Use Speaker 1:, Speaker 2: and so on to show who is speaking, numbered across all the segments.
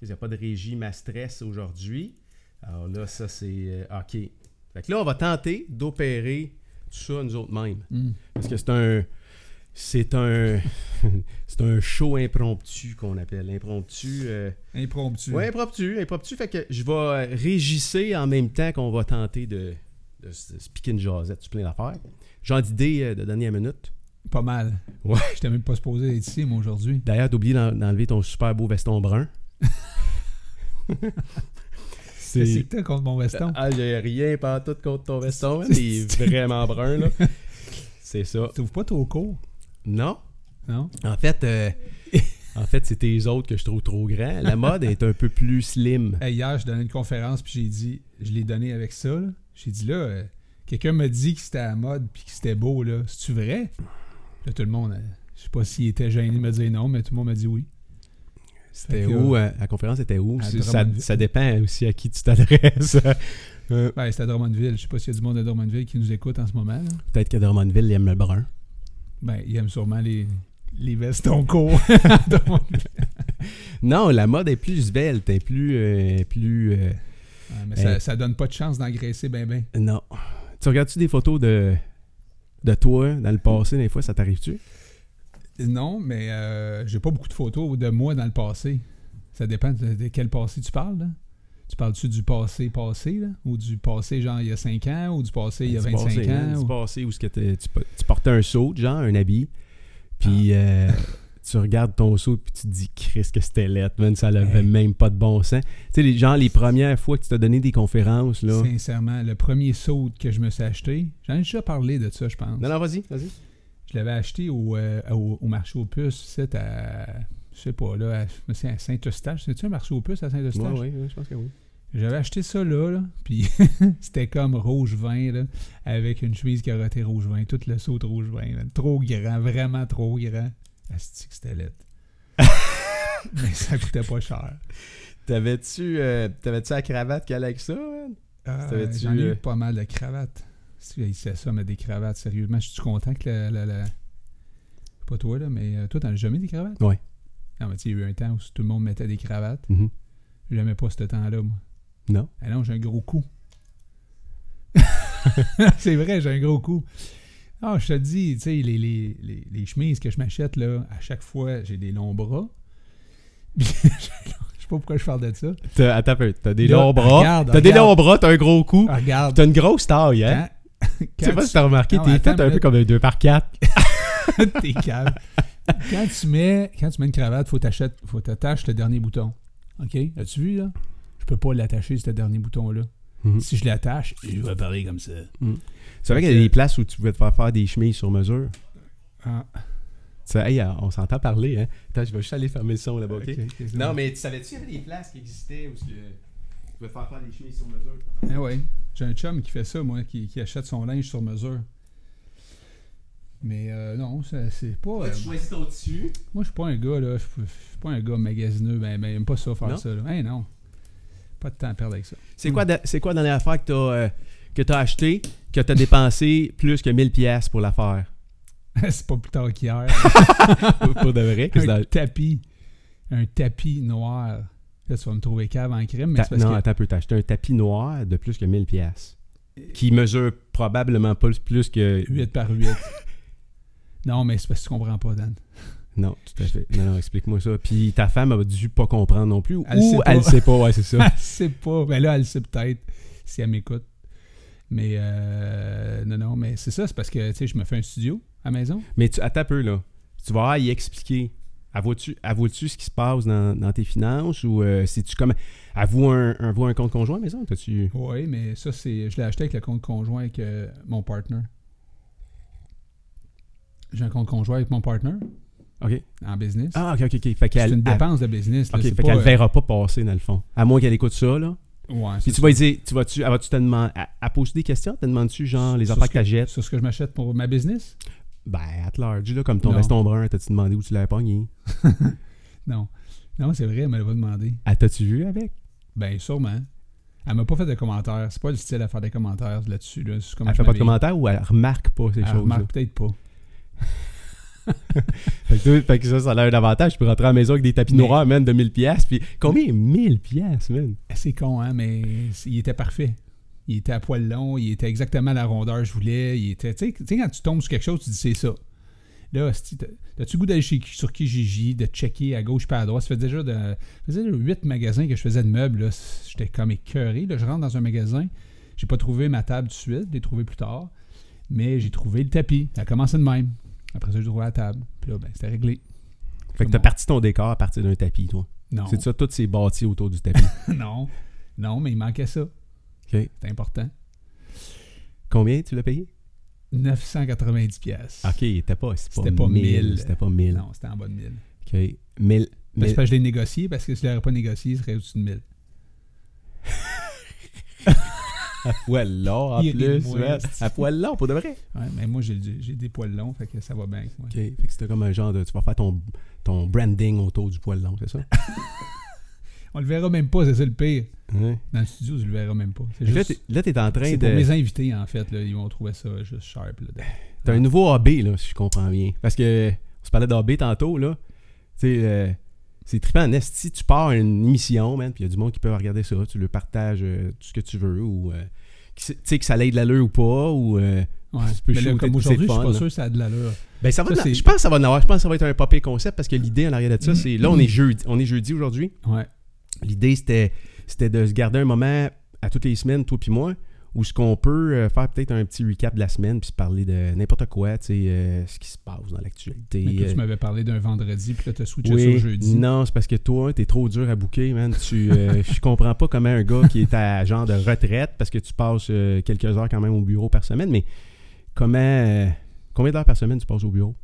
Speaker 1: Il n'y a pas de régime à stress aujourd'hui. Alors là, ça, c'est euh, OK. Fait que là, on va tenter d'opérer tout ça nous autres mêmes.
Speaker 2: Mm.
Speaker 1: Parce que c'est un. C'est un. c'est un show impromptu qu'on appelle. Impromptu. euh,
Speaker 2: Impromptu.
Speaker 1: Ouais, impromptu, impromptu. Fait que je vais euh, régisser en même temps qu'on va tenter de, de se se piquer une jasette sur plein d'affaires. Genre d'idées euh, de dernière minute.
Speaker 2: Pas mal.
Speaker 1: Ouais.
Speaker 2: J'étais même pas supposé être ici, moi, aujourd'hui.
Speaker 1: D'ailleurs, t'as oublié d'en- d'enlever ton super beau veston brun.
Speaker 2: C'est Euh, que t'as contre mon veston.
Speaker 1: Ah, j'ai rien pas tout contre ton veston. hein. T'es
Speaker 2: C'est-
Speaker 1: vraiment brun, là. C'est ça.
Speaker 2: Tu trouves euh, pas trop court,
Speaker 1: Non.
Speaker 2: non?
Speaker 1: En fait, euh, en fait c'est tes autres que je trouve trop grands. La mode est un peu plus slim.
Speaker 2: Hey, hier, je donnais une conférence, puis j'ai dit, je l'ai donné avec ça. là. J'ai dit, là, euh, quelqu'un m'a dit que c'était à la mode, puis que c'était beau, là. C'est-tu vrai? Là, tout le monde, euh, je sais pas s'il était gêné de me dire non, mais tout le monde m'a dit oui.
Speaker 1: C'était
Speaker 2: Fait que,
Speaker 1: où? euh, la conférence était où?
Speaker 2: à
Speaker 1: C'est- Ça,
Speaker 2: Drummondville.
Speaker 1: ça dépend aussi à qui tu t'adresses. Euh,
Speaker 2: Ben, c'était à Drummondville. Je sais pas s'il y a du monde à Drummondville qui nous écoute en ce moment. là.
Speaker 1: Peut-être que Drummondville aime le brun.
Speaker 2: Ben, il aime sûrement les, les vestons courts à Drummondville.
Speaker 1: Non, la mode est plus svelte, est plus... euh, plus euh,
Speaker 2: Ouais, mais ça,
Speaker 1: Hey.
Speaker 2: ça donne pas de chance d'engraisser ben ben.
Speaker 1: non. Tu regardes-tu des photos de, de toi dans le passé, des fois, ça t'arrive-tu?
Speaker 2: Non, mais euh, j'ai pas beaucoup de photos de moi dans le passé. Ça dépend de, de quel passé tu parles. là. Tu parles-tu du passé passé, là? ou du passé genre il y a 5 ans, ou du passé il y a
Speaker 1: Du
Speaker 2: 25
Speaker 1: passé, hein,
Speaker 2: ans?
Speaker 1: Du
Speaker 2: ou-
Speaker 1: passé où ce que t'es- tu, po- tu portais un saut, genre un habit,
Speaker 2: Ah.
Speaker 1: puis euh, tu regardes ton saut puis tu te dis « Chris, que c'était lettre, man, ça n'avait
Speaker 2: Hey.
Speaker 1: même pas de bon sens. » Tu sais, les- genre les premières fois que tu t'as donné des conférences, là...
Speaker 2: Sincèrement, le premier saut que je me suis acheté, j'en ai déjà parlé de ça, je pense.
Speaker 1: Non, non, vas-y, vas-y.
Speaker 2: Je l'avais acheté au, euh, au, au marché aux puces, c'est à, je sais pas, là, à, je me souviens, à Saint-Eustache. C'est-tu un marché aux puces à
Speaker 1: Ouais,
Speaker 2: Saint-Eustache?
Speaker 1: ouais, ouais, je pense que oui.
Speaker 2: J'avais acheté ça là, là, puis c'était comme rouge vin, là, avec une chemise carottée rouge vin, tout le saut de rouge vin. là. Trop grand, vraiment trop grand. Asti que c'était laid. Mais ça coûtait pas cher.
Speaker 1: T'avais-tu euh, t'avais-tu la cravate qui allait avec ça, man?
Speaker 2: Ah,
Speaker 1: T'avais-tu,
Speaker 2: J'en ai
Speaker 1: euh,
Speaker 2: eu pas mal de cravates. Si c'est ça, mais des cravates, sérieusement. Je suis content que la, la- la- Pas toi, là, mais euh, toi, t'en as jamais des cravates?
Speaker 1: Ouais.
Speaker 2: Non, mais tu sais, il y a eu un temps où tout le monde mettait des cravates.
Speaker 1: Mhm.
Speaker 2: J'aimais pas ce temps-là, moi.
Speaker 1: Non.
Speaker 2: Ah non, j'ai un gros coup. c'est vrai, j'ai un gros coup. Ah, je te dis, tu sais, les, les, les, les chemises que je m'achète, là, à chaque fois, j'ai des longs bras. je sais pas pourquoi je parle de ça.
Speaker 1: T'as, attends un peu, t'as des
Speaker 2: Là,
Speaker 1: longs bras,
Speaker 2: regarde,
Speaker 1: t'as des
Speaker 2: regarde.
Speaker 1: longs bras, t'as un gros cou,
Speaker 2: Ah, regarde,
Speaker 1: t'as une grosse taille, hein?
Speaker 2: quand,
Speaker 1: Tu sais
Speaker 2: quand
Speaker 1: pas si t'as remarqué,
Speaker 2: Non,
Speaker 1: t'es
Speaker 2: attends
Speaker 1: fait un
Speaker 2: une
Speaker 1: peu
Speaker 2: minute.
Speaker 1: comme un 2x4.
Speaker 2: tu- t'es calme. quand, tu mets, quand tu mets une cravate, faut t'achètes- faut t'attaches le dernier bouton. OK? As-tu vu, là? Je peux pas l'attacher, ce dernier bouton-là.
Speaker 1: Mhm.
Speaker 2: Si je l'attache, je vais parler comme ça.
Speaker 1: Tu savais qu'il y a des places où tu pouvais te faire faire des chemises sur mesure?
Speaker 2: Ah,
Speaker 1: Tu sais, hey, euh, on s'entend parler, hein? Attends, je vais juste aller fermer le son là-bas, OK?
Speaker 2: ok, c'est
Speaker 1: Non,
Speaker 2: bon.
Speaker 1: mais tu savais-tu qu'il y avait des places qui existaient où ce que tu pouvais te faire faire des chemises sur mesure?
Speaker 2: Eh oui. J'ai un chum qui fait ça, moi, qui, qui achète son linge sur mesure. Mais euh, non, ça- c'est pas.
Speaker 1: Toi,
Speaker 2: euh,
Speaker 1: tu choisis ton dessus.
Speaker 2: moi, je suis pas un gars, là. Je suis- je suis pas un gars magasineux. Ben, ben, j'aime pas ça, faire
Speaker 1: Non?
Speaker 2: ça, là. Hein, non. Pas de temps à perdre avec ça.
Speaker 1: C'est quoi, de- c'est quoi la dernière affaire que t'as, euh, que t'as acheté, que t'as dépensé plus que 1000 pièces pour la faire?
Speaker 2: c'est pas plus tard qu'hier.
Speaker 1: pour de vrai? que c'est
Speaker 2: un
Speaker 1: dans-
Speaker 2: tapis. Un tapis noir. Là, tu vas me trouver cave en crème, mais
Speaker 1: Ta-
Speaker 2: c'est parce
Speaker 1: non,
Speaker 2: que.
Speaker 1: attends un peu, t'as acheté un tapis noir de plus que 1000 pièces qui mesure probablement pas plus que
Speaker 2: 8 par 8. non, mais c'est parce que tu comprends pas, Dan.
Speaker 1: Non, tout à fait. Non, non, explique-moi ça. Puis ta femme a dû pas comprendre non plus.
Speaker 2: Elle
Speaker 1: ou
Speaker 2: sait pas.
Speaker 1: elle sait pas, ouais, c'est ça.
Speaker 2: Elle sait pas. Ben là, elle sait peut-être si elle m'écoute. Mais euh, non, non, mais c'est ça, c'est parce que tu sais, je me fais un studio à la maison.
Speaker 1: Mais tu, attends un peu, là. Tu vas y expliquer. Avoues-tu avoues-tu ce qui se passe dans, dans tes finances ou euh, si tu comme avoue un, avoue un compte conjoint, mais ça, t'as-tu.
Speaker 2: Oui, mais ça, c'est. Je l'ai acheté avec le compte conjoint avec euh, mon partner. J'ai un compte conjoint avec mon partner
Speaker 1: OK.
Speaker 2: en business.
Speaker 1: Ah, OK, OK, OK. Fait
Speaker 2: c'est
Speaker 1: qu'elle.
Speaker 2: une
Speaker 1: elle-
Speaker 2: dépense de business. là,
Speaker 1: OK,
Speaker 2: c'est
Speaker 1: fait
Speaker 2: pas,
Speaker 1: qu'elle
Speaker 2: euh,
Speaker 1: verra pas passer, dans le fond. À moins qu'elle écoute ça, là.
Speaker 2: Ouais,
Speaker 1: Puis
Speaker 2: c'est
Speaker 1: tu vas lui dire, tu vas-tu, elle va-tu te demander. Elle, elle pose des questions? Te demandes-tu, genre, les
Speaker 2: Sur
Speaker 1: affaires
Speaker 2: ce
Speaker 1: que t'achètes?
Speaker 2: sur ce que je m'achète pour ma business?
Speaker 1: Ben, at large, là, comme ton
Speaker 2: Non.
Speaker 1: veston brun, t'as-tu demandé où tu l'avais pogné?
Speaker 2: Non. Non, c'est vrai, elle me l'a pas demandé.
Speaker 1: Elle t'as-tu vu avec?
Speaker 2: Ben, sûrement. Elle m'a pas fait de commentaires. C'est pas le style à faire des commentaires là-dessus. Là, sur comment
Speaker 1: Elle
Speaker 2: je
Speaker 1: fait pas de
Speaker 2: m'habille.
Speaker 1: commentaires ou elle remarque pas ces
Speaker 2: Elle
Speaker 1: choses-là?
Speaker 2: remarque peut-être pas.
Speaker 1: fait, que, toi- fait que ça, ça a l'air un avantage. Tu peux rentrer à la maison avec des tapis
Speaker 2: Mais-
Speaker 1: noirs, man, de 1000 pièces. Puis combien 1000 pièces, man.
Speaker 2: C'est con, hein, mais c- il était parfait. Il était à poil long, il était exactement à la rondeur que je voulais. Il était, tu sais- tu sais, quand tu tombes sur quelque chose, tu dis c'est ça. Là, hostie, t'as- t'as-tu le goût d'aller chez, sur Kijiji, de checker à gauche pas à droite? Ça fait déjà de, ça faisait 8 magasins que je faisais de meubles. là. C- J'étais comme écœuré. Là, je rentre dans un magasin, j'ai pas trouvé ma table tout de suite, je l'ai trouvé plus tard. Mais j'ai trouvé le tapis. Ça a commencé de même. Après ça, j'ai trouvé la table. Puis là, ben, c'était réglé.
Speaker 1: Fait que t'as parti ton décor à partir d'un tapis, toi.
Speaker 2: Non,
Speaker 1: C'est ça, tout s'est bâti autour du tapis.
Speaker 2: non, non, mais il manquait ça.
Speaker 1: OK.
Speaker 2: C'est important.
Speaker 1: combien tu l'as payé
Speaker 2: 990 pièces.
Speaker 1: Ok, c'était pas, Ben, c'est
Speaker 2: C'était pas 1000.
Speaker 1: C'était pas 1000.
Speaker 2: Non, c'était en bas de 1000.
Speaker 1: Ok. 1000.
Speaker 2: Mais...
Speaker 1: mais-
Speaker 2: C'est parce que je l'ai négocié, parce que si je l'aurais pas négocié, il serait au-dessus de 1000.
Speaker 1: poil long en
Speaker 2: Il rit de
Speaker 1: plus.
Speaker 2: moi,
Speaker 1: ouais.
Speaker 2: c'est-
Speaker 1: À poil long pour de vrai.
Speaker 2: Ouais, mais moi, j'ai du- j'ai des poils longs, fait que ça va bien avec moi.
Speaker 1: OK. Fait que c'était comme un genre de. Tu vas faire ton, ton branding autour du poil long, c'est ça?
Speaker 2: On le verra même pas, c'est ça le pire.
Speaker 1: Ouais.
Speaker 2: Dans le studio, je le verra même pas. C'est
Speaker 1: Fait que Là,
Speaker 2: juste...
Speaker 1: t'es- Là, t'es en train
Speaker 2: c'est pour
Speaker 1: de. Ben,
Speaker 2: mes invités, en fait. Là, ils vont trouver ça juste sharp. Là, dedans.
Speaker 1: T'as un nouveau hobby, là, si je comprends bien. Parce que on se parlait d'hobby tantôt, là. Tu sais, euh, c'est trippant. en esti. tu pars à une émission, man, puis il y a du monde qui peut regarder ça. Tu le partages euh, tout ce que tu veux. Ou. euh, qui sait- tu sais, que ça l'aide de l'allure ou pas. Ou. euh,
Speaker 2: Ouais.
Speaker 1: Tu peux
Speaker 2: Mais là,
Speaker 1: shooter
Speaker 2: comme
Speaker 1: tout, c'est
Speaker 2: aujourd'hui, je
Speaker 1: fun,
Speaker 2: suis pas
Speaker 1: là.
Speaker 2: sûr que ça a de l'allure.
Speaker 1: Ben, ça va
Speaker 2: Ça,
Speaker 1: de la-
Speaker 2: c'est- Mm-hmm.
Speaker 1: Je pense que ça va en avoir. Je pense que ça va être un papier concept parce que l'idée en arrière de ça, c'est. Là, on est jeudi. On est jeudi aujourd'hui.
Speaker 2: Ouais.
Speaker 1: L'idée, c'était, c'était de se garder un moment à toutes les semaines, toi puis moi, où ce qu'on peut euh, faire peut-être un petit recap de la semaine, puis se parler de n'importe quoi, tu sais, euh, ce qui se passe dans l'actualité.
Speaker 2: Mais toi,
Speaker 1: euh,
Speaker 2: tu m'avais parlé d'un vendredi, puis là, t'as switché
Speaker 1: oui,
Speaker 2: sur jeudi.
Speaker 1: Non, c'est parce que toi, t'es trop dur à bouquer, man. Tu, euh, je comprends pas comment un gars qui est à genre de retraite, parce que tu passes euh, quelques heures quand même au bureau par semaine, mais comment. euh, combien d'heures par semaine tu passes au bureau?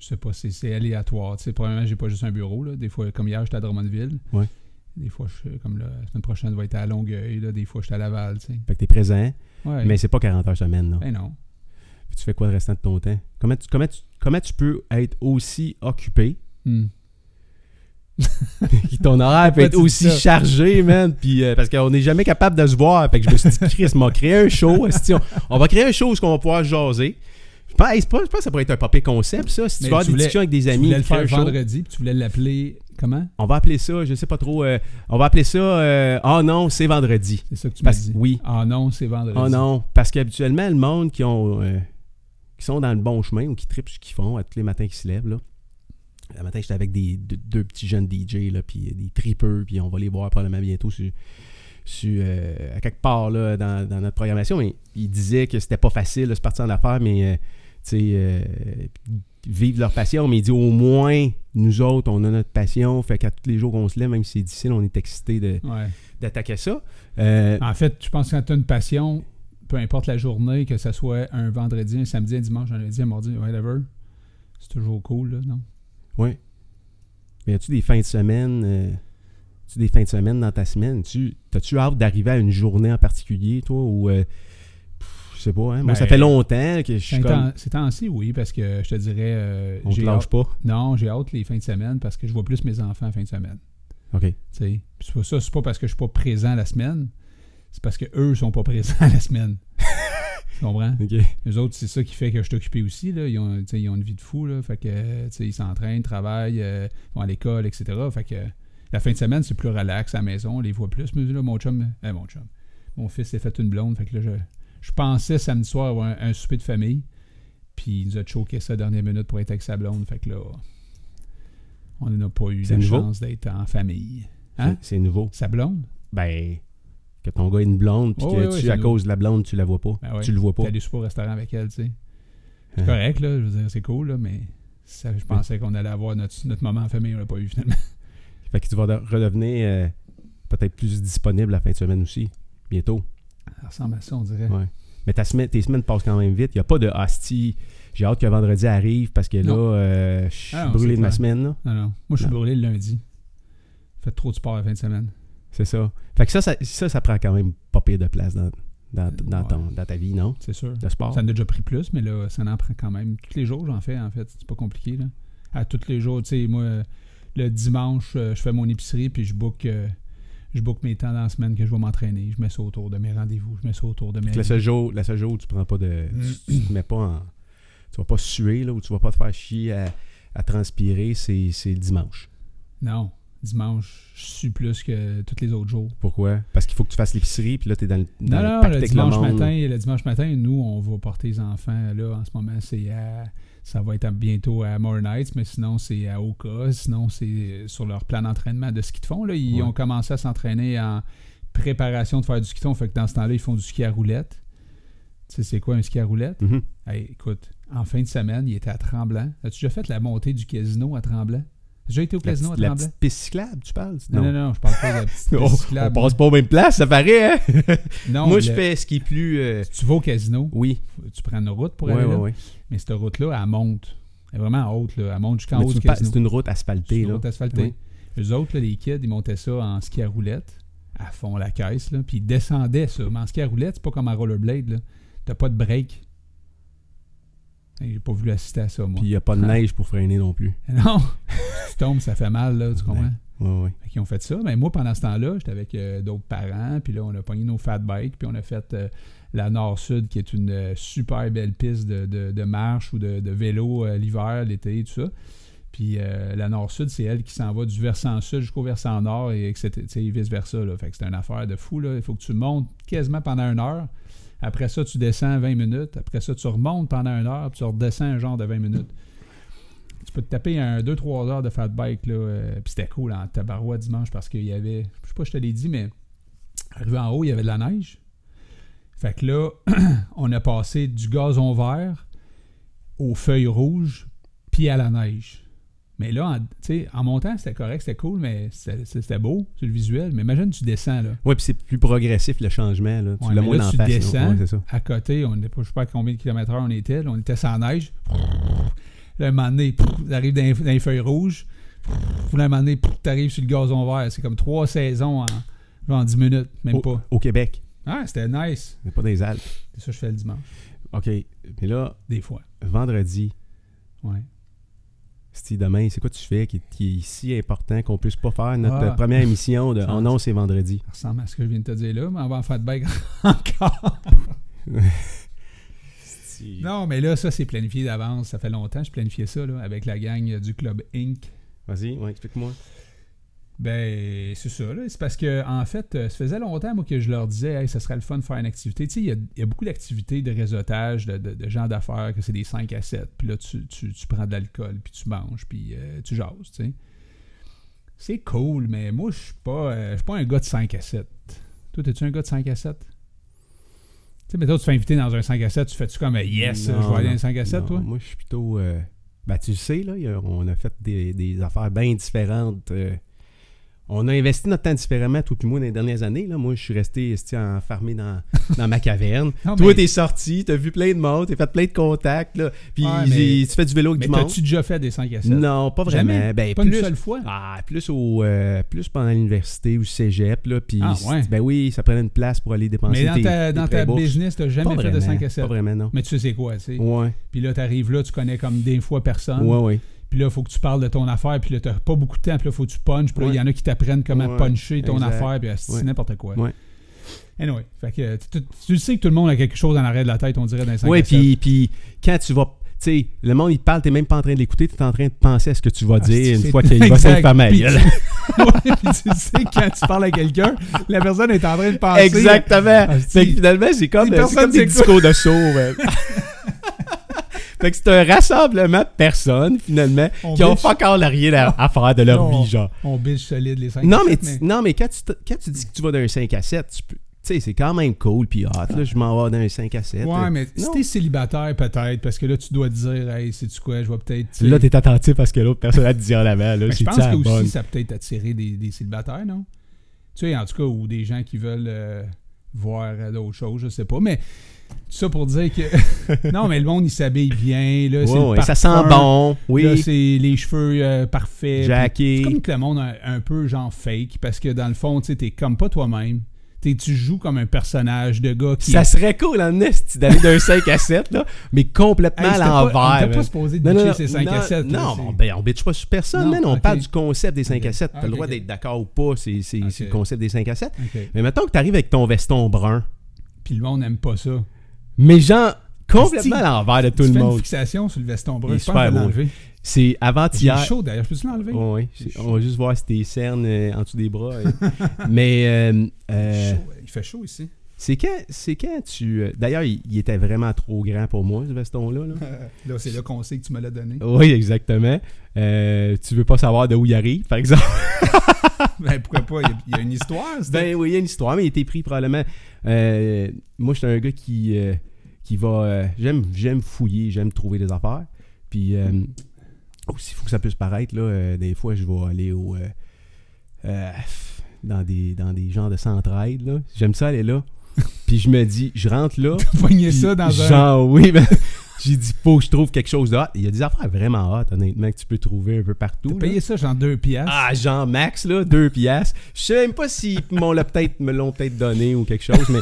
Speaker 2: je sais pas, c'est, c'est aléatoire. Tu sais, probablement, j'ai pas juste un bureau. Là. Des fois, comme hier, j'étais à Drummondville.
Speaker 1: Ouais.
Speaker 2: Des fois, je suis- comme là, la semaine prochaine, je vais être à Longueuil. Là. Des fois, je suis à Laval. Tu sais.
Speaker 1: Fait que t'es présent,
Speaker 2: Ouais.
Speaker 1: mais c'est pas 40 heures semaine, là.
Speaker 2: Ben non.
Speaker 1: Puis Tu fais quoi le restant de ton temps? Comment tu, comment tu, comment tu peux être aussi occupé
Speaker 2: Hmm.
Speaker 1: Puis ton horaire peut
Speaker 2: Pourquoi
Speaker 1: être
Speaker 2: tu dis
Speaker 1: aussi
Speaker 2: ça?
Speaker 1: chargé, man. Puis, euh, parce qu'on n'est jamais capable de se voir. Fait que je me suis dit, Chris, on va créer un show. esti, on, on va créer un show où on va pouvoir jaser. Je pense, hey, c'est pas- je pense que ça pourrait être un papier concept, ça. Si
Speaker 2: Mais
Speaker 1: tu vas avoir
Speaker 2: tu
Speaker 1: des
Speaker 2: voulais-
Speaker 1: discussions avec des
Speaker 2: Tu
Speaker 1: amis,
Speaker 2: voulais le
Speaker 1: créer
Speaker 2: faire
Speaker 1: un show.
Speaker 2: vendredi, puis tu voulais l'appeler. Comment
Speaker 1: on va appeler ça, je sais pas trop, euh, on va appeler ça, euh, oh non, c'est vendredi.
Speaker 2: C'est ça que tu m'as
Speaker 1: Parce-
Speaker 2: dit.
Speaker 1: oui.
Speaker 2: Ah non, c'est vendredi.
Speaker 1: Oh non, parce qu'habituellement, le monde qui ont euh, qui sont dans le bon chemin ou qui tripent ce qu'ils font à tous les matins qui se lèvent, là. Le matin, j'étais avec des, deux, deux petits jeunes DJ, là, puis euh, des tripeurs, puis on va les voir probablement bientôt sur, sur, euh, à quelque part là, dans, dans notre programmation. Mais ils disaient que c'était pas facile de se partir en affaires, mais euh, tu sais, euh, vivre leur passion. Mais ils disent au moins, nous autres, on a notre passion. Fait qu'à tous les jours qu'on se lève, même si c'est difficile, on est excité de-
Speaker 2: Ouais.
Speaker 1: d'attaquer ça. Euh,
Speaker 2: En fait, je pense que quand tu as une passion, peu importe la journée, que ce soit un vendredi, un samedi, un dimanche, un lundi, un mardi, whatever, c'est toujours cool, là, non
Speaker 1: Oui. Mais as-tu des fins de semaine? euh, as-tu des fins de semaine dans ta semaine? Tu, as-tu hâte d'arriver à une journée en particulier, toi? Ou euh, pff, je sais pas, hein? Moi,
Speaker 2: Ben,
Speaker 1: ça fait longtemps que je suis
Speaker 2: Ces
Speaker 1: comme.
Speaker 2: temps- ces temps-ci, oui, parce que je te dirais. euh,
Speaker 1: On te
Speaker 2: j'ai
Speaker 1: lâche pas.
Speaker 2: Non, j'ai hâte les fins de semaine parce que je vois plus mes enfants en fin de semaine.
Speaker 1: OK.
Speaker 2: tu sais. Puis c'est pas ça, c'est pas parce que je suis pas présent la semaine, c'est parce que eux sont pas présents la semaine. tu comprends?
Speaker 1: OK.
Speaker 2: Les autres, c'est ça qui fait que je suis occupé aussi. Là. Ils, ont, tu sais, ils ont une vie de fou. Là. Fait que euh, tu sais, ils s'entraînent, travaillent, euh, vont à l'école, etc. Fait que euh, la fin de semaine, c'est plus relax à la maison. On les voit plus. Mais là, mon chum, euh, mon chum, mon fils s'est fait une blonde. Fait que là, je, je pensais samedi soir avoir un, un souper de famille. Puis il nous a choqué ça à la dernière minute pour être avec sa blonde. Fait que là, on n'a pas eu
Speaker 1: C'est
Speaker 2: la
Speaker 1: nouveau?
Speaker 2: chance d'être en famille. Hein?
Speaker 1: C'est, c'est nouveau.
Speaker 2: Sa blonde?
Speaker 1: Ben, que ton gars ait une blonde, puis
Speaker 2: Oh,
Speaker 1: que
Speaker 2: oui,
Speaker 1: tu,
Speaker 2: oui, c'est
Speaker 1: à
Speaker 2: nouveau.
Speaker 1: cause de la blonde, tu la vois pas.
Speaker 2: Ben ouais.
Speaker 1: Tu le vois pas.
Speaker 2: T'es allé souper au restaurant avec elle, tu sais.
Speaker 1: Hein.
Speaker 2: C'est correct, là. Je veux dire, c'est cool, là, mais ça, je pensais qu'on allait avoir notre, notre moment en famille, on l'a pas eu finalement.
Speaker 1: Fait que tu vas de- redevenir euh, peut-être plus disponible la fin de semaine aussi, bientôt.
Speaker 2: Ça ressemble à ça, on dirait.
Speaker 1: Ouais. Mais ta semaine, tes semaines passent quand même vite. Il n'y a pas de hostie. J'ai hâte que vendredi arrive parce que là,
Speaker 2: Non.
Speaker 1: euh, je suis
Speaker 2: Ah non,
Speaker 1: brûlé
Speaker 2: c'est
Speaker 1: de ma
Speaker 2: clair.
Speaker 1: semaine. là.
Speaker 2: Non, non. Moi, je suis
Speaker 1: Non.
Speaker 2: brûlé le lundi. Faites trop de sport la fin de semaine.
Speaker 1: C'est ça. Fait que ça, ça, ça, ça prend quand même pas pire de place dans, dans, dans,
Speaker 2: Euh, Ouais.
Speaker 1: ton- dans ta vie, non?
Speaker 2: C'est sûr.
Speaker 1: Le sport.
Speaker 2: Ça en a déjà pris plus, mais là, ça en prend quand même. Tous les jours, j'en fais, en fait. C'est pas compliqué, là. À tous les jours, tu sais, moi, euh, le dimanche, euh, je fais mon épicerie, puis je book, euh, je book mes temps dans la semaine que je vais m'entraîner. Je mets ça autour de mes rendez-vous. Je mets ça autour de mes.
Speaker 1: Fait que le seul jour, le seul jour où tu prends pas de. tu, tu te mets pas en. tu vas pas suer là, ou tu vas pas te faire chier à, à transpirer, c'est c'est le dimanche.
Speaker 2: Non, dimanche, je suis plus que tous les autres jours.
Speaker 1: Pourquoi? Parce qu'il faut que tu fasses l'épicerie, puis là, tu es dans le, dans
Speaker 2: Non,
Speaker 1: le
Speaker 2: non,
Speaker 1: pacte
Speaker 2: le
Speaker 1: avec
Speaker 2: dimanche,
Speaker 1: monde.
Speaker 2: matin, le dimanche matin, nous, on va porter les enfants. Là, en ce moment, c'est à- ça va être à- bientôt à More Nights, mais sinon, c'est à Oka. Sinon, c'est euh, sur leur plan d'entraînement de ski de fond. Là. Ils
Speaker 1: Ouais.
Speaker 2: ont commencé à s'entraîner en préparation de faire du ski de fond. Fait que dans ce temps-là, ils font du ski à roulette. Tu sais, c'est quoi un ski à roulette?
Speaker 1: Mhm.
Speaker 2: Hey, écoute, en fin de semaine, il était à Tremblant. As-tu déjà fait la montée du casino à Tremblant? As-tu déjà été au
Speaker 1: La,
Speaker 2: casino
Speaker 1: petite- la
Speaker 2: à Tremblant?
Speaker 1: petite piste cyclable, tu parles?
Speaker 2: Non, non, non, je parle pas de la petite piste
Speaker 1: On- on,
Speaker 2: cyclable.
Speaker 1: passe pas aux mêmes places, ça paraît, hein?
Speaker 2: Non,
Speaker 1: Moi,
Speaker 2: le-
Speaker 1: je fais ce qui est plus. euh,
Speaker 2: Tu vas au casino,
Speaker 1: Oui,
Speaker 2: tu prends une route pour
Speaker 1: ouais,
Speaker 2: aller
Speaker 1: ouais,
Speaker 2: là.
Speaker 1: ouais.
Speaker 2: Mais cette route-là, elle monte. Elle est vraiment haute, là. Elle monte jusqu'en
Speaker 1: Mais
Speaker 2: haut
Speaker 1: tu
Speaker 2: du
Speaker 1: me parles-
Speaker 2: casino.
Speaker 1: C'est une route asphaltée,
Speaker 2: C'est une
Speaker 1: là.
Speaker 2: route asphaltée.
Speaker 1: Oui.
Speaker 2: Eux autres, là, les kids, ils montaient ça en ski à roulette, à fond la caisse, là. Puis ils descendaient ça. Mais en ski à roulette, c'est pas comme en rollerblade, là. T'as pas de break. Et J'ai pas voulu assister à ça, moi.
Speaker 1: Puis il n'y a pas de
Speaker 2: Ah.
Speaker 1: neige pour freiner non plus.
Speaker 2: Non! tu tombes, ça fait mal, là, tu comprends?
Speaker 1: Ouais, ouais.
Speaker 2: Fait qu'ils ont fait ça. Mais moi, pendant ce temps-là, j'étais avec euh, d'autres parents. Puis là, on a pogné nos fat bikes. Puis on a fait euh, la Nord-Sud, qui est une euh, super belle piste de, de- de marche ou de, de vélo euh, l'hiver, l'été, tout ça. Puis euh, la Nord-Sud, c'est elle qui s'en va du versant sud jusqu'au versant nord et etc., tu sais, vice-versa. là. Fait que c'est une affaire de fou. Là. Il faut que tu montes quasiment pendant une heure. Après ça, tu descends 20 minutes. Après ça, tu remontes pendant une heure. Puis tu redescends un genre de 20 minutes tu peux te taper un 2-3 heures de fat bike. Là, euh, puis c'était cool en Tabarois dimanche parce qu'il y avait, je sais pas si je te l'ai dit, mais arrivé en haut, il y avait de la neige. Fait que là, on a passé du gazon vert aux feuilles rouges, puis à la neige. Mais là, en, tu sais, en montant, c'était correct, c'était cool, mais c'était c'était beau, c'est le visuel. Mais imagine, tu descends, là.
Speaker 1: Ouais, puis c'est plus progressif le changement, là. Tu
Speaker 2: Ouais,
Speaker 1: l'as
Speaker 2: mais
Speaker 1: moins
Speaker 2: là,
Speaker 1: en
Speaker 2: tu
Speaker 1: face. là.
Speaker 2: descends.
Speaker 1: Ouais, c'est ça.
Speaker 2: À côté, on n'est pas, je sais pas à combien de kilomètres heure on était, là, on était sans neige. Là, un moment donné, t'arrives dans, les- dans les feuilles rouges. Là, un moment donné, t'arrives sur le gazon vert. C'est comme trois saisons en, genre en 10 minutes, même
Speaker 1: au,
Speaker 2: pas.
Speaker 1: au Québec,
Speaker 2: Ah, c'était nice.
Speaker 1: mais pas dans les Alpes.
Speaker 2: C'est ça que je fais le dimanche,
Speaker 1: OK. Mais là,
Speaker 2: des fois.
Speaker 1: vendredi,
Speaker 2: Ouais.
Speaker 1: si demain, c'est quoi tu fais qui, qui est si important qu'on puisse pas faire notre
Speaker 2: Ah.
Speaker 1: euh, première émission de
Speaker 2: Ça-
Speaker 1: Oh non, c'est vendredi.
Speaker 2: Ça ressemble à ce que je viens de te dire là, mais on va en faire de bike encore. Non, mais là, ça, c'est planifié d'avance. Ça fait longtemps que je planifiais ça là, avec la gang du Club Inc.
Speaker 1: Vas-y, ouais, explique-moi.
Speaker 2: Ben, c'est ça. là. C'est parce que, en fait, euh, ça faisait longtemps moi, que je leur disais, hey, ça serait le fun de faire une activité. Tu sais, il y a- il y, a beaucoup d'activités de réseautage, de, de- de gens d'affaires, que c'est des 5 à 7. Puis là, tu, tu- tu prends de l'alcool, puis tu manges, puis euh, tu jases, tu sais. C'est cool, mais moi, je suis pas, euh, je suis pas un gars de 5 à 7. Toi, es-tu un gars de 5 à 7? Tu sais, mais toi, tu te fais inviter dans un 5 à 7, tu fais-tu comme, yes,
Speaker 1: Non,
Speaker 2: je vais aller dans
Speaker 1: non,
Speaker 2: un 5 à 7,
Speaker 1: non,
Speaker 2: toi?
Speaker 1: Moi, je suis plutôt. euh, ben, tu le sais, là, il y a- on a fait des, des affaires bien différentes. euh, on a investi notre temps différemment, tout puis moi, dans les dernières années. Là. Moi, je suis resté esti, enfermé dans, dans ma caverne.
Speaker 2: Non,
Speaker 1: Toi,
Speaker 2: Oh, mais-
Speaker 1: t'es sorti, t'as vu plein de monde, t'as fait plein de contacts, là. Puis
Speaker 2: Ouais, mais-
Speaker 1: j'ai- tu fais du vélo avec
Speaker 2: Mais
Speaker 1: du monde.
Speaker 2: t'as-tu déjà fait des 5 à 7?
Speaker 1: Non, pas vraiment.
Speaker 2: Jamais?
Speaker 1: Ben,
Speaker 2: pas
Speaker 1: plus,
Speaker 2: une seule fois?
Speaker 1: Ah, plus, au, euh, plus pendant l'université ou cégep, là. Puis,
Speaker 2: Ah, ouais.
Speaker 1: ben oui, ça prenait une place pour aller dépenser
Speaker 2: Mais dans
Speaker 1: tes-
Speaker 2: ta,
Speaker 1: tes
Speaker 2: dans
Speaker 1: prêts
Speaker 2: ta
Speaker 1: bourses.
Speaker 2: business, t'as
Speaker 1: Pas
Speaker 2: jamais fait de
Speaker 1: vraiment,
Speaker 2: 5 à 7.
Speaker 1: Pas vraiment, non.
Speaker 2: Mais tu sais c'est quoi, tu sais.
Speaker 1: Ouais,
Speaker 2: Puis là, t'arrives là, tu connais comme des fois personne.
Speaker 1: ouais, ouais.
Speaker 2: Puis là, faut que tu parles de ton affaire. Puis là, t'as pas beaucoup de temps. Puis là, faut que tu punches. Puis là, il y en a qui t'apprennent comment
Speaker 1: Ouais,
Speaker 2: puncher ton
Speaker 1: exact.
Speaker 2: affaire. Puis c'est
Speaker 1: Ouais.
Speaker 2: n'importe quoi.
Speaker 1: Ouais.
Speaker 2: Anyway, fait que tu, tu- tu sais que tout le monde a quelque chose dans l'arrêt de la tête, on dirait, dans les 5
Speaker 1: Oui,
Speaker 2: à 7.
Speaker 1: puis, puis quand tu vas. Tu sais, le monde, il te parle, t'es même pas en train de l'écouter, t'es en train de penser à ce que tu vas
Speaker 2: Ah, c'est-
Speaker 1: dire une
Speaker 2: c'est-
Speaker 1: fois qu'il va
Speaker 2: Exact.
Speaker 1: se faire mal.
Speaker 2: Puis tu- Ouais, puis tu sais, quand tu parles à quelqu'un, la personne est en train de penser.
Speaker 1: Exactement.
Speaker 2: Ah,
Speaker 1: Fait que
Speaker 2: si.
Speaker 1: finalement, c'est comme, euh,
Speaker 2: Les
Speaker 1: c'est
Speaker 2: personnes
Speaker 1: comme des
Speaker 2: s'écoutent.
Speaker 1: discours de sourds. euh. fait que c'est un rassemblement de personnes, finalement,
Speaker 2: On
Speaker 1: qui ont
Speaker 2: bitch.
Speaker 1: pas encore rien à, à faire de leur
Speaker 2: Non.
Speaker 1: vie, genre.
Speaker 2: On bitch solide les 5
Speaker 1: Non,
Speaker 2: à
Speaker 1: mais,
Speaker 2: 7.
Speaker 1: tu- non, mais quand, tu, te- quand tu dis que tu vas d'un 5 à 7, tu peux- tu sais, c'est quand même cool, puis hâte, là, je m'en vais d'un 5 à 7.
Speaker 2: Ouais, mais si
Speaker 1: Non.
Speaker 2: t'es célibataire, peut-être, parce que là, tu dois te dire, hey, sais-tu quoi, je vais peut-être. tu sais-
Speaker 1: Là, t'es attentif parce que l'autre personne a te dit en avant, là,
Speaker 2: Mais je
Speaker 1: c'est
Speaker 2: pense
Speaker 1: ça
Speaker 2: que aussi,
Speaker 1: bonne.
Speaker 2: ça peut être attirer des, des célibataires, non? Tu sais, en tout cas, ou des gens qui veulent euh, voir euh, d'autres choses, je sais pas. Mais tout ça pour dire que. non, mais le monde, il s'habille bien. Là, c'est
Speaker 1: Ouais,
Speaker 2: le
Speaker 1: ouais, ça
Speaker 2: parfum,
Speaker 1: sent bon,
Speaker 2: Là,
Speaker 1: oui,
Speaker 2: c'est les cheveux euh, parfaits. puis- C'est
Speaker 1: Jackie.
Speaker 2: comme que le monde un, un peu genre fake, parce que dans le fond, tu sais, t'es comme pas toi-même. T'es- Tu joues comme un personnage de gars qui.
Speaker 1: Ça serait cool en esti d'aller d'un 5 à 7, là, mais complètement
Speaker 2: Hey, c'était
Speaker 1: à
Speaker 2: pas- on était
Speaker 1: l'envers.
Speaker 2: pas
Speaker 1: man.
Speaker 2: supposé de bitcher ces 5
Speaker 1: non,
Speaker 2: à 7. là,
Speaker 1: non,
Speaker 2: c'est-
Speaker 1: on- ben, on bitch pas sur personne,
Speaker 2: Non,
Speaker 1: man, on
Speaker 2: ok.
Speaker 1: parle du concept des 5 à
Speaker 2: Ok.
Speaker 1: 7. T'as
Speaker 2: Ok,
Speaker 1: le droit
Speaker 2: ok.
Speaker 1: d'être d'accord ou pas, c'est c'est- c'est
Speaker 2: Ok.
Speaker 1: le concept des 5 à 7.
Speaker 2: Ok.
Speaker 1: Mais mettons que t'arrives avec ton veston brun.
Speaker 2: Puis le monde n'aime pas ça.
Speaker 1: Mais genre, complètement à l'envers de tout
Speaker 2: tu
Speaker 1: le
Speaker 2: fais une
Speaker 1: monde.
Speaker 2: fixation sur le veston
Speaker 1: Il
Speaker 2: brun.
Speaker 1: est
Speaker 2: Je pense que je
Speaker 1: super
Speaker 2: vais
Speaker 1: beau.
Speaker 2: l'enlever.
Speaker 1: C'est
Speaker 2: Il est
Speaker 1: avant-hier.
Speaker 2: chaud d'ailleurs. Je peux-tu l'enlever?
Speaker 1: Ouais,
Speaker 2: C'est
Speaker 1: c'est- on va juste voir si tes cernes euh, en dessous des bras. euh. Mais euh, euh,
Speaker 2: Chaud, Il fait chaud ici.
Speaker 1: c'est quand, c'est quand tu. euh, D'ailleurs, il, il était vraiment trop grand pour moi, ce veston-là. là.
Speaker 2: Là, c'est le conseil que tu me l'as donné.
Speaker 1: Oui, exactement. Euh, tu veux pas savoir de où il arrive, par exemple.
Speaker 2: Ben, pourquoi pas? Il y a- Il y a une histoire. c'est-
Speaker 1: Ben oui, il y a une histoire, mais il a été pris probablement. Euh, moi, j'étais un gars qui, euh, qui va. euh, j'aime, j'aime fouiller, j'aime trouver des affaires. Puis euh, aussi, il faut que ça puisse paraître. Là, euh, des fois, je vais aller au. euh, euh, dans, des, dans des genres de centre-aide. là. J'aime ça aller là. Puis je me dis, je rentre là.
Speaker 2: Poigner
Speaker 1: puis
Speaker 2: ça dans un.
Speaker 1: genre, oui, ben, j'ai dit, faut que je trouve quelque chose de hot. Il y a des affaires vraiment hot, honnêtement, que tu peux trouver un peu partout.
Speaker 2: T'as
Speaker 1: là.
Speaker 2: payé ça genre 2 piastres.
Speaker 1: Ah, genre max, là, deux piastres. Je sais même pas si mon l'a peut-être, me l'ont peut-être donné ou quelque chose, mais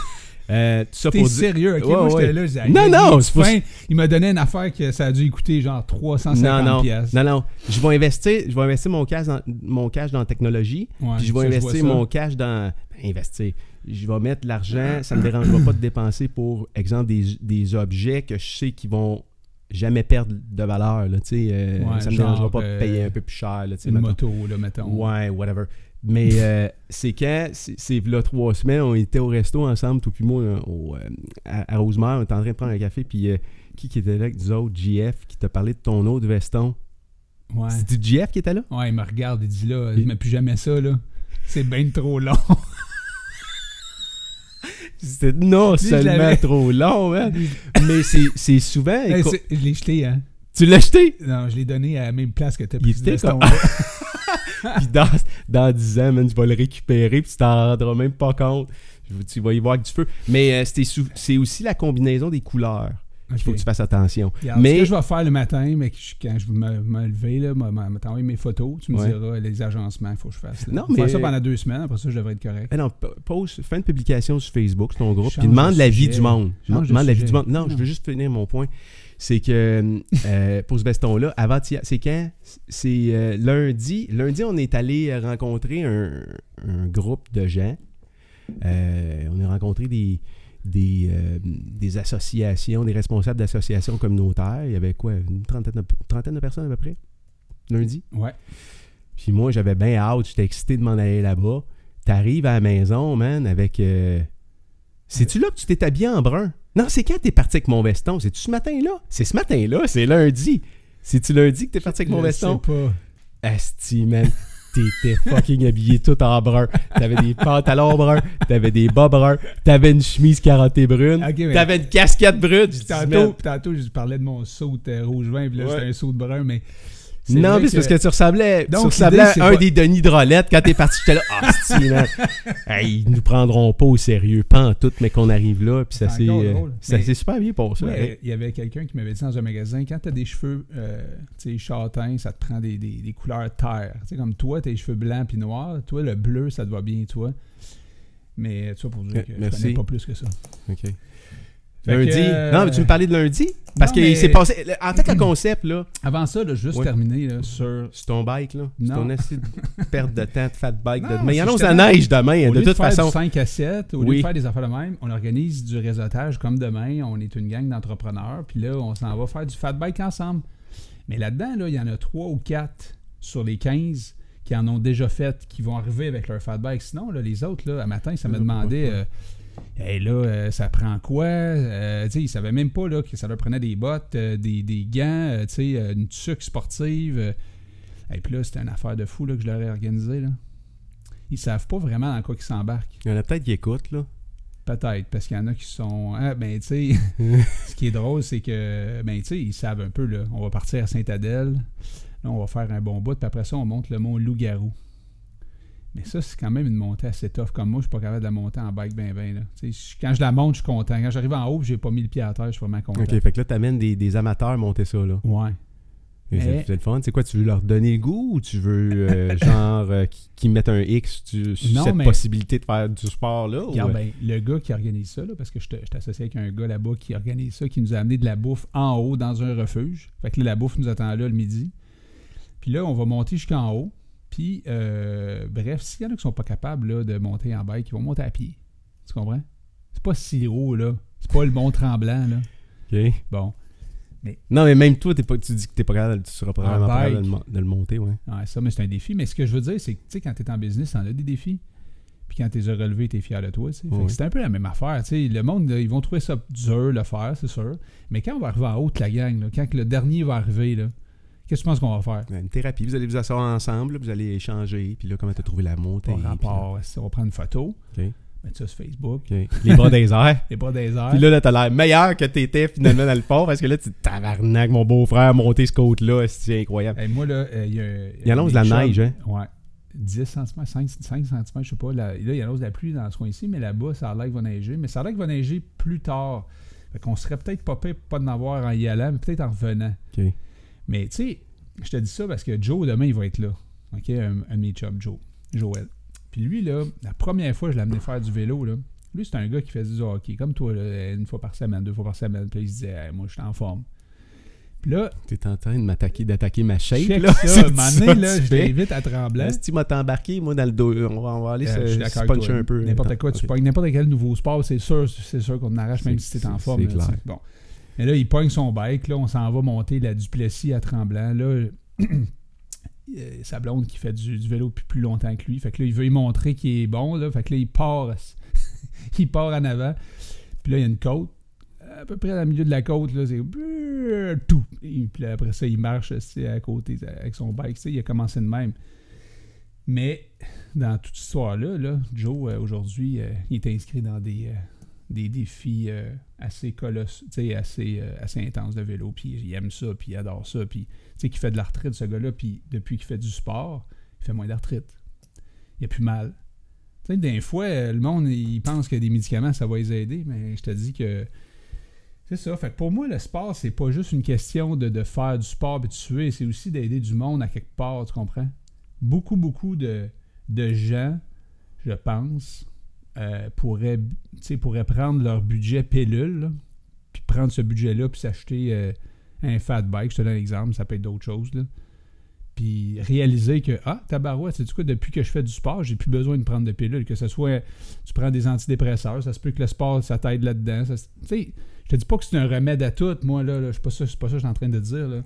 Speaker 1: euh, tout ça
Speaker 2: T'es
Speaker 1: pour dire.
Speaker 2: sérieux, ok?
Speaker 1: Ouais,
Speaker 2: Moi, j'étais
Speaker 1: ouais.
Speaker 2: là, je disais,
Speaker 1: Non,
Speaker 2: ah,
Speaker 1: non,
Speaker 2: il est
Speaker 1: c'est pas-
Speaker 2: fin. Il m'a donné une affaire que ça a dû coûter genre
Speaker 1: Non,
Speaker 2: 350
Speaker 1: non,
Speaker 2: piastres.
Speaker 1: non, non. Je vais investir, je vais investir mon cash dans, mon cash dans la technologie,
Speaker 2: Ouais,
Speaker 1: puis je vais
Speaker 2: ça,
Speaker 1: investir
Speaker 2: vois ça.
Speaker 1: mon cash dans. ben, investir. Je vais mettre l'argent, ça me dérangera pas de dépenser pour, exemple, des, des objets que je sais qu'ils vont jamais perdre de valeur, là, tu sais. euh,
Speaker 2: Ouais,
Speaker 1: ça me
Speaker 2: genre,
Speaker 1: dérangera pas de
Speaker 2: euh,
Speaker 1: payer un peu plus cher, là, tu sais.
Speaker 2: Une
Speaker 1: mettons.
Speaker 2: moto, là, mettons.
Speaker 1: Ouais, whatever. Mais euh, c'est quand, c'est c'est là trois semaines, on était au resto ensemble, tout puis moi, euh, au, euh, à, à Rosemère, on était en train de prendre un café, puis euh, qui qui était là avec nous autres, JF, qui t'a parlé de ton autre veston.
Speaker 2: Ouais.
Speaker 1: C'était JF qui était là?
Speaker 2: Ouais, il me regarde et dit là,
Speaker 1: Il-
Speaker 2: mais plus jamais ça, là. C'est bien trop long.
Speaker 1: C'était non
Speaker 2: je
Speaker 1: seulement
Speaker 2: l'avais.
Speaker 1: trop long, hein?
Speaker 2: Lui,
Speaker 1: mais c'est c'est souvent...
Speaker 2: Hey,
Speaker 1: écoute,
Speaker 2: c'est- je l'ai jeté, hein.
Speaker 1: tu l'as jeté?
Speaker 2: Non, je l'ai donné à la même place que t'as
Speaker 1: Il
Speaker 2: pris ce
Speaker 1: était
Speaker 2: veston.
Speaker 1: comme- Puis dans, dans 10 ans, man, tu vas le récupérer, puis tu t'en rendras même pas compte. Je- Tu vas y voir que du feu. Mais euh, c'était sou- c'est aussi la combinaison des couleurs qu'il faut que tu fasses attention.
Speaker 2: mais...
Speaker 1: Mais-
Speaker 2: Ce que je vais faire le matin, mais que je- quand je vais me me lever, là, m'a- m'a- m'a t'envoyer mes photos, tu me
Speaker 1: Ouais.
Speaker 2: diras les agencements, il faut que je fasse. Là.
Speaker 1: Non,
Speaker 2: Je vais
Speaker 1: mais-
Speaker 2: faire ça pendant deux semaines, après ça, je devrais être correct.
Speaker 1: Eh non, p- pose, fais une publication sur Facebook, sur ton groupe,
Speaker 2: Change
Speaker 1: puis demande
Speaker 2: de
Speaker 1: l'avis
Speaker 2: sujet.
Speaker 1: du monde.
Speaker 2: Change de
Speaker 1: demande l'avis
Speaker 2: sujet.
Speaker 1: du monde. Non, je
Speaker 2: Non.
Speaker 1: veux juste finir mon point. C'est que euh, pour ce veston-là, avant, c'est quand C'est euh, lundi. Lundi, on est allé rencontrer un, un groupe de gens. Euh, on a rencontré des, des, euh, des associations, des responsables d'associations communautaires. Il y avait quoi Une trentaine de, trentaine de personnes à peu près Lundi
Speaker 2: Ouais.
Speaker 1: puis moi, j'avais bien hâte, j'étais excité de m'en aller là-bas. T'arrives à la maison, man, avec. euh, C'est-tu là que tu t'es habillé en brun? Non, c'est quand t'es parti avec mon veston? C'est-tu ce matin-là? C'est ce matin-là, c'est lundi. C'est-tu lundi que t'es parti avec mon
Speaker 2: Je
Speaker 1: veston?
Speaker 2: sais pas.
Speaker 1: Asti, man. T'étais fucking habillé tout en brun. T'avais des pantalons bruns, t'avais des bas bruns, t'avais une chemise carottée brune,
Speaker 2: Ok, Ah, mais-
Speaker 1: t'avais une casquette brune. Je dis, man,
Speaker 2: Tantôt, tantôt, je parlais de mon saut euh, rouge-vin, puis là,
Speaker 1: Ouais.
Speaker 2: c'était un saut de brun, mais. c'est
Speaker 1: Non,
Speaker 2: vrai
Speaker 1: mais c'est parce que tu ressemblais, tu
Speaker 2: Donc,
Speaker 1: ressemblais
Speaker 2: l'idée,
Speaker 1: à
Speaker 2: c'est
Speaker 1: un
Speaker 2: pas-
Speaker 1: des Denis Drolet quand t'es parti. J'étais là, ah, c'ti, man. Hey, ils nous prendront pas au sérieux, pas en tout, mais qu'on arrive là, puis ça
Speaker 2: C'est
Speaker 1: s'est
Speaker 2: encore
Speaker 1: euh,
Speaker 2: drôle.
Speaker 1: ça
Speaker 2: Mais-
Speaker 1: s'est super bien passé.
Speaker 2: Ouais,
Speaker 1: Ouais.
Speaker 2: euh, Il y avait quelqu'un qui m'avait dit dans un magasin quand t'as des cheveux euh, tu sais, châtains, ça te prend des, des- des couleurs terre. Tu sais, comme toi, t'as les cheveux blancs puis noirs. Toi, le bleu, ça te va bien, toi. Mais tu vois, pour
Speaker 1: Euh,
Speaker 2: dire que
Speaker 1: merci.
Speaker 2: je connais pas plus que ça.
Speaker 1: hein. Ok.
Speaker 2: Fait
Speaker 1: Lundi.
Speaker 2: que- euh,
Speaker 1: Non, mais tu me parlais de lundi? Parce
Speaker 2: Non,
Speaker 1: qu'il
Speaker 2: mais-
Speaker 1: s'est passé. le- En fait, le concept, là,
Speaker 2: Avant ça, là, juste
Speaker 1: Ouais.
Speaker 2: terminer là, sur.
Speaker 1: sur ton bike, là, sur
Speaker 2: Non.
Speaker 1: ton assis de perte de temps, de fat bike. de-
Speaker 2: Non,
Speaker 1: Mais il y en
Speaker 2: c'est
Speaker 1: a la
Speaker 2: justement-
Speaker 1: neige demain,
Speaker 2: Au
Speaker 1: de
Speaker 2: lieu
Speaker 1: toute
Speaker 2: faire du
Speaker 1: façon.
Speaker 2: 5 à 7, au lieu
Speaker 1: Oui.
Speaker 2: de faire des affaires de même, on organise du réseautage comme demain. On est une gang d'entrepreneurs, puis là, on s'en va faire du fat bike ensemble. Mais là-dedans, là, il y en a 3 ou 4 sur les 15 qui en ont déjà fait, qui vont arriver avec leur fat bike. Sinon, là, les autres, là, à matin, ça me demandait euh, Hey, là, euh, ça prend quoi Euh, Tu sais, Ils savaient même pas là, que ça leur prenait des bottes, euh, des, des gants, euh, tu sais, euh, une tuque sportive. euh. Et puis là, c'était une affaire de fou là, que je leur ai organisée. Là. Ils savent pas vraiment dans quoi ils s'embarquent.
Speaker 1: Il y en a peut-être qui écoutent, là.
Speaker 2: Peut-être, parce qu'il y en a qui sont. Ah, ben, tu sais, ce qui est drôle, c'est que, ben, tu sais, ils savent un peu, là. On va partir à Sainte-Adèle, là, on va faire un bon bout, puis après ça, on monte le mont Loup-Garou. Mais ça, c'est quand même une montée assez tough. Comme moi, je suis pas capable de la monter en bike, ben, ben, là. Tu sais, je- quand je la monte, je suis content. Quand j'arrive en haut, j'ai pas mis le pied à terre, je suis vraiment content.
Speaker 1: Ok, fait que là, t'amènes des, des amateurs monter ça, là.
Speaker 2: Ouais.
Speaker 1: Et
Speaker 2: Mais-
Speaker 1: C'est c'est le fun. C'est quoi, tu veux leur donner le goût ou tu veux, euh, genre, euh, qu'ils qu'ils mettent un X tu- sur
Speaker 2: Non,
Speaker 1: cette
Speaker 2: mais-
Speaker 1: possibilité de faire du sport-là? ou,
Speaker 2: Regarde,
Speaker 1: euh,
Speaker 2: ben, le gars qui organise ça, là, parce que je t'ai associé avec un gars là-bas qui organise ça, qui nous a amené de la bouffe en haut dans un refuge. Fait que là, la bouffe nous attend là le midi. Puis là, on va monter jusqu'en haut. Puis, euh, bref, s'il y en a qui sont pas capables là, de monter en bike, ils vont monter à pied. Tu comprends? C'est pas si haut, là. C'est pas le mont tremblant, là.
Speaker 1: euh, OK.
Speaker 2: Bon,
Speaker 1: Non, mais même toi, t'es pas, tu dis que t'es pas capable, tu seras
Speaker 2: Ah,
Speaker 1: probablement pas capable de le, mon- de le monter, ouais.
Speaker 2: ouais, ça, mais c'est un défi. Mais ce que je veux dire, c'est que, tu sais, quand t'es en business, t'en as des défis. Puis quand t'es relevé, t'es fier de toi, tu sais. Fait que
Speaker 1: Ouais.
Speaker 2: c'est un peu la même affaire, tu sais. Le monde, là, ils vont trouver ça dur, le faire, c'est sûr. Mais quand on va arriver en haut de la gang, là, quand que le dernier va arriver, là, qu'est-ce que tu penses qu'on va faire?
Speaker 1: Une thérapie, vous allez vous asseoir ensemble, là, vous allez échanger, puis là, comment t'as trouvé la montée.
Speaker 2: Ton rapport, si on va prendre une photo,
Speaker 1: OK.
Speaker 2: mettre ça sur Facebook,
Speaker 1: puis là, OK. Les bras des airs.
Speaker 2: les bras des airs.
Speaker 1: Puis là, là t'as l'air meilleur que t'étais finalement dans le fond, parce que là, tu tabarnak, mon beau-frère, monter ce côte-là, c'est incroyable.
Speaker 2: Hey, moi, là, euh, il y a.
Speaker 1: Il annonce de la
Speaker 2: des
Speaker 1: neige,
Speaker 2: chums-
Speaker 1: hein?
Speaker 2: Ouais. 10 cm, 5, 5 cm, je sais pas. Là, là, il annonce de la pluie dans ce coin-ci, mais là-bas, ça a l'air qu'il va neiger. Mais ça a l'air qu'il va neiger plus tard. Fait qu'on serait peut-être pas pire pas de n'avoir en y allant, mais peut-être en revenant.
Speaker 1: OK.
Speaker 2: Mais tu sais, je te dis ça parce que Joe, demain, il va être là. OK, un, un de mes chums, Joe. Joël. Puis lui, là, la première fois que je l'amenais faire du vélo, là, lui, c'est un gars qui faisait du hockey, comme toi, là, une fois par semaine, deux fois par semaine. Puis là, il se disait, Hey, moi, je suis en forme. Puis là,
Speaker 1: T'es en train de m'attaquer, d'attaquer ma shape,
Speaker 2: Check
Speaker 1: là.
Speaker 2: ça,
Speaker 1: C'est Ben,
Speaker 2: un moment donné,
Speaker 1: ça
Speaker 2: là,
Speaker 1: que tu
Speaker 2: je
Speaker 1: fais?
Speaker 2: l'invite à trembler.
Speaker 1: Là, si tu m'as embarqué, moi, dans le dos, on va, on va aller
Speaker 2: Euh,
Speaker 1: se,
Speaker 2: je suis
Speaker 1: se
Speaker 2: d'accord avec
Speaker 1: puncher
Speaker 2: toi.
Speaker 1: un peu.
Speaker 2: N'importe quoi, tu
Speaker 1: Ok.
Speaker 2: pognes n'importe quel nouveau sport, c'est sûr, c'est sûr qu'on en arrache même
Speaker 1: C'est-
Speaker 2: si t'es en
Speaker 1: c'est-
Speaker 2: forme.
Speaker 1: c'est
Speaker 2: là,
Speaker 1: clair.
Speaker 2: tu sais. Bon. Mais là, il pogne son bike, là, on s'en va monter la Duplessis à Tremblant. Là, euh, sa blonde qui fait du, du vélo depuis plus longtemps que lui. Fait que là, il veut lui montrer qu'il est bon. Là, fait que là, il part, il part en avant. Puis là, il y a une côte. À peu près dans le milieu de la côte, là, c'est tout. Et puis là, après ça, il marche c'est à côté avec son bike. tu sais, Il a commencé de même. Mais dans toute cette histoire-là, là, Joe, euh, aujourd'hui, euh, il est inscrit dans des, euh, des défis euh, assez colossaux, tu sais, assez, euh, assez intenses de vélo. Puis il aime ça, puis il adore ça. Puis, tu sais, qu'il fait de l'arthrite, ce gars-là. Puis depuis qu'il fait du sport, il fait moins d'arthrite. Il a plus mal. Tu sais, des fois, euh, le monde, il pense que des médicaments, ça va les aider. Mais je te dis que. C'est ça. Fait que pour moi, le sport, c'est pas juste une question de, de faire du sport et de tuer. C'est aussi d'aider du monde à quelque part, tu comprends? Beaucoup, beaucoup de de gens, je pense, euh, pourraient, tu sais, pourraient prendre leur budget pilule, là, puis prendre ce budget-là, puis s'acheter euh, un fat bike. Je te donne un exemple, ça peut être d'autres choses. là. Puis réaliser que, ah, tabarouette, c'est du quoi, depuis que je fais du sport, j'ai plus besoin de prendre de pilule. Que ce soit, tu prends des antidépresseurs, ça se peut que le sport, ça t'aide là-dedans. ça se- Tu sais, je te dis pas que c'est un remède à tout, moi, là, là, je sais pas ça, c'est pas ça que je suis en train de dire, là.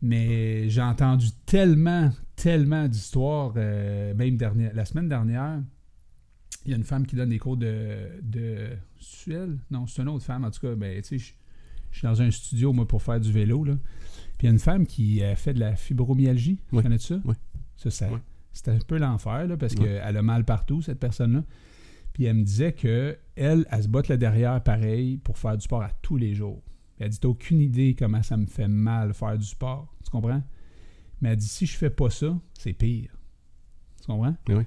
Speaker 2: Mais j'ai entendu tellement, tellement d'histoires, euh, même dernière, la semaine dernière, il y a une femme qui donne des cours de... de c'est-tu elle? Non, c'est une autre femme, en tout cas, ben, tu sais, je- je suis dans un studio, moi, pour faire du vélo, là. Puis il y a une femme qui euh, fait de la fibromyalgie,
Speaker 1: Oui.
Speaker 2: connais-tu ça?
Speaker 1: Oui.
Speaker 2: Ça, ça-
Speaker 1: Oui.
Speaker 2: c'est un peu l'enfer, là, parce
Speaker 1: Oui.
Speaker 2: qu'elle a mal partout, cette personne-là. Puis elle me disait que elle, elle se botte le derrière pareil pour faire du sport à tous les jours. Puis elle dit T'as aucune idée comment ça me fait mal faire du sport. Tu comprends? Mais elle dit Si je fais pas ça, c'est pire. Tu comprends?
Speaker 1: Oui, oui.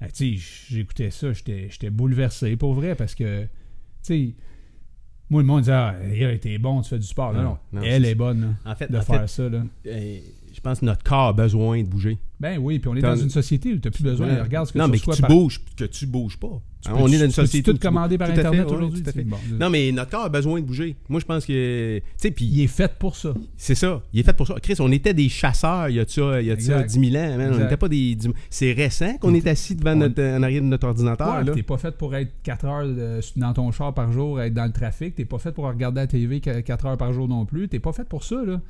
Speaker 2: Ah, tu sais, j'écoutais ça, j'étais j'étais bouleversé pour vrai parce que, tu sais, moi, le monde disait Ah, Léa, t'es bon, tu fais du sport. Non,
Speaker 1: Non,
Speaker 2: non,
Speaker 1: non,
Speaker 2: elle
Speaker 1: c'est-
Speaker 2: est bonne là,
Speaker 1: En fait,
Speaker 2: de
Speaker 1: en
Speaker 2: faire
Speaker 1: fait,
Speaker 2: ça. Là.
Speaker 1: euh, je pense que notre corps a besoin de bouger.
Speaker 2: Ben oui, puis on est
Speaker 1: T'as-
Speaker 2: dans une société où t'as plus besoin.
Speaker 1: Ouais.
Speaker 2: Regarde ce que
Speaker 1: non,
Speaker 2: tu
Speaker 1: mais
Speaker 2: reçois
Speaker 1: que tu
Speaker 2: par-
Speaker 1: bouges, que tu bouges pas.
Speaker 2: tu
Speaker 1: Hein,
Speaker 2: peux-
Speaker 1: on est
Speaker 2: tu
Speaker 1: dans une
Speaker 2: peux
Speaker 1: société. où
Speaker 2: tout
Speaker 1: tu bouges.
Speaker 2: commander par
Speaker 1: Tout à fait,
Speaker 2: Internet
Speaker 1: ouais,
Speaker 2: aujourd'hui.
Speaker 1: tout à
Speaker 2: tu sais.
Speaker 1: fait.
Speaker 2: Bon,
Speaker 1: Non, mais notre corps a besoin de bouger. Moi, je pense que. Tu sais, puis
Speaker 2: Il est fait pour ça.
Speaker 1: c'est ça. Il est fait pour ça. Chris, on était des chasseurs il y a de ça, il y a de ça
Speaker 2: Exact.
Speaker 1: 10 000 ans. man. On
Speaker 2: Exact.
Speaker 1: n'était pas des. du- C'est récent qu'on est assis devant
Speaker 2: On-
Speaker 1: notre, en arrière de notre ordinateur.
Speaker 2: Ouais,
Speaker 1: là.
Speaker 2: T'es pas fait pour être 4 heures euh, dans ton char par jour, être dans le trafic. T'es pas fait pour regarder la TV 4 heures par jour non plus. T'es pas fait pour ça, là.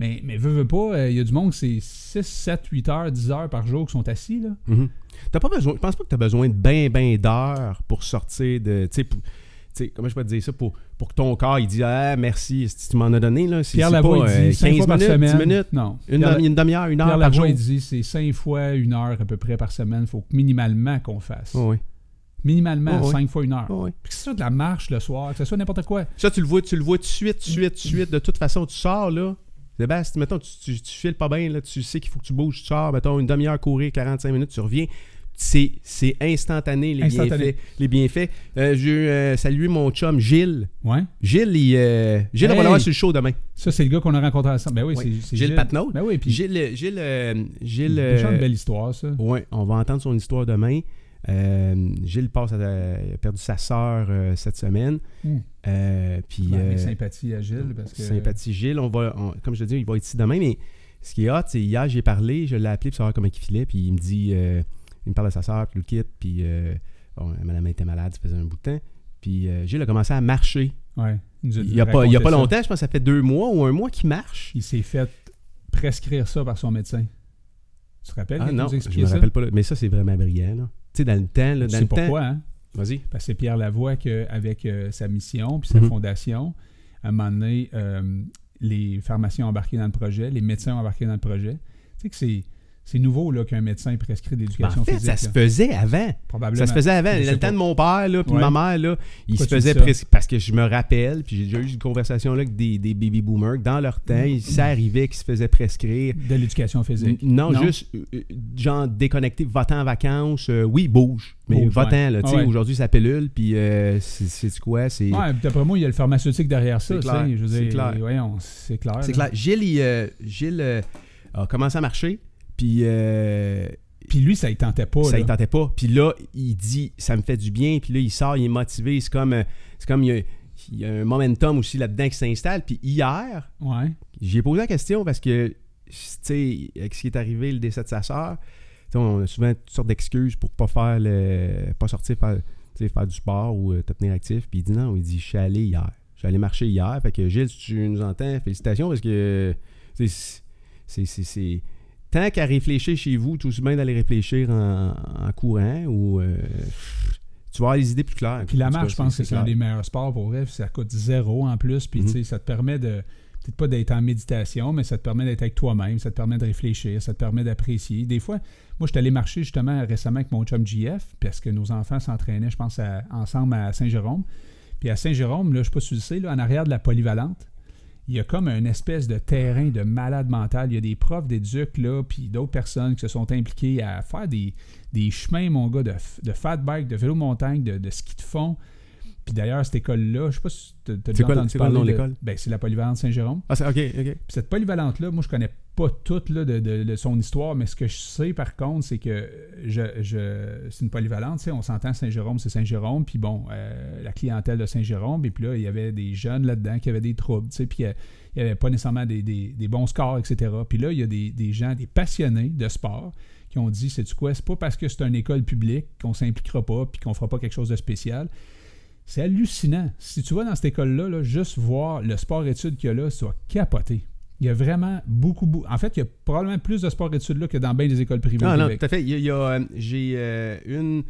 Speaker 2: Mais, mais veux, veux pas, euh, il y a du monde, c'est 6, 7, 8 heures, 10 heures par jour qui sont assis, là.
Speaker 1: Mhm. T'as pas besoin. Je pense pas que t'as besoin de ben ben d'heures pour sortir de. Tu sais, pour- tu sais, comment je peux te dire ça pour, pour que ton corps il dise ah merci si tu m'en as donné là. C'est
Speaker 2: Pierre
Speaker 1: c'est
Speaker 2: Lavoie,
Speaker 1: pas,
Speaker 2: il
Speaker 1: euh,
Speaker 2: dit 5 fois par
Speaker 1: minutes,
Speaker 2: semaine.
Speaker 1: 10 minutes,
Speaker 2: Non.
Speaker 1: une,
Speaker 2: Pierre,
Speaker 1: demi- une demi-heure, une heure
Speaker 2: Pierre
Speaker 1: par jour.
Speaker 2: Lavoie, il dit c'est 5 fois 1 heure à peu près par semaine. faut que minimalement qu'on fasse.
Speaker 1: Oh, oui.
Speaker 2: Minimalement,
Speaker 1: Oh, oui.
Speaker 2: 5 fois 1 heure.
Speaker 1: Oh, oui.
Speaker 2: Puis que ce soit de la marche le soir, que ce soit n'importe quoi.
Speaker 1: Ça tu le vois, tu le vois tout de suite, tout de suite, tout de suite. De toute façon, tu sors là. Sébastien, mettons, tu, tu, tu files pas bien, là, tu sais qu'il faut que tu bouges, tu sors, mettons, une demi-heure courir, 45 minutes, tu reviens. C'est c'est instantané, les
Speaker 2: Instantané.
Speaker 1: bienfaits. Les bienfaits. Euh, je euh, salue mon chum Gilles.
Speaker 2: Ouais.
Speaker 1: Gilles, il, euh, Gilles on va
Speaker 2: Hey!
Speaker 1: l'avoir sur le show demain.
Speaker 2: Ça, c'est le gars qu'on a rencontré ensemble. Ben oui,
Speaker 1: Oui.
Speaker 2: c'est- c'est
Speaker 1: Gilles Patnaud.
Speaker 2: Ben
Speaker 1: Puis
Speaker 2: oui, puis
Speaker 1: Gilles, euh, Gilles, euh, Gilles, euh,
Speaker 2: déjà une belle histoire, ça.
Speaker 1: ouais, on va entendre son histoire demain. Euh, Gilles passe à, il a perdu sa sœur euh, cette semaine.
Speaker 2: Hmm.
Speaker 1: Euh, puis
Speaker 2: Ben, mes
Speaker 1: euh,
Speaker 2: sympathies à Gilles. Parce que,
Speaker 1: sympathie Gilles, on va, on- comme je te dis, il va être ici demain. Mais ce qui est hot, c'est hier j'ai parlé, je l'ai appelé pour savoir comment il filait, puis il me dit, euh, il me parle de sa sœur, puis le quitte, puis euh, bon, Madame était malade, ça faisait un bout de temps. Puis euh, Gilles a commencé à marcher.
Speaker 2: Ouais. nous
Speaker 1: Il n'y a, pas
Speaker 2: raconté
Speaker 1: il y a pas
Speaker 2: ça.
Speaker 1: longtemps, je pense que ça fait deux mois ou un mois qu'il marche.
Speaker 2: Il s'est fait prescrire ça par son médecin. Tu te rappelles
Speaker 1: Ah
Speaker 2: quand il
Speaker 1: non,
Speaker 2: nous
Speaker 1: je
Speaker 2: expliquait
Speaker 1: me
Speaker 2: ça?
Speaker 1: rappelle pas. là. Mais ça, c'est vraiment brillant. là. Tu sais, dans le temps, là,
Speaker 2: Tu
Speaker 1: dans
Speaker 2: sais
Speaker 1: le temps.
Speaker 2: pourquoi, hein?
Speaker 1: Vas-y.
Speaker 2: Parce que c'est Pierre Lavoie que, avec euh, sa mission puis sa
Speaker 1: Mhm.
Speaker 2: fondation, à un moment donné, euh, les pharmaciens ont embarqué dans le projet, les médecins ont embarqué dans le projet. Tu sais que c'est, c'est nouveau là, qu'un médecin prescrit de
Speaker 1: Ben,
Speaker 2: l'éducation
Speaker 1: en fait,
Speaker 2: physique.
Speaker 1: ça se
Speaker 2: là.
Speaker 1: faisait avant.
Speaker 2: Probablement.
Speaker 1: Ça se faisait avant.
Speaker 2: Je sais
Speaker 1: Dans le
Speaker 2: pas.
Speaker 1: temps de mon père, là, puis
Speaker 2: Ouais.
Speaker 1: ma mère, là, ils se
Speaker 2: Pourquoi tu dis
Speaker 1: faisaient
Speaker 2: ça?
Speaker 1: presque. Parce que je me rappelle, puis j'ai déjà eu une conversation là, avec des, des baby boomers, que dans leur temps, il ça arrivait qu'ils se faisaient prescrire.
Speaker 2: De l'éducation physique.
Speaker 1: Non,
Speaker 2: Non?
Speaker 1: juste, euh, euh, genre, déconnecté, va-t'en en vacances, euh, oui, bouge, mais
Speaker 2: Bouge,
Speaker 1: va-t'en, là, tu sais,
Speaker 2: Ouais.
Speaker 1: aujourd'hui, ça pilule, puis euh, c'est- c'est quoi, c'est...
Speaker 2: Ouais, puis d'après moi, il y a le pharmaceutique derrière ça.
Speaker 1: C'est
Speaker 2: tu
Speaker 1: clair,
Speaker 2: sais, je veux
Speaker 1: c'est
Speaker 2: dire,
Speaker 1: clair.
Speaker 2: Voyons, c'est clair.
Speaker 1: C'est
Speaker 2: là.
Speaker 1: clair. Gilles, il, euh, Gilles euh, a commencé à marcher, puis euh,
Speaker 2: Puis lui, ça ne tentait pas.
Speaker 1: ça
Speaker 2: là.
Speaker 1: il tentait pas. Puis là, il dit, ça me fait du bien, puis là, il sort, il est motivé, c'est comme, euh, c'est comme il y, a, il y a un momentum aussi là-dedans qui s'installe. Puis hier,
Speaker 2: Ouais.
Speaker 1: j'ai posé la question parce que, tu sais, avec ce qui est arrivé, le décès de sa sœur, tu sais, on a souvent toutes sortes d'excuses pour pas faire le, pas sortir faire, tu sais, faire du sport ou euh, te tenir actif. Puis il dit non, il dit je suis allé hier, je suis allé marcher hier. Fait que Gilles, si tu nous entends, félicitations parce que tu sais, c'est c'est- c'est- tant qu'à réfléchir chez vous, tout aussi bien d'aller réfléchir en, en courant ou euh, tu vas avoir les idées plus claires.
Speaker 2: Puis la
Speaker 1: En tout
Speaker 2: marche,
Speaker 1: cas,
Speaker 2: je pense que c'est un
Speaker 1: clair.
Speaker 2: des meilleurs sports pour vrai. puis Ça coûte zéro en plus. Puis
Speaker 1: Mhm.
Speaker 2: tu sais, ça te permet de. Peut-être pas d'être en méditation, mais ça te permet d'être avec toi-même. Ça te permet de réfléchir. Ça te permet d'apprécier. Des fois, moi, je suis allé marcher justement récemment avec mon chum JF. Parce que nos enfants s'entraînaient, je pense, à- ensemble à Saint-Jérôme. Puis à Saint-Jérôme, là, je ne sais pas si tu le sais, là, en arrière de la polyvalente. Il y a comme une espèce de terrain de malade mental. Il y a des profs d'éduc, là, puis d'autres personnes qui se sont impliquées à faire des, des chemins, mon gars, de, f- de fat bike, de vélo montagne, de, de ski de fond. Puis d'ailleurs, cette école-là, je sais pas si tu as déjà
Speaker 1: quoi-
Speaker 2: entendu
Speaker 1: c'est quoi le
Speaker 2: parler
Speaker 1: nom de
Speaker 2: de-
Speaker 1: l'école?
Speaker 2: Ben, c'est la polyvalente Saint-Jérôme.
Speaker 1: Ah, c'est- ok, ok.
Speaker 2: Puis cette polyvalente-là, moi, je connais pas toute là, de, de- de son histoire, mais ce que je sais, par contre, c'est que je, je- c'est une polyvalente. tu sais, On s'entend Saint-Jérôme, c'est Saint-Jérôme. Puis bon, euh, la clientèle de Saint-Jérôme. Et puis là, il y avait des jeunes là-dedans qui avaient des troubles. tu sais, Puis euh, il n'y avait pas nécessairement des, des- des bons scores, etc. Puis là, il y a des, des gens, des passionnés de sport qui ont dit, c'est-tu quoi, c'est pas parce que c'est une école publique qu'on s'impliquera pas puis qu'on fera pas quelque chose de spécial. C'est hallucinant. Si tu vas dans cette école-là, là, juste voir le sport-études qu'il y a là, tu vas capoter. Il y a vraiment beaucoup, beaucoup. En fait, il y a probablement plus de sport-études là que dans bien des écoles privées
Speaker 1: Ah, Non,
Speaker 2: au
Speaker 1: non,
Speaker 2: Québec.
Speaker 1: tout à fait. Il y a, il y a, euh, j'ai euh, une,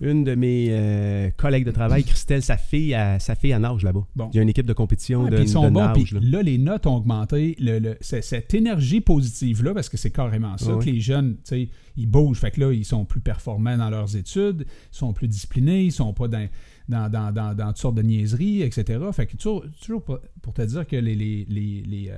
Speaker 1: une de mes euh, collègues de travail, Christelle, sa fille, à, sa fille à nage là-bas.
Speaker 2: Bon.
Speaker 1: Il y a une équipe de compétition
Speaker 2: Ouais,
Speaker 1: de,
Speaker 2: puis ils sont
Speaker 1: de
Speaker 2: bons,
Speaker 1: nage.
Speaker 2: puis
Speaker 1: là.
Speaker 2: là, les notes ont augmenté. Le- le- c'est- cette énergie positive-là, parce que c'est carrément ça,
Speaker 1: Ouais, ouais.
Speaker 2: que les jeunes, tu sais, ils bougent. Fait que là, ils sont plus performants dans leurs études, ils sont plus disciplinés, ils sont pas dans, dans, dans, dans, dans toutes sortes de niaiseries, etc. Fait que toujours, toujours pour, pour te dire que les, les, les- les, euh,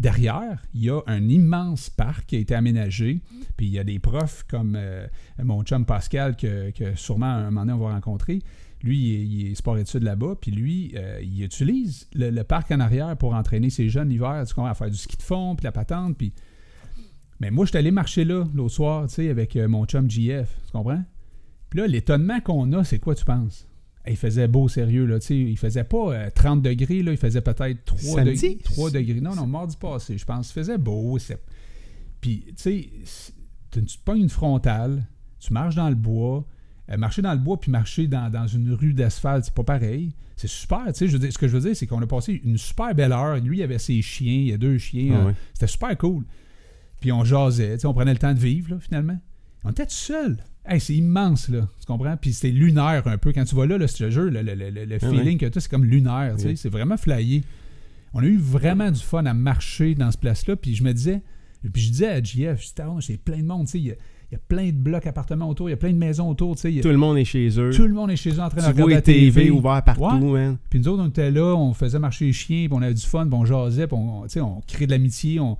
Speaker 2: derrière, il y a un immense parc qui a été aménagé. Puis il y a des profs comme euh, mon chum Pascal, que, que sûrement à un moment donné, on va rencontrer. Lui, il est, il est sport-études là-bas, puis lui, euh, il utilise le, le parc en arrière pour entraîner ses jeunes l'hiver, tu comprends, à faire du ski de fond, puis la patente, puis... Mais moi, je suis allé marcher là, l'autre soir, tu sais, avec euh, mon chum JF, tu comprends? Puis là, l'étonnement qu'on a, c'est quoi, tu penses? Eh, Il faisait beau, sérieux, là, tu sais, il faisait pas euh, 30 degrés, là, il faisait peut-être 3,
Speaker 1: Samedi?
Speaker 2: degrés. 3 degrés. Non, non, mardi passé, je pense. Il faisait beau, c'est... Puis, tu sais, c'est- tu te pognes une frontale, tu marches dans le bois, euh, marcher dans le bois puis marcher dans, dans une rue d'asphalte, c'est pas pareil. C'est super, tu sais. je veux dire- Ce que je veux dire, c'est qu'on a passé une super belle heure. Lui, il avait ses chiens, il y a deux chiens.
Speaker 1: Ah
Speaker 2: hein.
Speaker 1: ouais.
Speaker 2: C'était super cool. Puis on jasait, tu sais, on prenait le temps de vivre, là, finalement. On était tout seul. Hey, c'est immense, là. Tu comprends? Puis c'est lunaire un peu. Quand tu vas là, là ce jeu, le, le- le- le- le
Speaker 1: Ah ouais.
Speaker 2: feeling que tu c'est comme lunaire, tu sais.
Speaker 1: Oui.
Speaker 2: C'est vraiment flyé. On a eu vraiment du fun à marcher dans ce place-là. Puis je me disais, puis je disais à JF, je disais, Ah, c'est plein de monde, tu sais. Il y, a- il y a plein de blocs appartements autour, il y a plein de maisons autour, tu sais. il y a-
Speaker 1: Tout le monde est chez eux.
Speaker 2: tout le monde est chez eux en train de
Speaker 1: Tu
Speaker 2: regarder
Speaker 1: vois
Speaker 2: la
Speaker 1: les TV
Speaker 2: TV.
Speaker 1: ouverts partout, man.
Speaker 2: Puis nous autres, on était là, on faisait marcher les chiens, puis on avait du fun, puis on jasait, puis on, tu sais, on crée de l'amitié. On...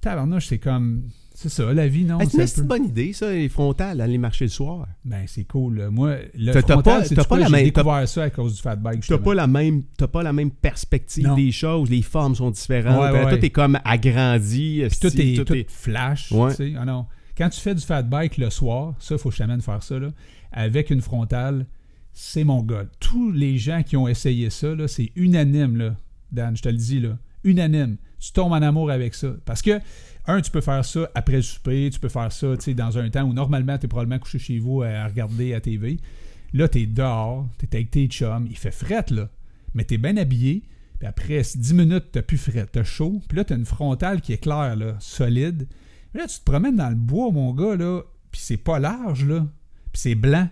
Speaker 2: Tabarnouche, c'est comme... C'est ça, la vie, non?
Speaker 1: Hey,
Speaker 2: c'est un
Speaker 1: mais c'est
Speaker 2: peu-
Speaker 1: une bonne idée, ça, les frontales, aller marcher le soir.
Speaker 2: Ben, c'est cool. là. Moi, le
Speaker 1: T'as- t'as
Speaker 2: frontal,
Speaker 1: pas-
Speaker 2: c'est
Speaker 1: t'as pas
Speaker 2: du quoi,
Speaker 1: la
Speaker 2: j'ai
Speaker 1: main-
Speaker 2: découvert ça à cause du fat bike,
Speaker 1: T'as
Speaker 2: justement.
Speaker 1: pas la même, t'as pas la même perspective
Speaker 2: Non.
Speaker 1: des choses. Les formes sont différentes.
Speaker 2: Ouais, ouais,
Speaker 1: Euh,
Speaker 2: ouais.
Speaker 1: Tout est comme agrandi.
Speaker 2: Puis tout
Speaker 1: esti,
Speaker 2: est, tout
Speaker 1: est-
Speaker 2: flash,
Speaker 1: Ouais.
Speaker 2: tu sais. Ah non. Quand tu fais du fat bike le soir, ça, faut que je t'amène faire ça, là, avec une frontale, c'est mon gars. Tous les gens qui ont essayé ça, là, c'est unanime, là, Dan, je te le dis, là, unanime. Tu tombes en amour avec ça. Parce que, un, tu peux faire ça après le souper, tu peux faire ça, tu sais, dans un temps où normalement, tu es probablement couché chez vous à regarder à TV. Là, tu es dehors, tu es avec tes chums, il fait fret, là. mais t'es bien habillé. Puis après 10 minutes, t'as plus frais, t'as chaud. Puis là, t'as une frontale qui est claire, là, solide. Mais là, tu te promènes dans le bois, mon gars, là, puis c'est pas large, là. Puis c'est blanc.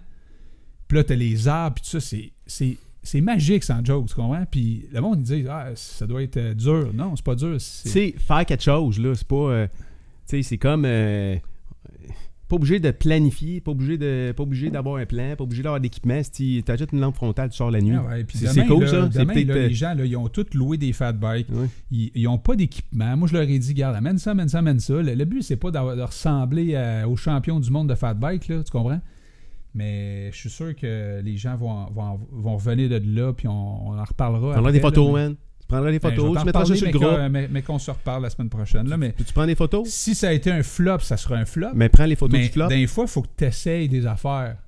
Speaker 2: Puis là, t'as les arbres, puis tout ça, c'est- c'est... C'est magique sans joke, tu comprends? Puis le monde, ils disent, ah, ça doit être euh, dur. Non, c'est pas dur.
Speaker 1: Tu
Speaker 2: c'est-
Speaker 1: sais, faire quelque chose, là, c'est pas. euh, tu sais, c'est comme. euh, pas obligé de planifier, pas obligé de pas obligé d'avoir un plan, pas obligé d'avoir d'équipement. Si tu achètes une lampe frontale, tu sors la nuit.
Speaker 2: Ah ouais, puis
Speaker 1: C'est-
Speaker 2: demain,
Speaker 1: c'est cool,
Speaker 2: là,
Speaker 1: ça. C'est
Speaker 2: demain,
Speaker 1: peut-être,
Speaker 2: là,
Speaker 1: euh,
Speaker 2: les gens, là, ils ont tous loué des fat bikes.
Speaker 1: Ouais.
Speaker 2: Ils n'ont pas d'équipement. Moi, je leur ai dit, garde, amène ça, amène ça, amène ça. Le, le but, c'est pas d'avoir- de ressembler à- aux champions du monde de fat bike, là, tu comprends? Mais je suis sûr que les gens vont, vont, vont revenir de là, puis on, on en reparlera.
Speaker 1: Tu prendras
Speaker 2: après,
Speaker 1: des
Speaker 2: là,
Speaker 1: photos,
Speaker 2: mais-
Speaker 1: man. Tu prendras des
Speaker 2: Ben, je vais
Speaker 1: photos,
Speaker 2: t'en
Speaker 1: tu mettras ça
Speaker 2: reparler,
Speaker 1: sur le
Speaker 2: mais
Speaker 1: groupe.
Speaker 2: que- euh, mais, mais qu'on se reparle la semaine prochaine. Là, mais
Speaker 1: Tu, tu prends des photos,
Speaker 2: si ça a été un flop, ça sera un flop.
Speaker 1: mais prends les photos
Speaker 2: Mais
Speaker 1: du flop.
Speaker 2: des fois, il faut que tu essayes des affaires.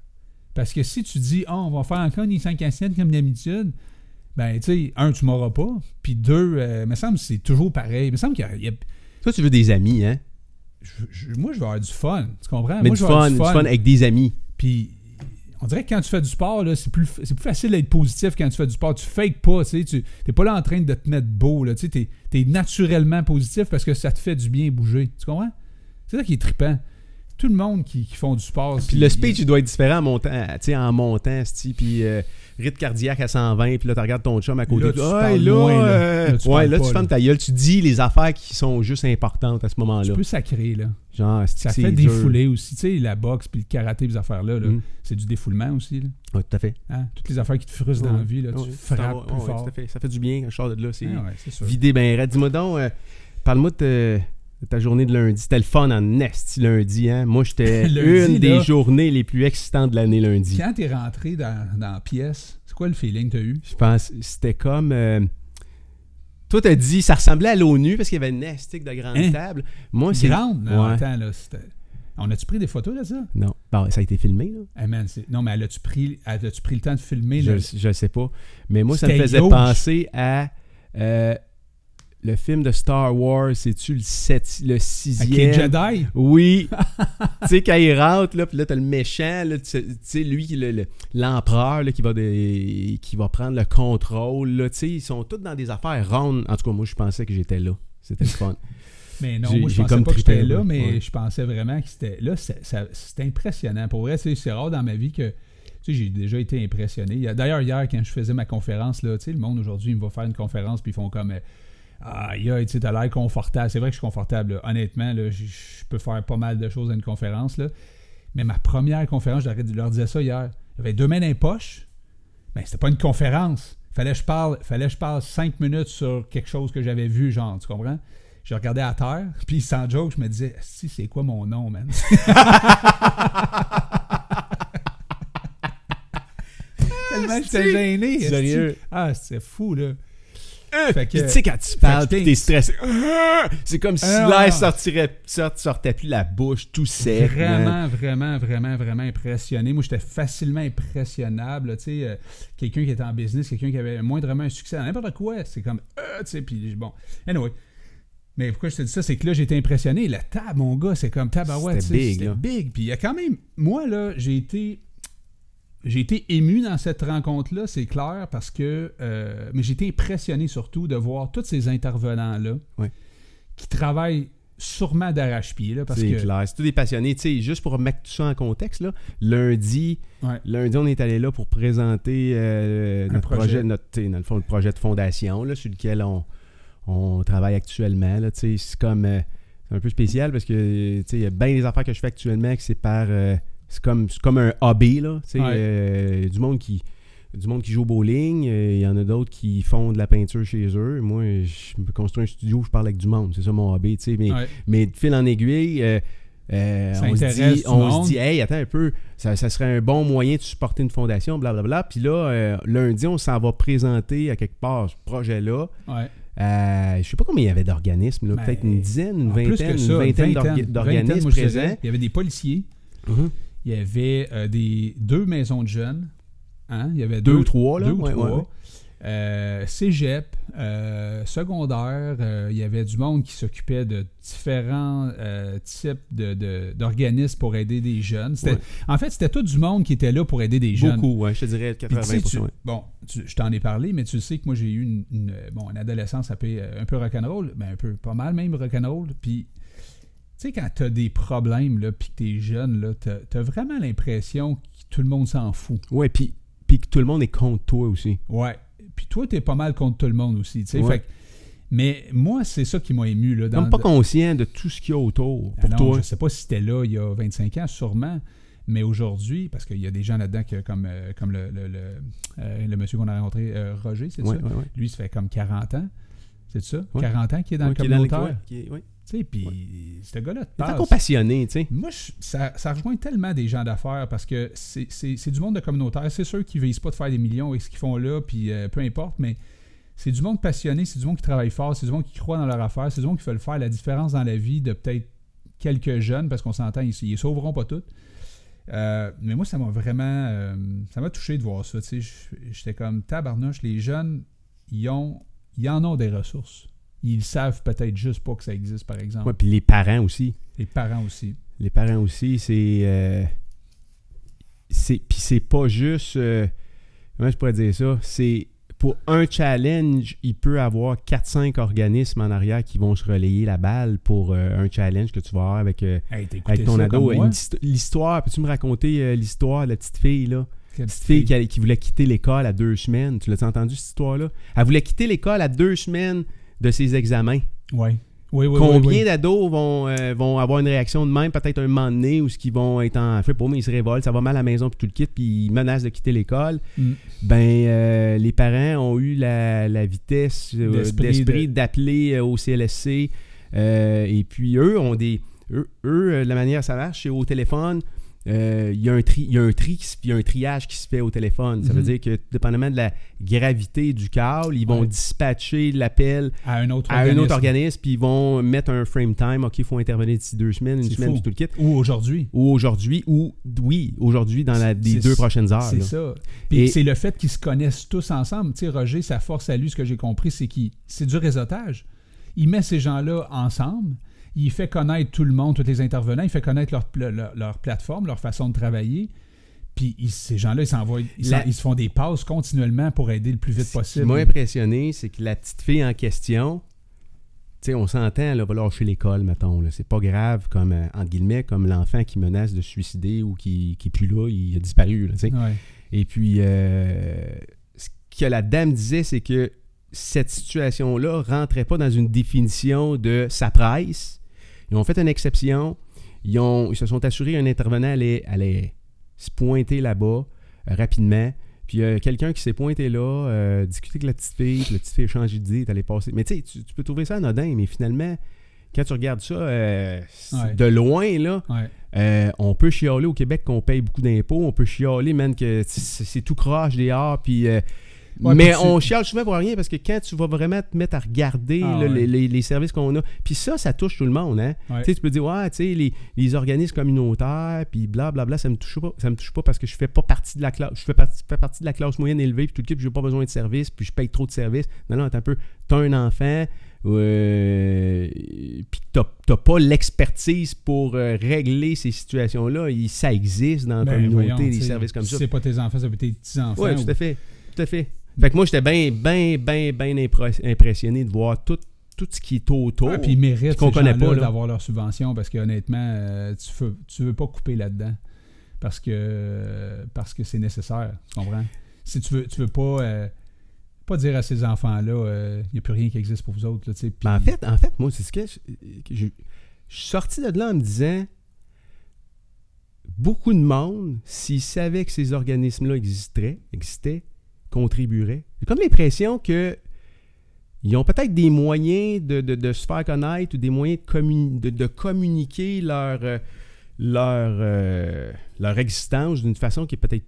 Speaker 2: Parce que si tu dis, Ah, on va faire encore une 5 à 7 comme d'habitude, ben, tu sais, un, tu m'auras pas. Puis deux, euh, il me semble que c'est toujours pareil. Il me semble qu'il y a- il y a.
Speaker 1: Toi, tu veux des amis, hein?
Speaker 2: je- je- moi, je vais avoir du fun. Tu comprends?
Speaker 1: mais
Speaker 2: moi,
Speaker 1: du,
Speaker 2: je vais avoir
Speaker 1: fun, du fun avec des amis.
Speaker 2: Puis on dirait que quand tu fais du sport, là, c'est plus, c'est plus facile d'être positif quand tu fais du sport. Tu fakes pas, tu sais. Tu n'es pas là en train de te mettre beau, là. Tu es, naturellement positif parce que ça te fait du bien bouger. Tu comprends? C'est ça qui est trippant. Tout le monde qui, qui font du sport.
Speaker 1: Puis le
Speaker 2: c'est-
Speaker 1: speech, il doit être différent en montant, tu sais, en montant, sti, puis euh, rythme cardiaque à 120, puis là, tu regardes ton chum à côté.
Speaker 2: Là,
Speaker 1: puis,
Speaker 2: tu
Speaker 1: Ouais,
Speaker 2: parles
Speaker 1: là,
Speaker 2: moins, là.
Speaker 1: euh,
Speaker 2: Là, tu
Speaker 1: ouais,
Speaker 2: parles
Speaker 1: là,
Speaker 2: pas,
Speaker 1: tu
Speaker 2: là.
Speaker 1: fermes ta gueule, tu dis les affaires qui sont juste importantes à ce
Speaker 2: Tu
Speaker 1: moment-là.
Speaker 2: peux sacrer, là.
Speaker 1: Genre, sti,
Speaker 2: Ça
Speaker 1: Ah, c'est
Speaker 2: fait
Speaker 1: dur.
Speaker 2: défouler aussi. Tu sais, la boxe, puis le karaté, ces affaires-là, là,
Speaker 1: Mm.
Speaker 2: c'est du défoulement aussi. Là.
Speaker 1: Ouais, tout à fait.
Speaker 2: Hein? Toutes les affaires qui te frustrent dans
Speaker 1: Ouais.
Speaker 2: la vie, là,
Speaker 1: Ouais,
Speaker 2: tu
Speaker 1: ça va,
Speaker 2: frappes plus
Speaker 1: ouais, ouais,
Speaker 2: fort.
Speaker 1: tout à fait. Ça fait du bien quand je sors de là. C'est
Speaker 2: Ah ouais, c'est sûr.
Speaker 1: vidé ben raide. Dis-moi donc, euh, parle-moi de, euh, de ta journée de lundi. C'était le fun en nest lundi. Hein? Moi, j'étais
Speaker 2: Lundi,
Speaker 1: une des
Speaker 2: là.
Speaker 1: journées les plus excitantes de l'année lundi.
Speaker 2: Quand t'es rentré dans, dans la pièce, c'est quoi le feeling que t'as eu?
Speaker 1: Je pense c'était comme. euh, toi, t'as dit, ça ressemblait à l'ONU parce qu'il y avait une astique de grande
Speaker 2: Hein?
Speaker 1: table. Moi, c'est.
Speaker 2: Grande? Non,
Speaker 1: Ouais.
Speaker 2: attends, là, c'était- On a-tu pris des photos de ça?
Speaker 1: Non. Bon, ça a été filmé, là.
Speaker 2: Hey, man, c'est- non, mais elle a-tu pris... elle a-tu pris le temps de filmer?
Speaker 1: Je,
Speaker 2: là?
Speaker 1: je sais pas. Mais moi, ça me
Speaker 2: C'était
Speaker 1: faisait
Speaker 2: huge.
Speaker 1: penser à. euh, le film de Star Wars, c'est-tu le, sept- le
Speaker 2: Avec les
Speaker 1: sixième?
Speaker 2: Jedi?
Speaker 1: Oui. tu sais, quand il rentre, là, puis là, t'as le méchant, là, tu sais- tu sais, lui, le- le- l'empereur, là, qui va, des- qui va prendre le contrôle, là, tu sais, ils sont tous dans des affaires rondes. En tout cas, moi, je pensais que j'étais là. C'était le fun.
Speaker 2: Mais non,
Speaker 1: J'ai-
Speaker 2: moi, je
Speaker 1: j'ai
Speaker 2: pensais
Speaker 1: comme
Speaker 2: pas que j'étais
Speaker 1: trippé, ouais.
Speaker 2: là, mais
Speaker 1: Ouais.
Speaker 2: je pensais vraiment que c'était... Là, c'est ça- c'est impressionnant. Pour vrai, tu sais, c'est rare dans ma vie que... Tu sais, j'ai déjà été impressionné. Il y a- D'ailleurs, hier, quand je faisais ma conférence, là, tu sais, le monde, aujourd'hui, il me va faire une conférence, puis ils font comme... euh, Aïe, aïe, tu sais, t'as l'air confortable. C'est vrai que je suis confortable. là. Honnêtement, là, je- je peux faire pas mal de choses à une conférence, là. Mais ma première conférence, je leur, leur disais ça hier. J'avais deux mains dans les poches. Mais c'était pas une conférence. Fallait que je parle, fallait que je parle cinq minutes sur quelque chose que j'avais vu, genre, tu comprends? Je regardais à terre, puis sans joke, je me disais, si c'est quoi mon nom, man? Tellement j'étais gêné. esti.
Speaker 1: Sérieux.
Speaker 2: Ah, c'est fou, là.
Speaker 1: Euh,
Speaker 2: Fait que-
Speaker 1: puis tu sais, quand tu parles,
Speaker 2: fait que
Speaker 1: puis
Speaker 2: t'es-
Speaker 1: t'es stressé. Ah! C'est comme si
Speaker 2: Ah!
Speaker 1: l'air sortirait, sort- sortait plus de la bouche, tout sec. man.
Speaker 2: Vraiment, vraiment, vraiment, vraiment impressionné. Moi, j'étais facilement impressionnable. là, Tu sais, euh, quelqu'un qui était en business, quelqu'un qui avait moindrement un succès dans n'importe quoi, c'est comme, euh, tu sais, puis bon. Anyway. Mais pourquoi je te dis ça, c'est que là, j'étais impressionné. La table, mon gars, c'est comme tabarouette.
Speaker 1: C'était
Speaker 2: tu sais,
Speaker 1: big,
Speaker 2: C'était
Speaker 1: là.
Speaker 2: big. Puis il y a quand même, moi, là, j'ai été. J'ai été ému dans cette rencontre-là, c'est clair, parce que. euh, mais j'ai été impressionné surtout de voir tous ces intervenants-là
Speaker 1: Ouais.
Speaker 2: qui travaillent sûrement d'arrache-pied, là, parce
Speaker 1: C'est
Speaker 2: que.
Speaker 1: clair. C'est tous des passionnés. Tu sais, juste pour mettre tout ça en contexte, là, lundi,
Speaker 2: Ouais.
Speaker 1: lundi, on est allé là pour présenter euh,
Speaker 2: Un
Speaker 1: notre projet,
Speaker 2: projet.
Speaker 1: notre, tu sais, dans le fond, le projet de fondation là, sur lequel on, on travaille actuellement. là. Tu sais, c'est comme euh, c'est un peu spécial parce que tu sais, il y a bien des affaires que je fais actuellement que c'est par. euh, c'est comme, c'est comme un hobby, là. Tu sais,
Speaker 2: Ouais.
Speaker 1: euh, du monde qui. Du monde qui joue au bowling, euh, il y en a d'autres qui font de la peinture chez eux. Moi, je me construis un studio où je parle avec du monde. C'est ça mon hobby, tu sais. Mais
Speaker 2: Ouais.
Speaker 1: mais de fil en aiguille, euh, euh,
Speaker 2: Ça
Speaker 1: on se
Speaker 2: intéresse
Speaker 1: dit,
Speaker 2: du
Speaker 1: on
Speaker 2: monde.
Speaker 1: se dit, hey, attends un peu, ça, ça serait un bon moyen de supporter une fondation, blablabla. Puis là, euh, lundi, on s'en va présenter à quelque part ce projet-là.
Speaker 2: Ouais.
Speaker 1: Euh, je sais pas combien il y avait d'organismes, là,
Speaker 2: Ben,
Speaker 1: peut-être une dizaine, une
Speaker 2: En plus
Speaker 1: vingtaine,
Speaker 2: que ça,
Speaker 1: une vingtaine d'orga-
Speaker 2: vingtaine,
Speaker 1: d'organismes
Speaker 2: moi, je dirais.
Speaker 1: présents.
Speaker 2: Il y avait des policiers,
Speaker 1: Mhm.
Speaker 2: il y avait euh, des, deux maisons de jeunes, hein? il y avait
Speaker 1: Deux
Speaker 2: deux,
Speaker 1: ou trois, là.
Speaker 2: deux ou
Speaker 1: ouais,
Speaker 2: trois.
Speaker 1: ouais, ouais.
Speaker 2: Euh, cégep, euh, secondaire, euh, il y avait du monde qui s'occupait de différents euh, types de- de- d'organismes pour aider des jeunes. C'était-
Speaker 1: Ouais.
Speaker 2: En fait, c'était tout du monde qui était là pour aider des jeunes.
Speaker 1: Beaucoup, ouais, je te dirais
Speaker 2: Puis tu sais,
Speaker 1: 80%.
Speaker 2: tu-
Speaker 1: ouais.
Speaker 2: Bon, tu- je t'en ai parlé, mais tu sais que moi j'ai eu une, une- bon, une adolescence un peu, un peu rock'n'roll, ben un peu, pas mal même rock'n'roll. Puis, tu sais, quand t'as des problèmes, là, puis que t'es jeune, là, t'as, t'as vraiment l'impression que tout le monde s'en fout.
Speaker 1: Ouais, puis puis que tout le monde est contre toi aussi.
Speaker 2: Ouais. Puis toi, t'es pas mal contre tout le monde aussi, tu sais.
Speaker 1: Ouais.
Speaker 2: Fait que- mais moi, c'est ça qui m'a ému, là. Dans,
Speaker 1: Comme pas conscient de tout ce qu'il y a autour
Speaker 2: Ah
Speaker 1: pour
Speaker 2: non,
Speaker 1: toi.
Speaker 2: Je sais pas si t'es là il y a 25 ans, sûrement. Mais aujourd'hui, parce qu'il y a des gens là-dedans que, comme, euh, comme le, le, le, euh, le monsieur qu'on a rencontré, euh, Roger, c'est
Speaker 1: Ouais,
Speaker 2: ça?
Speaker 1: ouais, ouais.
Speaker 2: Lui, ça fait comme 40 ans. C'est ça?
Speaker 1: Ouais.
Speaker 2: 40 ans qu'il est dans
Speaker 1: Ouais,
Speaker 2: le
Speaker 1: qui est dans les-
Speaker 2: communautaire.
Speaker 1: ouais, qui est- ouais.
Speaker 2: Tu sais, puis ce gars-là te
Speaker 1: Il est
Speaker 2: passe.
Speaker 1: encore passionné, tu sais.
Speaker 2: Moi, je- ça, ça rejoint tellement des gens d'affaires parce que c'est- c'est c'est du monde de communautaire. C'est ceux qui visent pas de faire des millions avec ce qu'ils font là, puis euh, peu importe, mais c'est du monde passionné, c'est du monde qui travaille fort, c'est du monde qui croit dans leur affaire, c'est du monde qui veulent faire la différence dans la vie de peut-être quelques jeunes, parce qu'on s'entend, ils, ils sauveront pas toutes. Euh, mais moi, ça m'a vraiment. euh, ça m'a touché de voir ça. tu sais. Je- J'étais comme tabarnouche, les jeunes, ils, ont, ils en ont des ressources. Ils le savent peut-être juste pas que ça existe, par exemple.
Speaker 1: Ouais, puis les parents aussi.
Speaker 2: Les parents aussi.
Speaker 1: Les parents aussi, c'est. euh, c'est Puis c'est pas juste. euh, comment je pourrais dire ça? C'est. Pour un challenge, il peut avoir 4-5 organismes en arrière qui vont se relayer la balle pour euh, un challenge que tu vas avoir avec, euh,
Speaker 2: Hey, t'as écouté
Speaker 1: avec ton
Speaker 2: ça
Speaker 1: ado.
Speaker 2: comme moi?
Speaker 1: Une histo- L'histoire, peux-tu me raconter euh, l'histoire de la petite fille, là?
Speaker 2: Quelle
Speaker 1: petite fille qui, allait- qui voulait quitter l'école à deux semaines. Tu l'as entendu, cette histoire-là? Elle voulait quitter l'école à deux semaines de ses examens.
Speaker 2: Ouais. Oui, oui, oui,
Speaker 1: Combien
Speaker 2: oui.
Speaker 1: d'ados vont, euh, vont avoir une réaction de même, peut-être un moment donné, ou ce qu'ils vont être en fait pour mais ils se révoltent, ça va mal à la maison, puis tout le kit, puis ils menacent de quitter l'école.
Speaker 2: Mm.
Speaker 1: Ben, euh, les parents ont eu la, la vitesse euh,
Speaker 2: D'esprit
Speaker 1: d'esprit
Speaker 2: de-
Speaker 1: d'appeler euh, au CLSC, euh, et puis eux ont des. Eux, eux, euh, la manière que ça marche, c'est au téléphone. euh, Il y a un tri, il y a un tri, qui se- il y a un triage qui se fait au téléphone. Ça veut
Speaker 2: Mhm.
Speaker 1: dire que, dépendamment de la gravité du câble, ils vont
Speaker 2: Ouais.
Speaker 1: dispatcher l'appel
Speaker 2: à un autre
Speaker 1: à un autre organisme, puis ils vont mettre un frame time. OK, il faut intervenir d'ici deux semaines, une
Speaker 2: C'est
Speaker 1: semaine,
Speaker 2: fou.
Speaker 1: puis tout le kit.
Speaker 2: Ou aujourd'hui.
Speaker 1: Ou aujourd'hui, ou oui, aujourd'hui, dans la- les
Speaker 2: C'est-
Speaker 1: deux prochaines heures.
Speaker 2: C'est
Speaker 1: Ah, là.
Speaker 2: ça. Puis
Speaker 1: Et-
Speaker 2: c'est le fait qu'ils se connaissent tous ensemble. Tu sais, Roger, sa force à lui, ce que j'ai compris, c'est qu'il c'est du réseautage. Il met ces gens-là ensemble. Il fait connaître tout le monde, tous les intervenants. Il fait connaître leur, pla- leur, leur plateforme, leur façon de travailler. Puis ils- ces gens-là, ils s'envoient, ils,
Speaker 1: La-
Speaker 2: s'en- ils se font des passes continuellement pour aider le plus vite
Speaker 1: Ce
Speaker 2: possible.
Speaker 1: qui m'a impressionné, c'est que la petite fille en question, tu sais, on s'entend, elle va lâcher l'école, mettons. là. C'est pas grave, comme, euh, entre guillemets, comme l'enfant qui menace de se suicider ou qui, qui est plus là, il a disparu, là, tu sais.
Speaker 2: Ouais.
Speaker 1: Et puis, euh, ce que la dame disait, c'est que cette situation-là rentrait pas dans une définition de sa presse. Ils ont fait une exception. Ils, ont, ils se sont assurés qu'un intervenant allait, allait se pointer là-bas euh, rapidement. Puis euh, quelqu'un qui s'est pointé là, euh, discuter avec la petite fille, puis la petite fille a changé d'idée, est allée passer. Mais tu sais, tu tu peux trouver ça anodin, mais finalement, quand tu regardes ça euh, c'est-
Speaker 2: Ouais.
Speaker 1: de loin, là,
Speaker 2: Ouais.
Speaker 1: euh, on peut chialer au Québec qu'on paye beaucoup d'impôts. On peut chialer, man, que c- c- c'est tout croche des arts. Puis, euh,
Speaker 2: Ouais,
Speaker 1: mais
Speaker 2: puis tu-
Speaker 1: on chiale souvent pour rien parce que quand tu vas vraiment te mettre à regarder
Speaker 2: Ah,
Speaker 1: là,
Speaker 2: ouais.
Speaker 1: les, les- les services qu'on a, puis ça, ça touche tout le monde. Hein?
Speaker 2: Ouais.
Speaker 1: Tu sais, tu peux dire, ouais, tu sais, les, les organismes communautaires, puis blablabla, ça me touche pas. Ça me touche pas parce que je fais pas partie de la classe. Je fais partie, fais partie de la classe moyenne élevée, puis tout le kit, puis j'ai pas besoin de services, puis je paye trop de services. Non, non, attends un peu. T'as un enfant, euh, puis t'as t'as pas l'expertise pour euh, régler ces situations-là. Il- ça existe dans la
Speaker 2: Ben,
Speaker 1: communauté,
Speaker 2: voyons, tu
Speaker 1: des
Speaker 2: sais,
Speaker 1: services comme ça.
Speaker 2: Si c'est pas tes enfants, ça peut être tes petits-enfants.
Speaker 1: Oui,
Speaker 2: ou- Ah,
Speaker 1: tout à fait. Tout à fait. Fait que moi, j'étais bien, bien, bien, bien impressionné de voir tout, tout ce qui est autour.
Speaker 2: Ah, puis ils méritent
Speaker 1: qu'on
Speaker 2: ces
Speaker 1: connaît
Speaker 2: gens-là
Speaker 1: pas, là.
Speaker 2: d'avoir leur subvention parce que honnêtement, euh, tu veux, tu veux pas couper là-dedans parce que euh, parce que c'est nécessaire, tu comprends? Si tu veux, tu veux pas euh, pas dire à ces enfants-là, euh, il n'y a plus rien qui existe pour vous autres. Là, tu sais, puis-
Speaker 1: Ben, en, fait, en fait, moi, c'est ce que je, que je- je suis sorti de là en me disant beaucoup de monde, s'ils savaient que ces organismes-là existeraient, existaient, contribueraient. J'ai comme l'impression que ils ont peut-être des moyens de, de- de se faire connaître ou des moyens de, communi- de- de communiquer leur, euh, leur, euh, leur existence d'une façon qui est peut-être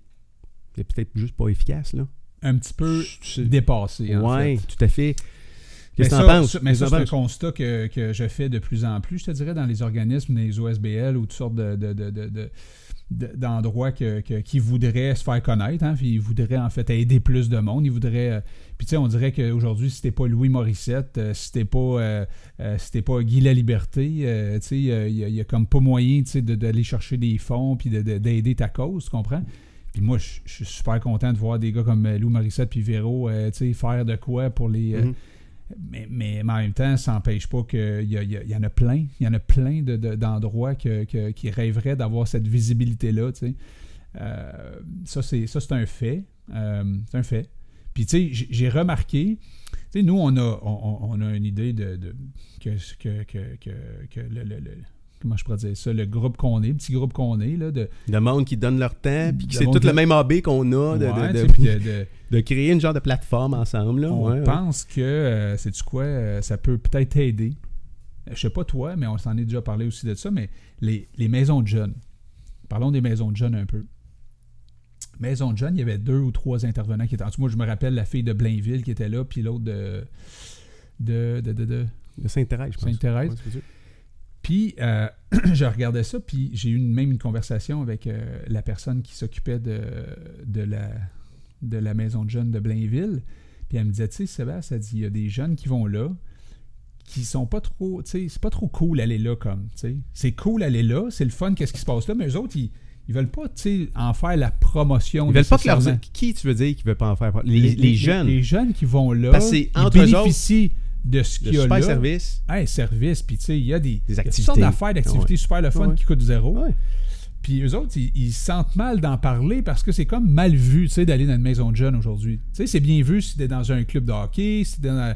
Speaker 1: qui est peut-être juste pas efficace. Là.
Speaker 2: un petit peu
Speaker 1: Je- je-
Speaker 2: dépassé. en
Speaker 1: ouais,
Speaker 2: fait.
Speaker 1: tout à fait. Qu'est-ce que
Speaker 2: mais
Speaker 1: t'en
Speaker 2: ça,
Speaker 1: penses?
Speaker 2: ça- mais
Speaker 1: Qu'est-ce
Speaker 2: ça,
Speaker 1: que t'en
Speaker 2: c'est un
Speaker 1: penses?
Speaker 2: constat que, que je fais de plus en plus, je te dirais, dans les organismes, dans les OSBL ou toutes sortes de, de, de- de- de- d- d'endroits que, que- qui voudraient se faire connaître, hein, puis ils voudraient en fait aider plus de monde, ils voudraient... euh, puis tu sais, on dirait qu'aujourd'hui, si t'es pas Louis Morissette, euh, si t'es pas, euh, euh, si t'es pas Guy Laliberté, euh, tu sais, il y, a- y a comme pas moyen, tu sais, de- d'aller chercher des fonds puis de- de- d'aider ta cause, tu comprends? Puis moi, je je suis super content de voir des gars comme euh, Lou Morissette puis Véro, euh, tu sais, faire de quoi pour les... euh,
Speaker 1: Mhm.
Speaker 2: mais, mais, mais en même temps, ça n'empêche pas qu'il y, a- il y a- il y en a plein. Il y en a plein de- de- d'endroits que- que- qui rêveraient d'avoir cette visibilité-là. tu sais. Euh, ça, c'est ça, c'est un fait. Euh, c'est un fait. Puis, tu sais, j'ai- j'ai remarqué, tu sais, nous, on a, on, on- on a une idée de, de- que, que, que, que- que le, le- le- comment je pourrais dire ça, le groupe qu'on est, le petit groupe qu'on est, là, de,
Speaker 1: Le monde qui donne leur temps, puis que
Speaker 2: Le
Speaker 1: c'est
Speaker 2: monde
Speaker 1: tout
Speaker 2: qui-
Speaker 1: le même AB qu'on a, Ah, de, de-
Speaker 2: Ouais,
Speaker 1: de-
Speaker 2: tu sais, puis de- de-
Speaker 1: de créer une genre de plateforme ensemble. Là.
Speaker 2: on
Speaker 1: Ouais, ouais.
Speaker 2: pense que, euh, sais-tu quoi, euh, ça peut peut-être t'aider. Euh, Je sais pas toi, mais on s'en est déjà parlé aussi de ça, mais les, les maisons de jeunes. Parlons des maisons de jeunes un peu. Maisons de jeunes, il y avait deux ou trois intervenants qui étaient en dessous. Moi, je me rappelle la fille de Blainville qui était là, puis l'autre de, de, de, de, de
Speaker 1: De Sainte-Thérèse, je pense.
Speaker 2: Sainte-Thérèse.
Speaker 1: Ouais, c'est sûr.
Speaker 2: Puis, euh, je regardais ça, puis j'ai eu une- même une conversation avec euh, la personne qui s'occupait de, de, la, de la maison de jeunes de Blainville. Puis elle me disait, tu sais, Sébastien, elle dit, il y a des jeunes qui vont là, qui sont pas trop, tu sais, c'est pas trop cool aller là comme, tu sais. C'est cool aller là, c'est le fun, qu'est-ce qui se passe là, mais eux autres, ils, ils veulent pas, tu sais, en faire la promotion.
Speaker 1: Ils veulent pas que
Speaker 2: nécessairement.
Speaker 1: leurs... Qui tu veux dire qui veut pas en faire part? Les, les, jeunes.
Speaker 2: Les jeunes qui vont là,
Speaker 1: Parce que c'est entre eux
Speaker 2: ils
Speaker 1: autres,
Speaker 2: bénéficient de ce
Speaker 1: de
Speaker 2: qu'il y a
Speaker 1: super
Speaker 2: là.
Speaker 1: service.
Speaker 2: Hey, service, puis tu sais, il y a des, il y a toutes
Speaker 1: activités.
Speaker 2: sortes d'affaires, d'activités
Speaker 1: Ouais.
Speaker 2: super le fun
Speaker 1: Ouais.
Speaker 2: qui coûtent zéro.
Speaker 1: Ouais.
Speaker 2: Puis eux autres, ils, ils se sentent mal d'en parler parce que c'est comme mal vu, tu sais, d'aller dans une maison de jeunes aujourd'hui. Tu sais, c'est bien vu si t'es dans un club de hockey, si t'es dans un,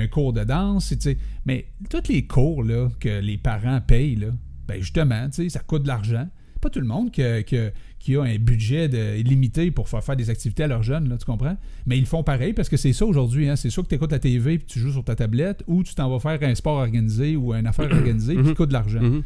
Speaker 2: un cours de danse, si tu sais. Mais tous les cours là, que les parents payent, là, ben justement, tu sais, ça coûte de l'argent. Pas tout le monde que- que- qui a un budget de- limité pour faire faire des activités à leurs jeunes, là, tu comprends? Mais ils le font pareil parce que c'est ça aujourd'hui. Hein? C'est sûr que tu écoutes la TV et tu joues sur ta tablette ou tu t'en vas faire un sport organisé ou une affaire organisée qui coûte de l'argent.
Speaker 1: Mhm.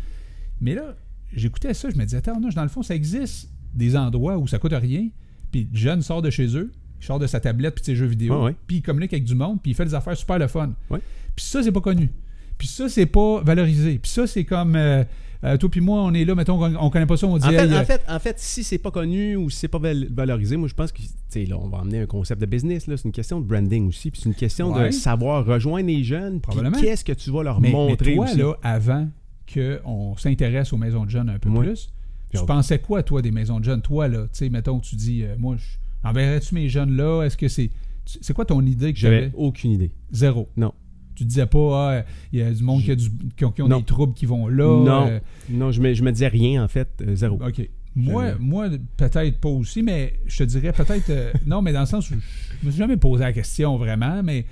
Speaker 2: Mais là, j'écoutais ça, je me disais, attends, non, dans le fond, ça existe des endroits où ça coûte rien, puis le jeune sort de chez eux, il sort de sa tablette puis de ses jeux vidéo,
Speaker 1: Ouais, ouais.
Speaker 2: puis il communique avec du monde, puis il fait des affaires super le fun.
Speaker 1: Ouais.
Speaker 2: Puis ça, c'est pas connu. Puis ça, c'est pas valorisé. Puis ça, c'est comme, euh, euh, toi puis moi, on est là, mettons, qu'on- on, connaît pas ça, on dit,
Speaker 1: En fait,
Speaker 2: hey, euh,
Speaker 1: en, fait, en fait, si c'est pas connu ou si c'est pas val- valorisé, moi je pense que tu sais, là, on va emmener un concept de business. là. C'est une question de branding aussi. Puis c'est une question de
Speaker 2: Ouais.
Speaker 1: savoir rejoindre les jeunes. puis
Speaker 2: Probablement.
Speaker 1: Qu'est-ce que tu vas leur
Speaker 2: mais, mais
Speaker 1: montrer
Speaker 2: toi,
Speaker 1: aussi?
Speaker 2: là, avant qu'on s'intéresse aux maisons de jeunes un peu
Speaker 1: Ouais.
Speaker 2: plus, tu
Speaker 1: Puis on-
Speaker 2: pensais quoi, toi, des maisons de jeunes? Toi, là, tu sais, mettons, tu dis, euh, moi, je- enverrais-tu mes jeunes là? Est-ce que c'est... tu- C'est quoi ton idée que j'avais?
Speaker 1: J'avais aucune idée.
Speaker 2: Zéro.
Speaker 1: Non.
Speaker 2: Tu disais pas, ah, il y a du monde qui a, du- qui ont, qui ont
Speaker 1: Non.
Speaker 2: des troubles qui vont là.
Speaker 1: Non.
Speaker 2: euh,
Speaker 1: Non, je me, je me disais rien en fait, euh, zéro.
Speaker 2: OK. Moi,
Speaker 1: Jamais.
Speaker 2: moi peut-être pas aussi, mais je te dirais peut-être. euh, non, mais dans le sens où je me suis jamais posé la question vraiment, mais,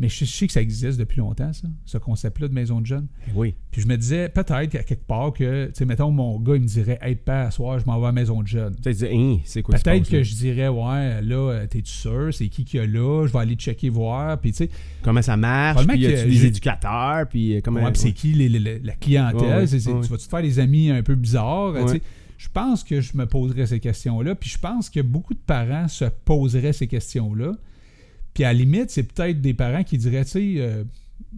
Speaker 2: mais je, sais que ça existe depuis longtemps, ça, ce concept-là de maison de jeunes.
Speaker 1: Oui.
Speaker 2: Puis je me disais peut-être qu'à quelque part que, tu sais, mettons, mon gars, il me dirait, hey, père, à soir, je m'en vais à la maison de jeunes.
Speaker 1: Tu sais, tu disais, Hein, c'est quoi qui se
Speaker 2: Peut-être
Speaker 1: passe,
Speaker 2: que
Speaker 1: là?
Speaker 2: je dirais, ouais, là, euh, t'es-tu sûr? C'est qui qu'il y a là? Je vais aller checker voir. Puis, tu sais,
Speaker 1: Comment ça marche?
Speaker 2: Probablement
Speaker 1: Puis y a
Speaker 2: que-
Speaker 1: des
Speaker 2: j'ai-
Speaker 1: éducateurs? Puis euh, comment.
Speaker 2: Ouais, puis c'est
Speaker 1: ouais.
Speaker 2: qui les- les- les- la clientèle?
Speaker 1: Ouais, ouais,
Speaker 2: C'est- c'est-
Speaker 1: ouais.
Speaker 2: Tu vas-tu te faire des amis un peu bizarres?
Speaker 1: Ouais.
Speaker 2: Tu sais, Je pense que je me poserais ces questions-là. Puis je pense que beaucoup de parents se poseraient ces questions-là. Puis à la limite, c'est peut-être des parents qui diraient, tu sais, euh,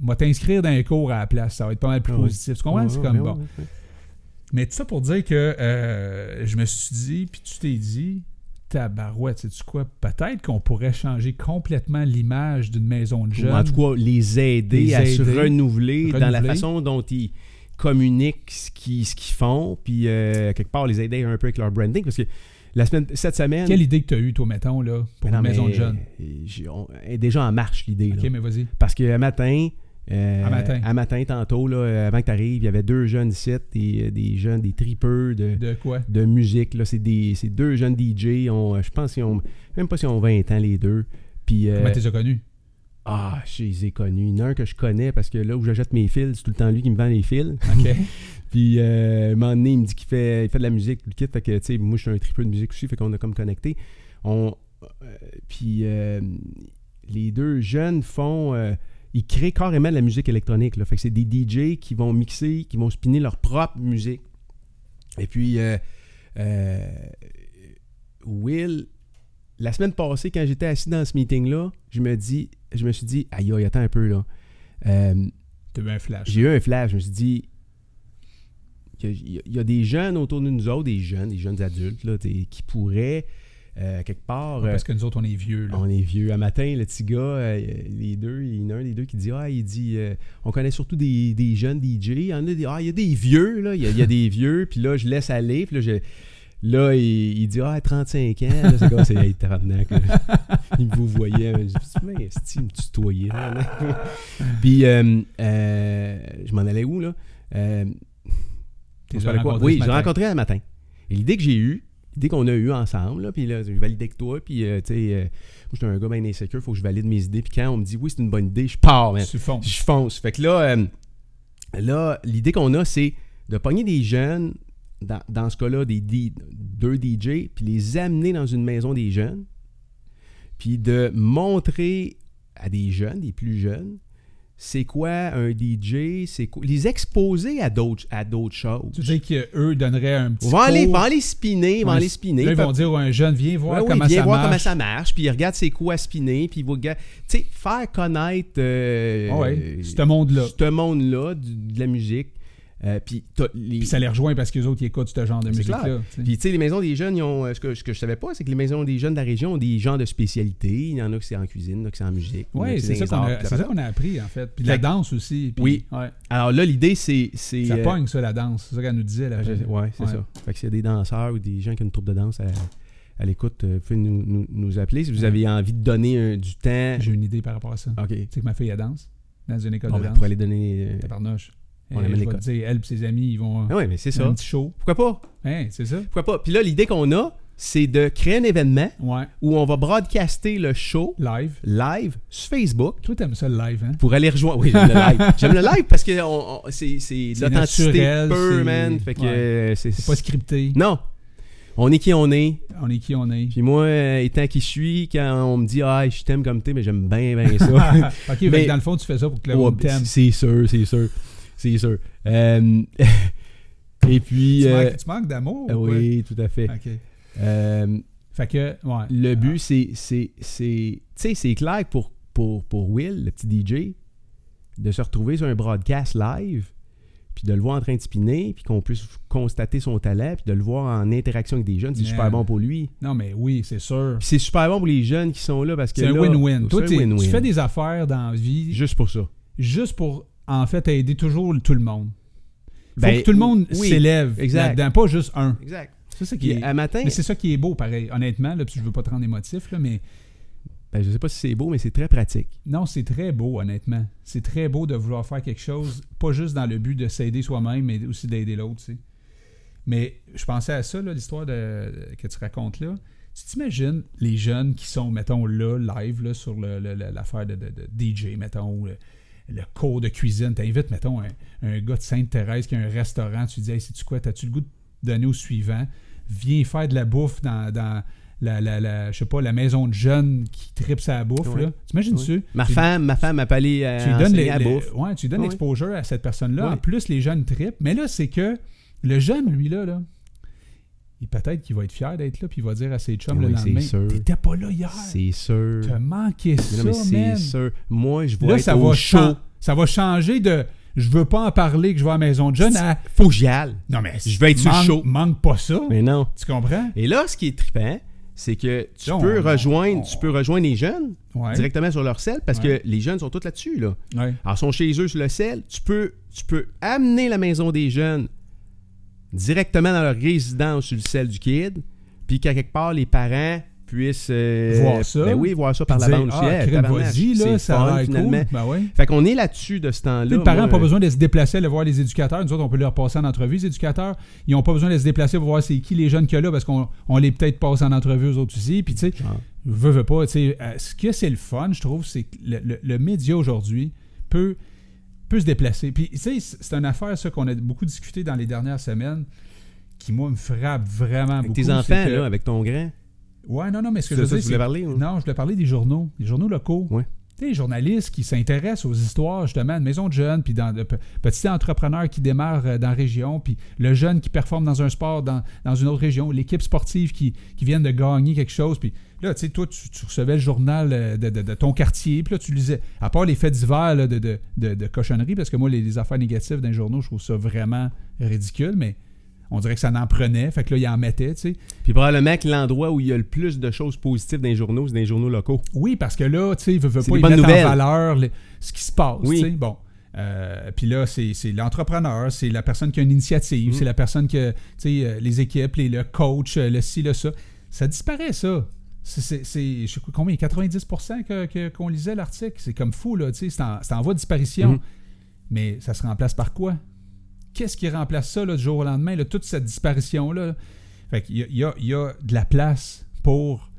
Speaker 2: moi t'inscrire dans un cours à la place, ça va être pas mal plus
Speaker 1: Ah ouais.
Speaker 2: positif. Tu comprends?
Speaker 1: Ouais,
Speaker 2: c'est
Speaker 1: ouais,
Speaker 2: comme
Speaker 1: ouais,
Speaker 2: bon.
Speaker 1: ouais, ouais.
Speaker 2: Mais tout ça pour dire que euh, je me suis dit, puis tu t'es dit, tabarouette, sais-tu quoi? Peut-être qu'on pourrait changer complètement l'image d'une maison de
Speaker 1: Ou
Speaker 2: jeunes.
Speaker 1: en tout cas, les aider
Speaker 2: Les
Speaker 1: à se
Speaker 2: aider,
Speaker 1: renouveler, dans la
Speaker 2: renouveler.
Speaker 1: façon dont ils communiquent ce qu'ils ce qu'ils font, puis euh, quelque part, les aider un peu avec leur branding. Parce que la semaine, cette semaine.
Speaker 2: Quelle idée que tu as eue, toi, mettons, là, pour
Speaker 1: Non,
Speaker 2: une
Speaker 1: mais
Speaker 2: maison de jeunes?
Speaker 1: j'ai- on- elle est déjà en marche, l'idée.
Speaker 2: Ok,
Speaker 1: là.
Speaker 2: mais vas-y.
Speaker 1: Parce que à matin. euh,
Speaker 2: À matin.
Speaker 1: à matin, tantôt, là, euh, avant que tu arrives, il y avait deux jeunes ici, des, euh, des jeunes, des tripeurs de,
Speaker 2: De quoi?
Speaker 1: de musique. Là. C'est, des, c'est deux jeunes DJ. ont, euh, je pense qu'ils ont, même pas s'ils ont 20 ans les deux. Puis, euh,
Speaker 2: Comment t'es déjà connu?
Speaker 1: ah, je les ai connus. Il y en a un que je connais parce que là où j'achète mes fils, c'est tout le temps lui qui me vend les fils.
Speaker 2: OK.
Speaker 1: Puis, euh, un moment donné, il me dit qu'il fait, il fait de la musique, tout le kit. Fait que, tu sais, moi, je suis un tripeux de musique aussi, fait qu'on a comme connecté. On, euh, puis, euh, les deux jeunes font. euh, ils créent carrément de la musique électronique. Là. Fait que c'est des DJ qui vont mixer, qui vont spinner leur propre musique. Et puis, euh, euh, Will, la semaine passée, quand j'étais assis dans ce meeting-là, je me, dis, je me suis dit, aïe, aïe, attends un peu, là. Euh,
Speaker 2: T'as eu un flash.
Speaker 1: j'ai eu un flash, je me suis dit, qu'il y, a- il y a des jeunes autour de nous autres, des jeunes, des jeunes adultes, là, t'sais, qui pourraient, euh, quelque part, euh,
Speaker 2: Parce que nous autres, on est vieux. Là.
Speaker 1: on est vieux. Un matin, le petit gars, euh, les deux, il y en a un des deux qui dit Ah, il dit euh, On connaît surtout des, des jeunes DJ. Il y en a des. Ah, il y a des vieux, là. Il y a, il y a des vieux. Puis là, je laisse aller. Puis là, je- là, il, il dit Ah, 35 ans. Là, c'est comme c'est hey, tabarnak. là. il vous voyait. Je dis Mais est-ce qu'il me tutoyait là, là? Puis euh, euh, je m'en allais où, là Euh,
Speaker 2: T'es
Speaker 1: on se
Speaker 2: déjà
Speaker 1: parlait quoi?
Speaker 2: rencontré
Speaker 1: Oui,
Speaker 2: ce
Speaker 1: je l'ai
Speaker 2: matin.
Speaker 1: rencontré un matin. Et l'idée que j'ai eue, l'idée qu'on a eue ensemble, là, puis là, j'ai validé avec toi, puis euh, tu sais, euh, moi, j'étais un gars bien insécure, faut que je valide mes idées, puis quand on me dit oui, c'est une bonne idée, je pars, man.
Speaker 2: Tu fonces.
Speaker 1: Je fonce. Fait que là, euh, là l'idée qu'on a, c'est de pogner des jeunes, dans, dans ce cas-là, des D- deux DJ, puis les amener dans une maison des jeunes, puis de montrer à des jeunes, des plus jeunes, c'est quoi un DJ, c'est quoi... Les exposer à d'autres à d'autres choses.
Speaker 2: Tu dis qu'eux donneraient un petit
Speaker 1: On va aller,
Speaker 2: cours.
Speaker 1: va aller spinner, va
Speaker 2: Ouais,
Speaker 1: aller spinner.
Speaker 2: Là, ils
Speaker 1: Fait-
Speaker 2: vont dire à un jeune, viens voir
Speaker 1: Ouais, oui,
Speaker 2: comment
Speaker 1: viens
Speaker 2: ça
Speaker 1: voir
Speaker 2: marche.
Speaker 1: comment ça marche, puis regarde c'est quoi spinner, puis vous regarde- tu sais, faire connaître euh,
Speaker 2: Ah ouais, ce monde-là.
Speaker 1: ce monde-là du- de la musique, Euh, puis t'as les-
Speaker 2: Puis ça les rejoint parce que les autres, ils écoutent ce genre de
Speaker 1: C'est
Speaker 2: musique-là.
Speaker 1: clair.
Speaker 2: tu sais.
Speaker 1: puis, tu sais, les maisons des jeunes, ils ont, euh, ce, que, ce que je savais pas, c'est que les maisons des jeunes de la région ont des genres de spécialités. Il y en a qui c'est en cuisine, il y en a qui c'est en musique. il y en a
Speaker 2: Oui,
Speaker 1: qui
Speaker 2: c'est ça
Speaker 1: dans
Speaker 2: qu'on
Speaker 1: les arts,
Speaker 2: a,
Speaker 1: puis
Speaker 2: c'est
Speaker 1: la-
Speaker 2: ça qu'on a appris, en fait. Puis la
Speaker 1: Fait que-
Speaker 2: danse aussi. puis-
Speaker 1: Oui.
Speaker 2: ouais.
Speaker 1: Alors là, l'idée, c'est. c'est,
Speaker 2: Ça
Speaker 1: euh,
Speaker 2: pogne, ça, la danse. C'est ça qu'elle nous disait. La
Speaker 1: Ah, je- ouais, c'est
Speaker 2: Ouais.
Speaker 1: ça. Fait que s'il y a des danseurs ou des gens qui ont une troupe de danse à, à l'écoute, euh, vous pouvez nous, nous- nous appeler si vous
Speaker 2: Ouais.
Speaker 1: avez envie de donner euh, du temps.
Speaker 2: J'ai une idée par rapport à ça.
Speaker 1: OK.
Speaker 2: Tu sais que ma fille, elle danse dans une école
Speaker 1: Bon,
Speaker 2: de
Speaker 1: ben,
Speaker 2: danse.
Speaker 1: pour aller donner. euh,
Speaker 2: Tabarnouche.
Speaker 1: On
Speaker 2: Et
Speaker 1: amène
Speaker 2: je
Speaker 1: l'école.
Speaker 2: vais te dire, elle et ses amis, ils vont euh,
Speaker 1: Ah ouais, mais c'est
Speaker 2: faire un
Speaker 1: ça.
Speaker 2: petit show.
Speaker 1: Pourquoi pas?
Speaker 2: Hein, c'est ça?
Speaker 1: Pourquoi pas? Puis là, l'idée qu'on a, c'est de créer un événement
Speaker 2: Ouais.
Speaker 1: où on va broadcaster le show
Speaker 2: Live.
Speaker 1: live sur Facebook
Speaker 2: Toi, t'aimes ça le live, hein?
Speaker 1: pour aller rejoindre. Oui, j'aime le live. J'aime le live parce que on- on- c'est c'est de
Speaker 2: C'est
Speaker 1: l'authenticité
Speaker 2: naturel,
Speaker 1: pure,
Speaker 2: c'est-
Speaker 1: man. Fait que
Speaker 2: ouais.
Speaker 1: euh, c'est.
Speaker 2: C'est pas scripté.
Speaker 1: Non! On est qui on est.
Speaker 2: On est qui on est.
Speaker 1: Puis moi, euh, étant qui je suis, quand on me dit Ah, je t'aime comme t'es, mais j'aime bien, bien ça.
Speaker 2: ok, fait que
Speaker 1: Mais-
Speaker 2: dans le fond, tu fais ça pour que le
Speaker 1: Ouais,
Speaker 2: monde
Speaker 1: ben,
Speaker 2: t'aime.
Speaker 1: c'est sûr, c'est sûr. C'est sûr. Euh, et puis.
Speaker 2: Tu,
Speaker 1: euh,
Speaker 2: manques, tu manques d'amour?
Speaker 1: ah
Speaker 2: ou quoi?
Speaker 1: oui, tout à fait.
Speaker 2: Ok.
Speaker 1: Euh,
Speaker 2: Fait que, ouais.
Speaker 1: le but, c'est. c'est- c'est- Tu sais, c'est clair pour, pour, pour Will, le petit DJ, de se retrouver sur un broadcast live, puis de le voir en train de spinner, puis qu'on puisse constater son talent, puis de le voir en interaction avec des jeunes, c'est
Speaker 2: Yeah.
Speaker 1: super bon pour lui.
Speaker 2: Non, mais oui, c'est sûr.
Speaker 1: Puis c'est super bon pour les jeunes qui sont là parce que.
Speaker 2: C'est un
Speaker 1: là,
Speaker 2: win-win. Toi,
Speaker 1: c'est un
Speaker 2: t'es- tu
Speaker 1: win-win.
Speaker 2: fais des affaires dans la vie
Speaker 1: Juste pour ça.
Speaker 2: juste pour, en fait, aider toujours tout le monde. Faut
Speaker 1: Ben,
Speaker 2: que tout le monde
Speaker 1: oui,
Speaker 2: s'élève
Speaker 1: exact.
Speaker 2: là-dedans, pas juste un.
Speaker 1: Exact.
Speaker 2: C'est ça qui
Speaker 1: Puis
Speaker 2: est...
Speaker 1: à matin,
Speaker 2: Mais c'est ça qui est beau, pareil. Honnêtement, là, puis je veux pas te rendre émotif, là, mais
Speaker 1: ben, je sais pas si c'est beau, mais c'est très pratique.
Speaker 2: non, c'est très beau, honnêtement. C'est très beau de vouloir faire quelque chose, pas juste dans le but de s'aider soi-même, mais aussi d'aider l'autre, tu sais. Mais je pensais à ça, là, l'histoire de- que tu racontes là. Tu t'imagines les jeunes qui sont, mettons, là, live, là, sur le- le- le- l'affaire de, de- de DJ, mettons, ou le, le cours de cuisine. T'invites, mettons, un, un gars de Sainte-Thérèse qui a un restaurant. Tu lui dis, hey, sais-tu quoi, t'as-tu le goût de donner au suivant? Viens faire de la bouffe dans, dans la, la, la- je sais pas, la maison de jeunes qui tripe sa bouffe,
Speaker 1: Ouais.
Speaker 2: là. T'imagines-tu?
Speaker 1: Ma
Speaker 2: Tu-
Speaker 1: femme, ma femme m'a pas allé euh,
Speaker 2: tu lui donnes
Speaker 1: enseigner
Speaker 2: les-
Speaker 1: à la
Speaker 2: les-
Speaker 1: bouffe.
Speaker 2: ouais, tu lui donnes
Speaker 1: Ouais.
Speaker 2: l'exposure à cette personne-là.
Speaker 1: Ouais.
Speaker 2: En plus, les jeunes tripent. Mais là, c'est que le jeune, lui-là, là, il peut-être qu'il va être fier d'être là, puis il va dire à ses chums
Speaker 1: Ah
Speaker 2: le
Speaker 1: oui, c'est
Speaker 2: lendemain
Speaker 1: sûr.
Speaker 2: T'étais pas là hier.
Speaker 1: C'est sûr.
Speaker 2: T'as manqué
Speaker 1: Mais
Speaker 2: ça,
Speaker 1: non, mais c'est
Speaker 2: man.
Speaker 1: sûr. Moi, je vais
Speaker 2: Là,
Speaker 1: être
Speaker 2: ça
Speaker 1: au
Speaker 2: va,
Speaker 1: chaud.
Speaker 2: chan- ça va changer de je veux pas en parler que je vais à la maison de jeunes à
Speaker 1: Faut que j'y aille.
Speaker 2: non, mais
Speaker 1: Je vais être sur le
Speaker 2: manque,
Speaker 1: show.
Speaker 2: Manque pas ça.
Speaker 1: Mais non.
Speaker 2: Tu comprends
Speaker 1: Et là, ce qui est trippant, c'est que tu
Speaker 2: Là, on-
Speaker 1: peux rejoindre,
Speaker 2: on-
Speaker 1: tu peux rejoindre les jeunes
Speaker 2: Ouais.
Speaker 1: directement sur leur selle parce
Speaker 2: Ouais.
Speaker 1: que les jeunes sont tous là-dessus là.
Speaker 2: Ouais.
Speaker 1: Alors, ils sont chez eux sur le sel. Tu peux, tu peux amener la maison des jeunes directement dans leur résidence sur le sel du kid, puis qu'à quelque part, les parents puissent euh,
Speaker 2: Voir ça.
Speaker 1: Ben oui, voir ça par la
Speaker 2: Dire,
Speaker 1: bande aussi.
Speaker 2: ah,
Speaker 1: Hey,
Speaker 2: crème,
Speaker 1: tabarnak,
Speaker 2: vas-y, là,
Speaker 1: c'est
Speaker 2: ça
Speaker 1: fun,
Speaker 2: a l'air
Speaker 1: finalement.
Speaker 2: cool. Ben ouais.
Speaker 1: Fait qu'on est là-dessus de ce temps-là.
Speaker 2: Les parents n'ont
Speaker 1: Moi,
Speaker 2: pas
Speaker 1: euh,
Speaker 2: besoin de se déplacer, aller voir les éducateurs. Nous autres, on peut leur passer en entrevue, les éducateurs. Ils n'ont pas besoin de se déplacer pour voir c'est qui les jeunes qu'il y a là, parce qu'on on les peut-être passe en entrevue aux autres aussi. Puis, tu sais,
Speaker 1: genre,
Speaker 2: veux, veux pas. tu sais, euh, ce que c'est le fun, je trouve, c'est que le, le- le média aujourd'hui peut, peut se déplacer. Puis, tu sais, c'est c'est une affaire, ça, qu'on a beaucoup discuté dans les dernières semaines, qui, moi, me frappe vraiment
Speaker 1: Avec
Speaker 2: beaucoup.
Speaker 1: tes
Speaker 2: c'est
Speaker 1: enfants,
Speaker 2: que-
Speaker 1: là, avec ton grand.
Speaker 2: Ouais, non, non, mais ce que
Speaker 1: C'est
Speaker 2: je veux
Speaker 1: ça que
Speaker 2: dire,
Speaker 1: tu voulais parler?
Speaker 2: c'est-
Speaker 1: hein?
Speaker 2: non, je voulais parler des journaux, des journaux locaux.
Speaker 1: Ouais.
Speaker 2: Tu sais, les journalistes qui s'intéressent aux histoires, justement, de maisons de jeunes, puis dans le pe- petit entrepreneur qui démarre euh, dans la région, puis le jeune qui performe dans un sport dans, dans une autre région, l'équipe sportive qui, qui vient de gagner quelque chose, puis là, tu sais, toi, tu, tu recevais le journal euh, de, de- de ton quartier, puis là, tu lisais, à part les faits divers là, de, de, de- de cochonneries, parce que moi, les, les affaires négatives d'un journaux, je trouve ça vraiment ridicule, mais on dirait que ça en prenait, fait que là, il en mettait, tu sais.
Speaker 1: Puis probablement que l'endroit où il y a le plus de choses positives dans les journaux, c'est dans les journaux locaux.
Speaker 2: Oui, parce que là, tu sais, veut, veut
Speaker 1: C'est
Speaker 2: pas
Speaker 1: des
Speaker 2: ils
Speaker 1: bonnes
Speaker 2: mettent
Speaker 1: nouvelles.
Speaker 2: en valeur le- ce qui se passe.
Speaker 1: Oui.
Speaker 2: tu sais. Bon. Euh, Puis là, c'est c'est l'entrepreneur, c'est la personne qui a une initiative,
Speaker 1: Mm.
Speaker 2: c'est la personne que, tu sais, euh, les équipes, les- le coach, euh, le ci, le ça. Ça disparaît, ça. C'est- C'est, c'est- je sais pas combien, 90% que- que- qu'on lisait l'article. C'est comme fou, là, tu sais, c'est en, c'est en voie de disparition.
Speaker 1: Mhm.
Speaker 2: Mais ça se remplace par quoi? Qu'est-ce qui remplace ça, là, du jour au lendemain, là, toute cette disparition-là? là? Fait qu'il y a, il y a- il y a de la place pour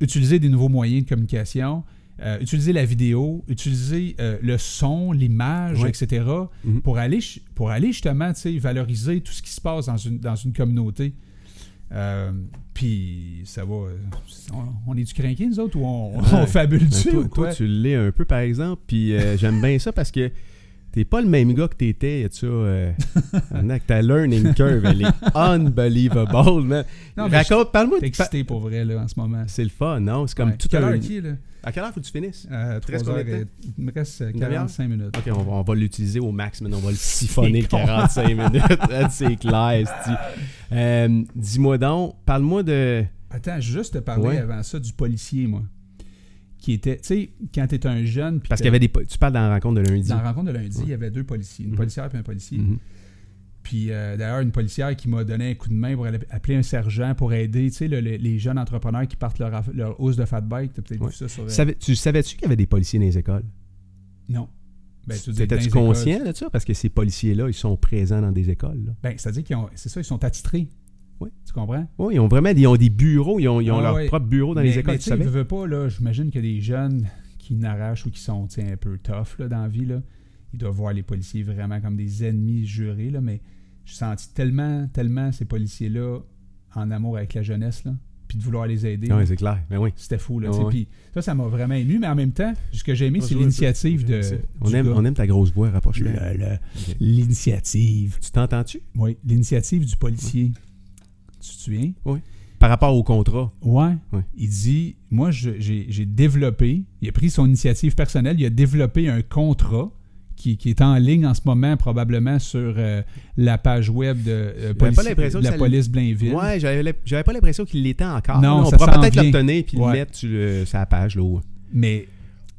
Speaker 2: utiliser des nouveaux moyens de communication, euh, utiliser la vidéo, utiliser euh, le son, l'image,
Speaker 1: Oui.
Speaker 2: etc.,
Speaker 1: Mhm.
Speaker 2: pour, aller, ch- pour aller justement tu sais, valoriser tout ce qui se passe dans une, dans une communauté. Euh, Puis ça va. euh, On, on est du crinqué, nous autres, ou on, on
Speaker 1: Ouais.
Speaker 2: fabule
Speaker 1: Ben,
Speaker 2: dessus?
Speaker 1: toi,
Speaker 2: ou
Speaker 1: toi,
Speaker 2: quoi?
Speaker 1: tu l'es un peu, par exemple. Puis euh, j'aime bien ça parce que t'es pas le même gars que t'étais. il y a de ça, euh, maintenant que ta learning curve, elle est unbelievable. man.
Speaker 2: Non, mais
Speaker 1: Raconte, parle-moi.
Speaker 2: T'es
Speaker 1: de-
Speaker 2: excité pour vrai, là, en ce moment.
Speaker 1: C'est le fun, non? C'est comme
Speaker 2: Ouais.
Speaker 1: tout
Speaker 2: Quelle
Speaker 1: un-
Speaker 2: heure qu'il est, là?
Speaker 1: À quelle heure faut que tu finisses?
Speaker 2: Euh,
Speaker 1: te reste
Speaker 2: trois
Speaker 1: combien de
Speaker 2: heures et- Il me reste euh,
Speaker 1: Une demi-heure?
Speaker 2: 45 minutes.
Speaker 1: OK, on va, on va l'utiliser au max, mais on va le siphonner le
Speaker 2: con.
Speaker 1: 45 minutes. Ah, C'est clair, c'ti. Euh, Dis-moi donc, parle-moi de...
Speaker 2: Attends, juste te parler
Speaker 1: Ouais.
Speaker 2: avant ça du policier, moi. Qui était, tu sais, quand t'es un jeune. puis
Speaker 1: Parce
Speaker 2: t'as-
Speaker 1: qu'il y avait des... po- Tu parles dans la rencontre de lundi.
Speaker 2: Dans la rencontre de lundi,
Speaker 1: Ouais.
Speaker 2: il y avait deux policiers, une
Speaker 1: Mhm.
Speaker 2: policière et un policier.
Speaker 1: Mhm.
Speaker 2: Puis euh, d'ailleurs, une policière qui m'a donné un coup de main pour aller appeler un sergent pour aider, tu sais, le- le- les jeunes entrepreneurs qui partent leur, aff- leur hausse de fat bike. T'as peut-être
Speaker 1: Ouais.
Speaker 2: vu ça sur. euh,
Speaker 1: Savais- tu savais-tu qu'il y avait des policiers dans les écoles?
Speaker 2: Non. Ben, tu dis dans les
Speaker 1: T'étais-tu
Speaker 2: écoles,
Speaker 1: conscient de ça? Parce que ces policiers-là, ils sont présents dans des écoles. là.
Speaker 2: Ben, c'est-à-dire qu'ils ont. C'est ça, ils sont attitrés.
Speaker 1: Oui.
Speaker 2: Tu comprends?
Speaker 1: Oui, ils ont vraiment ils ont des bureaux, ils ont, ils ont
Speaker 2: Ah
Speaker 1: leur
Speaker 2: ouais.
Speaker 1: propre bureau dans
Speaker 2: mais,
Speaker 1: les écoles,
Speaker 2: mais
Speaker 1: tu
Speaker 2: tu sais,
Speaker 1: savais?
Speaker 2: veux, veux pas, là, j'imagine que des jeunes qui n'arrachent ou qui sont tu sais, un peu tough là, dans la vie, là, ils doivent voir les policiers vraiment comme des ennemis jurés, là, mais j'ai senti tellement, tellement ces policiers-là en amour avec la jeunesse, là, puis de vouloir les aider.
Speaker 1: Oui,
Speaker 2: là.
Speaker 1: c'est clair. Mais oui.
Speaker 2: C'était fou, là.
Speaker 1: Ah
Speaker 2: tu sais,
Speaker 1: ouais.
Speaker 2: Puis ça, ça m'a vraiment ému, mais en même temps, ce que j'ai aimé,
Speaker 1: Ah,
Speaker 2: c'est
Speaker 1: je vois un peu.
Speaker 2: l'initiative de.
Speaker 1: On
Speaker 2: du
Speaker 1: aime,
Speaker 2: gars.
Speaker 1: on aime ta grosse voix, rapproche-le.
Speaker 2: Le- le-
Speaker 1: Ok.
Speaker 2: L'initiative.
Speaker 1: Tu t'entends-tu?
Speaker 2: Oui, l'initiative du policier. Tu te souviens?
Speaker 1: Par rapport au contrat.
Speaker 2: Ouais.
Speaker 1: Ouais.
Speaker 2: Il dit Moi, je- j'ai j'ai développé, il a pris son initiative personnelle, il a développé un contrat qui, qui est en ligne en ce moment, probablement sur euh, la page web de, euh, police-
Speaker 1: pas l'impression
Speaker 2: de
Speaker 1: que
Speaker 2: la
Speaker 1: ça
Speaker 2: police Blainville.
Speaker 1: Ouais, j'avais l'im- j'avais pas l'impression qu'il l'était encore.
Speaker 2: Non,
Speaker 1: Là, on
Speaker 2: ça
Speaker 1: pourra
Speaker 2: s'en
Speaker 1: peut-être
Speaker 2: vient.
Speaker 1: l'obtenir puis
Speaker 2: Ouais.
Speaker 1: le mettre sur, le- sur la page. Là,
Speaker 2: Mais.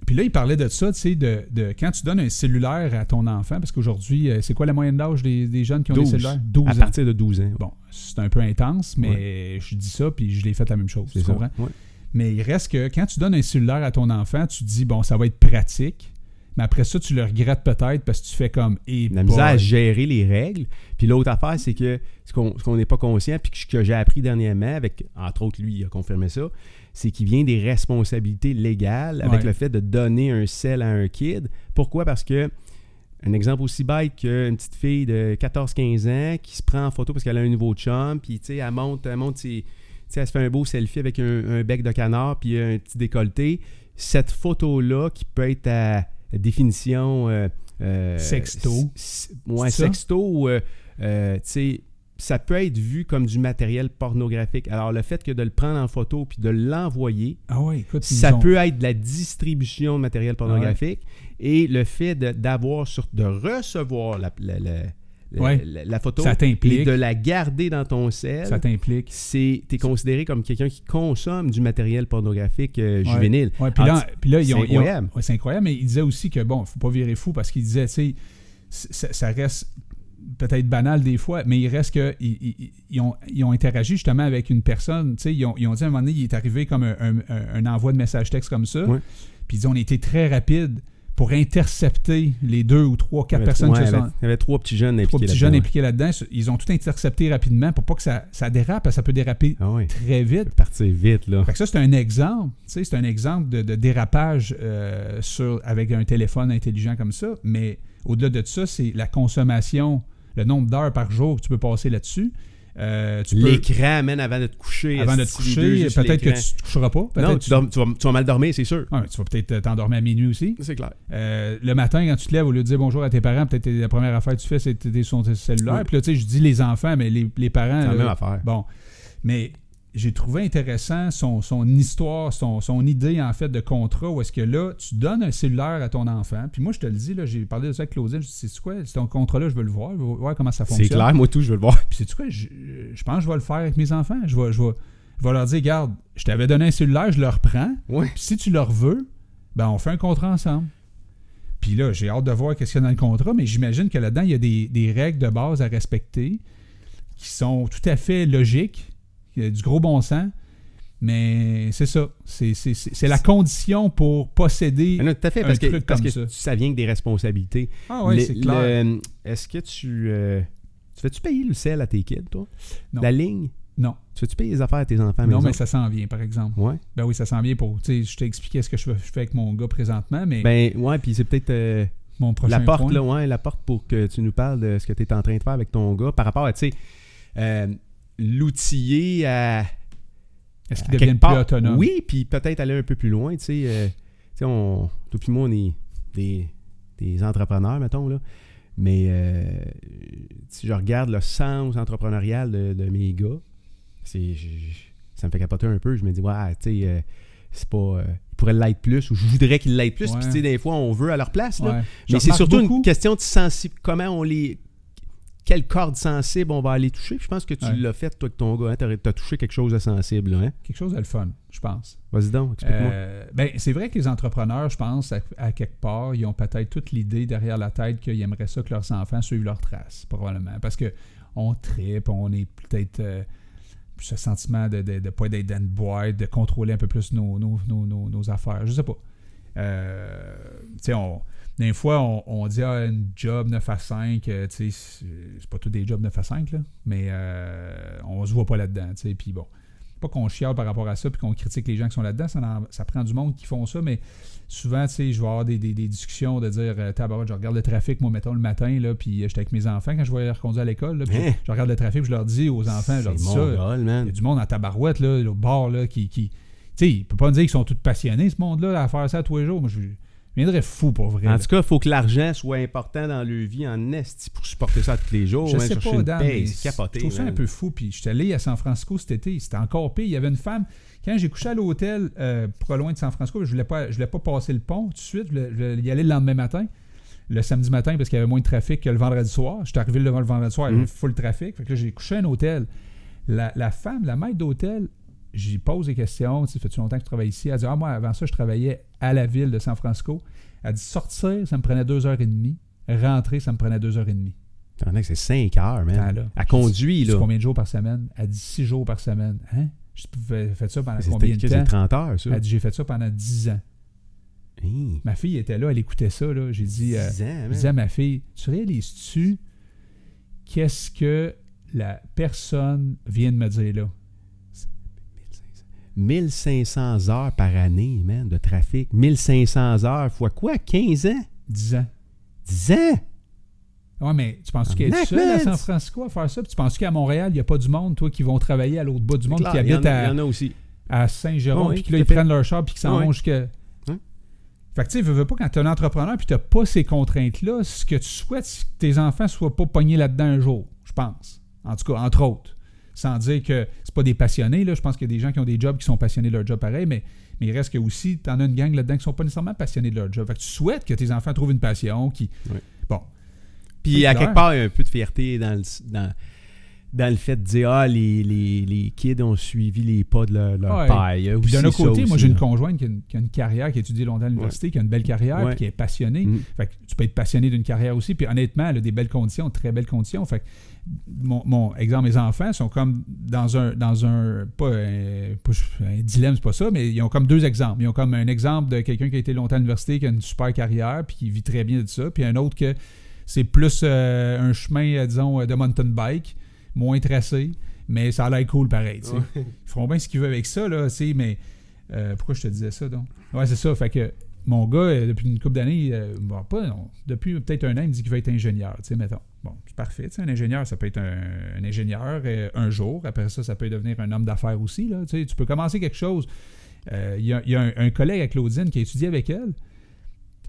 Speaker 2: Puis là, il parlait de ça, tu sais, de, de quand tu donnes un cellulaire à ton enfant, parce qu'aujourd'hui, euh, c'est quoi la moyenne d'âge des, des jeunes qui ont
Speaker 1: 12.
Speaker 2: des cellulaires 12
Speaker 1: à
Speaker 2: ans.
Speaker 1: partir de 12 ans.
Speaker 2: Bon, c'est un peu intense, mais je dis ça, puis je l'ai fait la même chose.
Speaker 1: c'est
Speaker 2: tu
Speaker 1: ça.
Speaker 2: comprends?
Speaker 1: Ouais.
Speaker 2: Mais il reste que quand tu donnes un cellulaire à ton enfant, tu te dis, bon, ça va être pratique. Mais après ça, tu le regrettes peut-être parce que tu fais comme. eh et
Speaker 1: La misère à gérer les règles. Puis l'autre affaire, c'est que ce qu'on ce qu'on n'est pas conscient, puis que, ce que j'ai appris dernièrement, avec, entre autres, lui, il a confirmé ça, c'est qu'il vient des responsabilités légales avec
Speaker 2: Ouais.
Speaker 1: le fait de donner un sel à un kid. Pourquoi? Parce que, un exemple aussi bête qu'une petite fille de 14-15 ans qui se prend en photo parce qu'elle a un nouveau chum, puis tu sais, elle monte, elle monte ses- tu sais, elle se fait un beau selfie avec un, un bec de canard puis un petit décolleté. Cette photo-là, qui peut être à définition... euh, euh,
Speaker 2: Sexto.
Speaker 1: s- s- ouais,
Speaker 2: C'est ça?
Speaker 1: sexto, ou, euh, euh, tu sais, ça peut être vu comme du matériel pornographique. Alors, le fait que de le prendre en photo puis de l'envoyer,
Speaker 2: Ah ouais, écoute, ils
Speaker 1: ça
Speaker 2: ont-
Speaker 1: peut être de la distribution de
Speaker 2: Ah
Speaker 1: matériel pornographique et le fait de- d'avoir, sur- de recevoir la, la- la- la-
Speaker 2: Ouais.
Speaker 1: la- la photo
Speaker 2: Ça
Speaker 1: et
Speaker 2: t'implique.
Speaker 1: de la garder dans ton sel
Speaker 2: Ça t'implique.
Speaker 1: c'est t'es considéré comme quelqu'un qui consomme du matériel pornographique euh, juvénile.
Speaker 2: Ouais, puis là,
Speaker 1: Ah,
Speaker 2: puis là, ils ont.
Speaker 1: c'est
Speaker 2: ils ont-
Speaker 1: incroyable.
Speaker 2: ouais, c'est incroyable, mais il disait aussi que, bon, faut pas virer fou parce qu'il disait, tu sais, c- ça, ça reste peut-être banal des fois, mais il reste que ils, ils- ils ont, ils ont interagi justement avec une personne, tu sais, ils ont, ils ont dit à un moment donné, il est arrivé comme un, un- un- un envoi de message texte comme ça,
Speaker 1: Ouais.
Speaker 2: puis ils disent, on était très rapide pour intercepter les deux ou trois,
Speaker 1: il y
Speaker 2: quatre
Speaker 1: avait-
Speaker 2: personnes
Speaker 1: ouais,
Speaker 2: qui
Speaker 1: il
Speaker 2: se
Speaker 1: y
Speaker 2: sont...
Speaker 1: avait, il y avait trois petits jeunes
Speaker 2: Trois
Speaker 1: impliqués
Speaker 2: petits jeunes
Speaker 1: là-dedans,
Speaker 2: impliqués là-dedans, ils ont tout intercepté rapidement pour pas que ça, ça dérape, parce que ça peut déraper
Speaker 1: ouais. Ah ouais,
Speaker 2: très vite.
Speaker 1: partir vite là.
Speaker 2: Fait que ça, c'est un exemple. tu sais, C'est un exemple de, de dérapage euh, sur, avec un téléphone intelligent comme ça. Mais au-delà de ça, c'est la consommation, le nombre d'heures par jour que tu peux passer là-dessus. Euh, tu peux-
Speaker 1: L'écran, amène avant de te coucher.
Speaker 2: avant de te
Speaker 1: esti, les deux
Speaker 2: coucher,
Speaker 1: yeux sur
Speaker 2: peut-être que
Speaker 1: l'écran.
Speaker 2: tu te coucheras pas. peut-être
Speaker 1: Non,
Speaker 2: que
Speaker 1: tu, dors- tu vas, tu vas mal dormir, c'est sûr.
Speaker 2: Ah, mais tu vas peut-être t'endormir à minuit aussi.
Speaker 1: C'est clair.
Speaker 2: Euh, le matin, quand tu te lèves, au lieu de dire bonjour à tes parents, peut-être euh, la première affaire que tu fais, c'est tes son cellulaire.
Speaker 1: Oui.
Speaker 2: Puis là, tu sais, je dis les enfants, mais les, les parents.
Speaker 1: C'est la
Speaker 2: là,
Speaker 1: même affaire.
Speaker 2: Euh, Bon. Mais j'ai trouvé intéressant son, son histoire, son, son idée en fait de contrat où est-ce que là, tu donnes un cellulaire à ton enfant. Puis moi, je te le dis, là, j'ai parlé de ça avec Claudine. Je dis, c'est quoi, c'est ton contrat-là, je veux le voir, je veux voir comment ça
Speaker 1: C'est
Speaker 2: fonctionne.
Speaker 1: clair, moi tout, je veux le voir.
Speaker 2: Puis c'est quoi, je, je pense que je vais le faire avec mes enfants. Je vais, je vais, je vais leur dire, garde, je t'avais donné un cellulaire, je le reprends.
Speaker 1: Oui.
Speaker 2: Puis si tu leur veux, ben on fait un contrat ensemble. Puis là, j'ai hâte de voir qu'est-ce qu'il y a dans le contrat, mais j'imagine que là-dedans, il y a des, des règles de base à respecter qui sont tout à fait logiques, il y a du gros bon sens, mais c'est ça. C'est, c'est- c'est- c'est la condition pour posséder.
Speaker 1: Ah non, tout à fait,
Speaker 2: Un
Speaker 1: parce que,
Speaker 2: truc
Speaker 1: parce
Speaker 2: comme
Speaker 1: que
Speaker 2: ça.
Speaker 1: tu- ça vient que des responsabilités.
Speaker 2: Ah ouais,
Speaker 1: Le-
Speaker 2: c'est clair.
Speaker 1: le- Est-ce que tu. euh, tu fais-tu payer le sel à tes kids, toi
Speaker 2: Non.
Speaker 1: La ligne
Speaker 2: Non,
Speaker 1: Tu fais-tu payer les affaires à tes enfants à
Speaker 2: non,
Speaker 1: maison?
Speaker 2: mais ça s'en vient, par exemple.
Speaker 1: Ouais.
Speaker 2: Ben oui, ça s'en vient pour. Tu sais, je t'ai expliqué ce que je fais je fais avec mon gars présentement, mais
Speaker 1: Ben, ouais, puis c'est peut-être. euh,
Speaker 2: mon prochain
Speaker 1: la porte,
Speaker 2: point-
Speaker 1: là, ouais, la porte pour que tu nous parles de ce que tu es en train de faire avec ton gars par rapport à, tu sais, euh, l'outiller à.
Speaker 2: Est-ce
Speaker 1: à
Speaker 2: qu'ils deviennent
Speaker 1: quelque
Speaker 2: plus
Speaker 1: part.
Speaker 2: autonomes?
Speaker 1: Oui, puis peut-être aller un peu plus loin, tu sais. euh, tu sais, on, toi puis moi, on est des, des entrepreneurs, mettons, là. Mais euh, si je regarde le sens entrepreneurial de, de mes gars, c'est, je- je- ça me fait capoter un peu. Je me dis, ouais, tu sais, euh, c'est pas... euh, ils pourraient l'être plus ou je voudrais qu'ils l'aident plus.
Speaker 2: Ouais.
Speaker 1: Puis, tu sais, des fois, on veut à leur place, là.
Speaker 2: Ouais. Je
Speaker 1: Mais c'est
Speaker 2: remarque
Speaker 1: surtout
Speaker 2: beaucoup-
Speaker 1: une question de sensible. Comment on les. Quelle corde sensible on va aller toucher? Puis Je pense que tu
Speaker 2: Ouais.
Speaker 1: l'as fait, toi, avec ton gars. Hein? T'aurais- T'as touché quelque chose de sensible, là, hein?
Speaker 2: Quelque chose de le fun, je pense.
Speaker 1: Vas-y donc, explique-moi.
Speaker 2: Euh, ben, c'est vrai que les entrepreneurs, je pense, à, à quelque part, ils ont peut-être toute l'idée derrière la tête qu'ils aimeraient ça que leurs enfants suivent leurs traces, probablement. Parce que on tripe, on est peut-être euh, ce sentiment de ne pas être dans une boîte, de contrôler un peu plus nos, nos, nos- nos- nos affaires. Je sais pas. Euh, tu sais, on. Des fois, on, on dit ah, une job 9 à 5, euh, tu sais, c'est c'est pas tous des jobs 9 à 5, là, mais euh, on se voit pas là-dedans. tu sais, Puis bon, pas qu'on chiale par rapport à ça puis qu'on critique les gens qui sont là-dedans. Ça, en- ça prend du monde qui font ça, mais souvent, tu sais, je vais avoir des, des- des discussions de dire euh, Tabarouette, je regarde le trafic, moi, mettons, le matin, là, puis euh, j'étais avec mes enfants quand je voyais les reconduire à l'école, là, puis
Speaker 1: Hein?
Speaker 2: je, je regarde le trafic, puis je leur dis aux enfants, je leur dis
Speaker 1: c'est mon
Speaker 2: ça.
Speaker 1: gars,
Speaker 2: Il y a
Speaker 1: man.
Speaker 2: du monde en tabarouette, là, au bord, là, qui. qui tu sais, il peut pas me dire qu'ils sont tous passionnés, ce monde-là, à faire ça tous les jours. Moi, je je viendrais fou pour vrai.
Speaker 1: En
Speaker 2: là.
Speaker 1: tout cas, il faut que l'argent soit important dans leur vie en Est pour supporter ça tous les jours.
Speaker 2: Je
Speaker 1: hein,
Speaker 2: sais
Speaker 1: chercher
Speaker 2: pas,
Speaker 1: une
Speaker 2: Dan,
Speaker 1: paye,
Speaker 2: mais
Speaker 1: c'est capoté.
Speaker 2: je trouve ça un
Speaker 1: man.
Speaker 2: peu fou. Puis je suis allé à San Francisco cet été, c'était encore pire. Il y avait une femme, quand j'ai couché à l'hôtel, euh, pas loin de San Francisco, je voulais pas, je voulais pas passer le pont tout de suite, je voulais, je voulais y aller le lendemain matin, le samedi matin, parce qu'il y avait moins de trafic que le vendredi soir. J'étais arrivé devant le vendredi soir, il y avait
Speaker 1: Mhm.
Speaker 2: full trafic. Fait que là, j'ai couché à un hôtel. La, la femme, la maître d'hôtel, j'y pose des questions. Tu sais, fait-tu longtemps que tu travailles ici? Elle dit Ah, moi, avant ça, je travaillais à la ville de San Francisco. Elle dit Sortir, ça me prenait deux heures et demie. Rentrer, ça me prenait deux heures et demie.
Speaker 1: Attendez que c'est 5 heures, man.
Speaker 2: Attends, là.
Speaker 1: Elle conduit,
Speaker 2: Tu fais
Speaker 1: là.
Speaker 2: combien de jours par semaine? Elle dit 6 jours par semaine. Hein? Je fais fait ça pendant
Speaker 1: C'est
Speaker 2: combien de
Speaker 1: c'est- c'est
Speaker 2: temps?
Speaker 1: 30 heures, ça.
Speaker 2: Elle dit J'ai fait ça pendant 10 ans.
Speaker 1: Hey,
Speaker 2: Ma fille était là, elle écoutait ça. là. J'ai dit, euh,
Speaker 1: 10 ans,
Speaker 2: je
Speaker 1: man.
Speaker 2: disais à ma fille Tu réalises-tu qu'est-ce que la personne vient de me dire là
Speaker 1: 1500 heures par année, man, de trafic. 1500 heures fois quoi? 15 ans?
Speaker 2: 10 ans.
Speaker 1: 10 ans?
Speaker 2: Ouais, mais tu penses qu'elle
Speaker 1: Tabarnak,
Speaker 2: est seule à
Speaker 1: Ah. man!
Speaker 2: San Francisco à faire ça? Puis tu penses qu'à Montréal, il n'y a pas du monde, toi, qui vont travailler à l'autre bout du monde,
Speaker 1: Claire,
Speaker 2: qui
Speaker 1: il y en
Speaker 2: habitent
Speaker 1: a-
Speaker 2: à,
Speaker 1: Il y en a aussi.
Speaker 2: à Saint-Jérôme,
Speaker 1: Ah oui,
Speaker 2: puis que là,
Speaker 1: tout à
Speaker 2: ils
Speaker 1: fait.
Speaker 2: prennent leur char, puis qu'ils s'en
Speaker 1: Ah oui.
Speaker 2: vont jusqu'à.
Speaker 1: Oui.
Speaker 2: Fait que tu sais, veux, veux pas, quand t'es un entrepreneur, puis t'as pas ces contraintes-là, ce que tu souhaites, c'est que tes enfants soient pas pognés là-dedans un jour, je pense. En tout cas, entre autres. Sans dire que c'est pas des passionnés, là. Je pense qu'il y a des gens qui ont des jobs qui sont passionnés de leur job pareil, mais, mais il reste que aussi, t'en as une gang là-dedans qui sont pas nécessairement passionnés de leur job. Fait que tu souhaites que tes enfants trouvent une passion qui.
Speaker 1: Oui.
Speaker 2: Bon.
Speaker 1: Puis
Speaker 2: C'est
Speaker 1: à
Speaker 2: clair.
Speaker 1: quelque part, il y a un peu de fierté dans le, dans, dans le fait de dire Ah, les, les, les kids ont suivi les pas de leur, leur
Speaker 2: Ouais.
Speaker 1: père. Il y a
Speaker 2: Puis
Speaker 1: aussi
Speaker 2: d'un autre
Speaker 1: ça
Speaker 2: côté, moi
Speaker 1: aussi,
Speaker 2: j'ai une
Speaker 1: là.
Speaker 2: conjointe qui a une, qui a une carrière, qui a étudié longtemps à l'université, qui a une belle carrière,
Speaker 1: Ouais.
Speaker 2: puis qui est passionnée.
Speaker 1: Mm.
Speaker 2: Fait que tu peux être passionné d'une carrière aussi. Puis honnêtement, elle a des belles conditions, très belles conditions. Fait que mon, mon exemple, mes enfants sont comme dans un, dans un, pas un, pas un dilemme, c'est pas ça, mais ils ont comme deux exemples. Ils ont comme un exemple de quelqu'un qui a été longtemps à l'université, qui a une super carrière, puis qui vit très bien de ça. Puis un autre que c'est plus euh, un chemin, euh, disons, euh, de mountain bike, moins tracé, mais ça a l'air cool pareil. tu sais. Ils feront bien ce qu'ils veulent avec ça, là, tu sais, mais euh, pourquoi je te disais ça, donc? Ouais, c'est ça, fait que mon gars, euh, depuis une couple d'années, euh, bon, pas, non, depuis peut-être un an, il me dit qu'il va être ingénieur, tu sais, mettons. Bon, c'est parfait. tu sais, un ingénieur, ça peut être un, un ingénieur euh, un jour. Après ça, ça peut devenir un homme d'affaires aussi. Là. Tu sais, tu peux commencer quelque chose. Euh, Il y a, il y a un, un collègue à Claudine qui a étudié avec elle.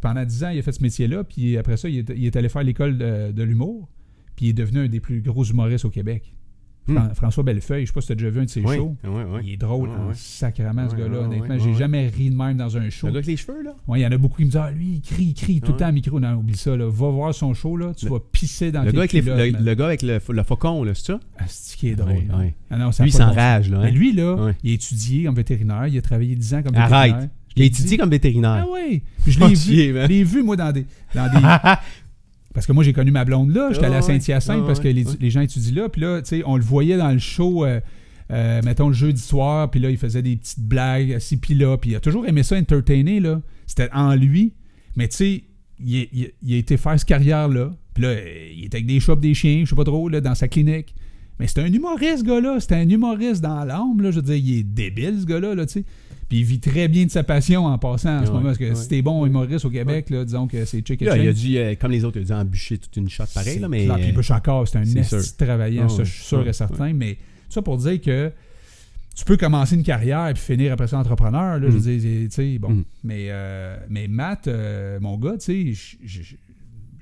Speaker 2: Pendant 10 ans, il a fait ce métier-là. Puis après ça, il est, il est allé faire l'école de, de l'humour. Puis il est devenu un des plus gros humoristes au Québec.
Speaker 1: Hmm.
Speaker 2: Fran- François Bellefeuille, je sais pas si tu as déjà vu un de ses
Speaker 1: Oui,
Speaker 2: shows.
Speaker 1: oui, oui.
Speaker 2: Il est drôle,
Speaker 1: Ouais,
Speaker 2: hein,
Speaker 1: ouais.
Speaker 2: sacrément, ce
Speaker 1: Ouais,
Speaker 2: gars-là.
Speaker 1: ouais,
Speaker 2: Honnêtement,
Speaker 1: ouais,
Speaker 2: j'ai
Speaker 1: ouais.
Speaker 2: jamais ri de même dans un show.
Speaker 1: Le gars avec les cheveux, là?
Speaker 2: Ouais, il y en a beaucoup qui me disent Ah, lui, il crie, il crie tout
Speaker 1: Ouais.
Speaker 2: le temps au micro. Non, oublie ça, là. va voir son show, là. tu
Speaker 1: Le-
Speaker 2: vas pisser dans
Speaker 1: Le
Speaker 2: tes
Speaker 1: gars, avec les-
Speaker 2: culottes,
Speaker 1: le,
Speaker 2: man.
Speaker 1: le gars avec le, le faucon, là, c'est ça?
Speaker 2: Ah, c'est qui est drôle.
Speaker 1: Ouais,
Speaker 2: hein.
Speaker 1: ouais.
Speaker 2: Ah non, ça a
Speaker 1: Lui, il
Speaker 2: pas de bon
Speaker 1: s'enrage, là.
Speaker 2: sens.
Speaker 1: hein?
Speaker 2: Mais lui, là,
Speaker 1: Ouais.
Speaker 2: il a étudié comme vétérinaire, il a travaillé 10 ans comme
Speaker 1: Arrête.
Speaker 2: vétérinaire.
Speaker 1: Il est
Speaker 2: te
Speaker 1: étudié
Speaker 2: dis-
Speaker 1: comme
Speaker 2: Ah
Speaker 1: vétérinaire.
Speaker 2: ouais, je l'ai
Speaker 1: Entier,
Speaker 2: vu,
Speaker 1: man.
Speaker 2: je l'ai vu, moi, dans des... Dans des parce que moi, j'ai connu ma blonde là. J'étais allé à
Speaker 1: Ah ouais.
Speaker 2: Saint-Hyacinthe
Speaker 1: Ah
Speaker 2: parce que
Speaker 1: ouais.
Speaker 2: les,
Speaker 1: Ouais.
Speaker 2: les gens étudient là. Puis là, tu sais, on le voyait dans le show, euh, euh, mettons, le jeudi soir. Puis là, il faisait des petites blagues, ci, puis là. Puis il a toujours aimé ça, entertainer, là. C'était en lui. Mais tu sais, il, est- il- il a été faire cette carrière-là. Puis là, euh, il était avec des chats, pis des chiens, je sais pas trop, là, dans sa clinique. Mais c'était un humoriste, ce gars-là. C'était un humoriste dans l'âme, là. Je veux dire, il est débile, ce gars-là, là, tu sais. Puis il vit très bien de sa passion en passant en
Speaker 1: Ouais,
Speaker 2: ce moment. Parce que
Speaker 1: ouais.
Speaker 2: si t'es bon humoriste au Québec, là, disons que c'est chicken
Speaker 1: Là, il a dû, euh, comme les autres, il a dû embûcher toute une shot pareil, là, mais. euh,
Speaker 2: clair. Puis Bush encore, c'est un
Speaker 1: c'est
Speaker 2: esti
Speaker 1: sûr.
Speaker 2: de travaillant,
Speaker 1: Ah
Speaker 2: ça,
Speaker 1: oui,
Speaker 2: je suis sûr
Speaker 1: oui,
Speaker 2: et certain. Mais tout ça pour dire que tu peux commencer une carrière et puis finir après ça entrepreneur. Là, Je
Speaker 1: Mm.
Speaker 2: veux dire, tu sais, bon.
Speaker 1: Mm.
Speaker 2: Mais, euh, mais Matt, euh, mon gars, tu sais, je- je- je-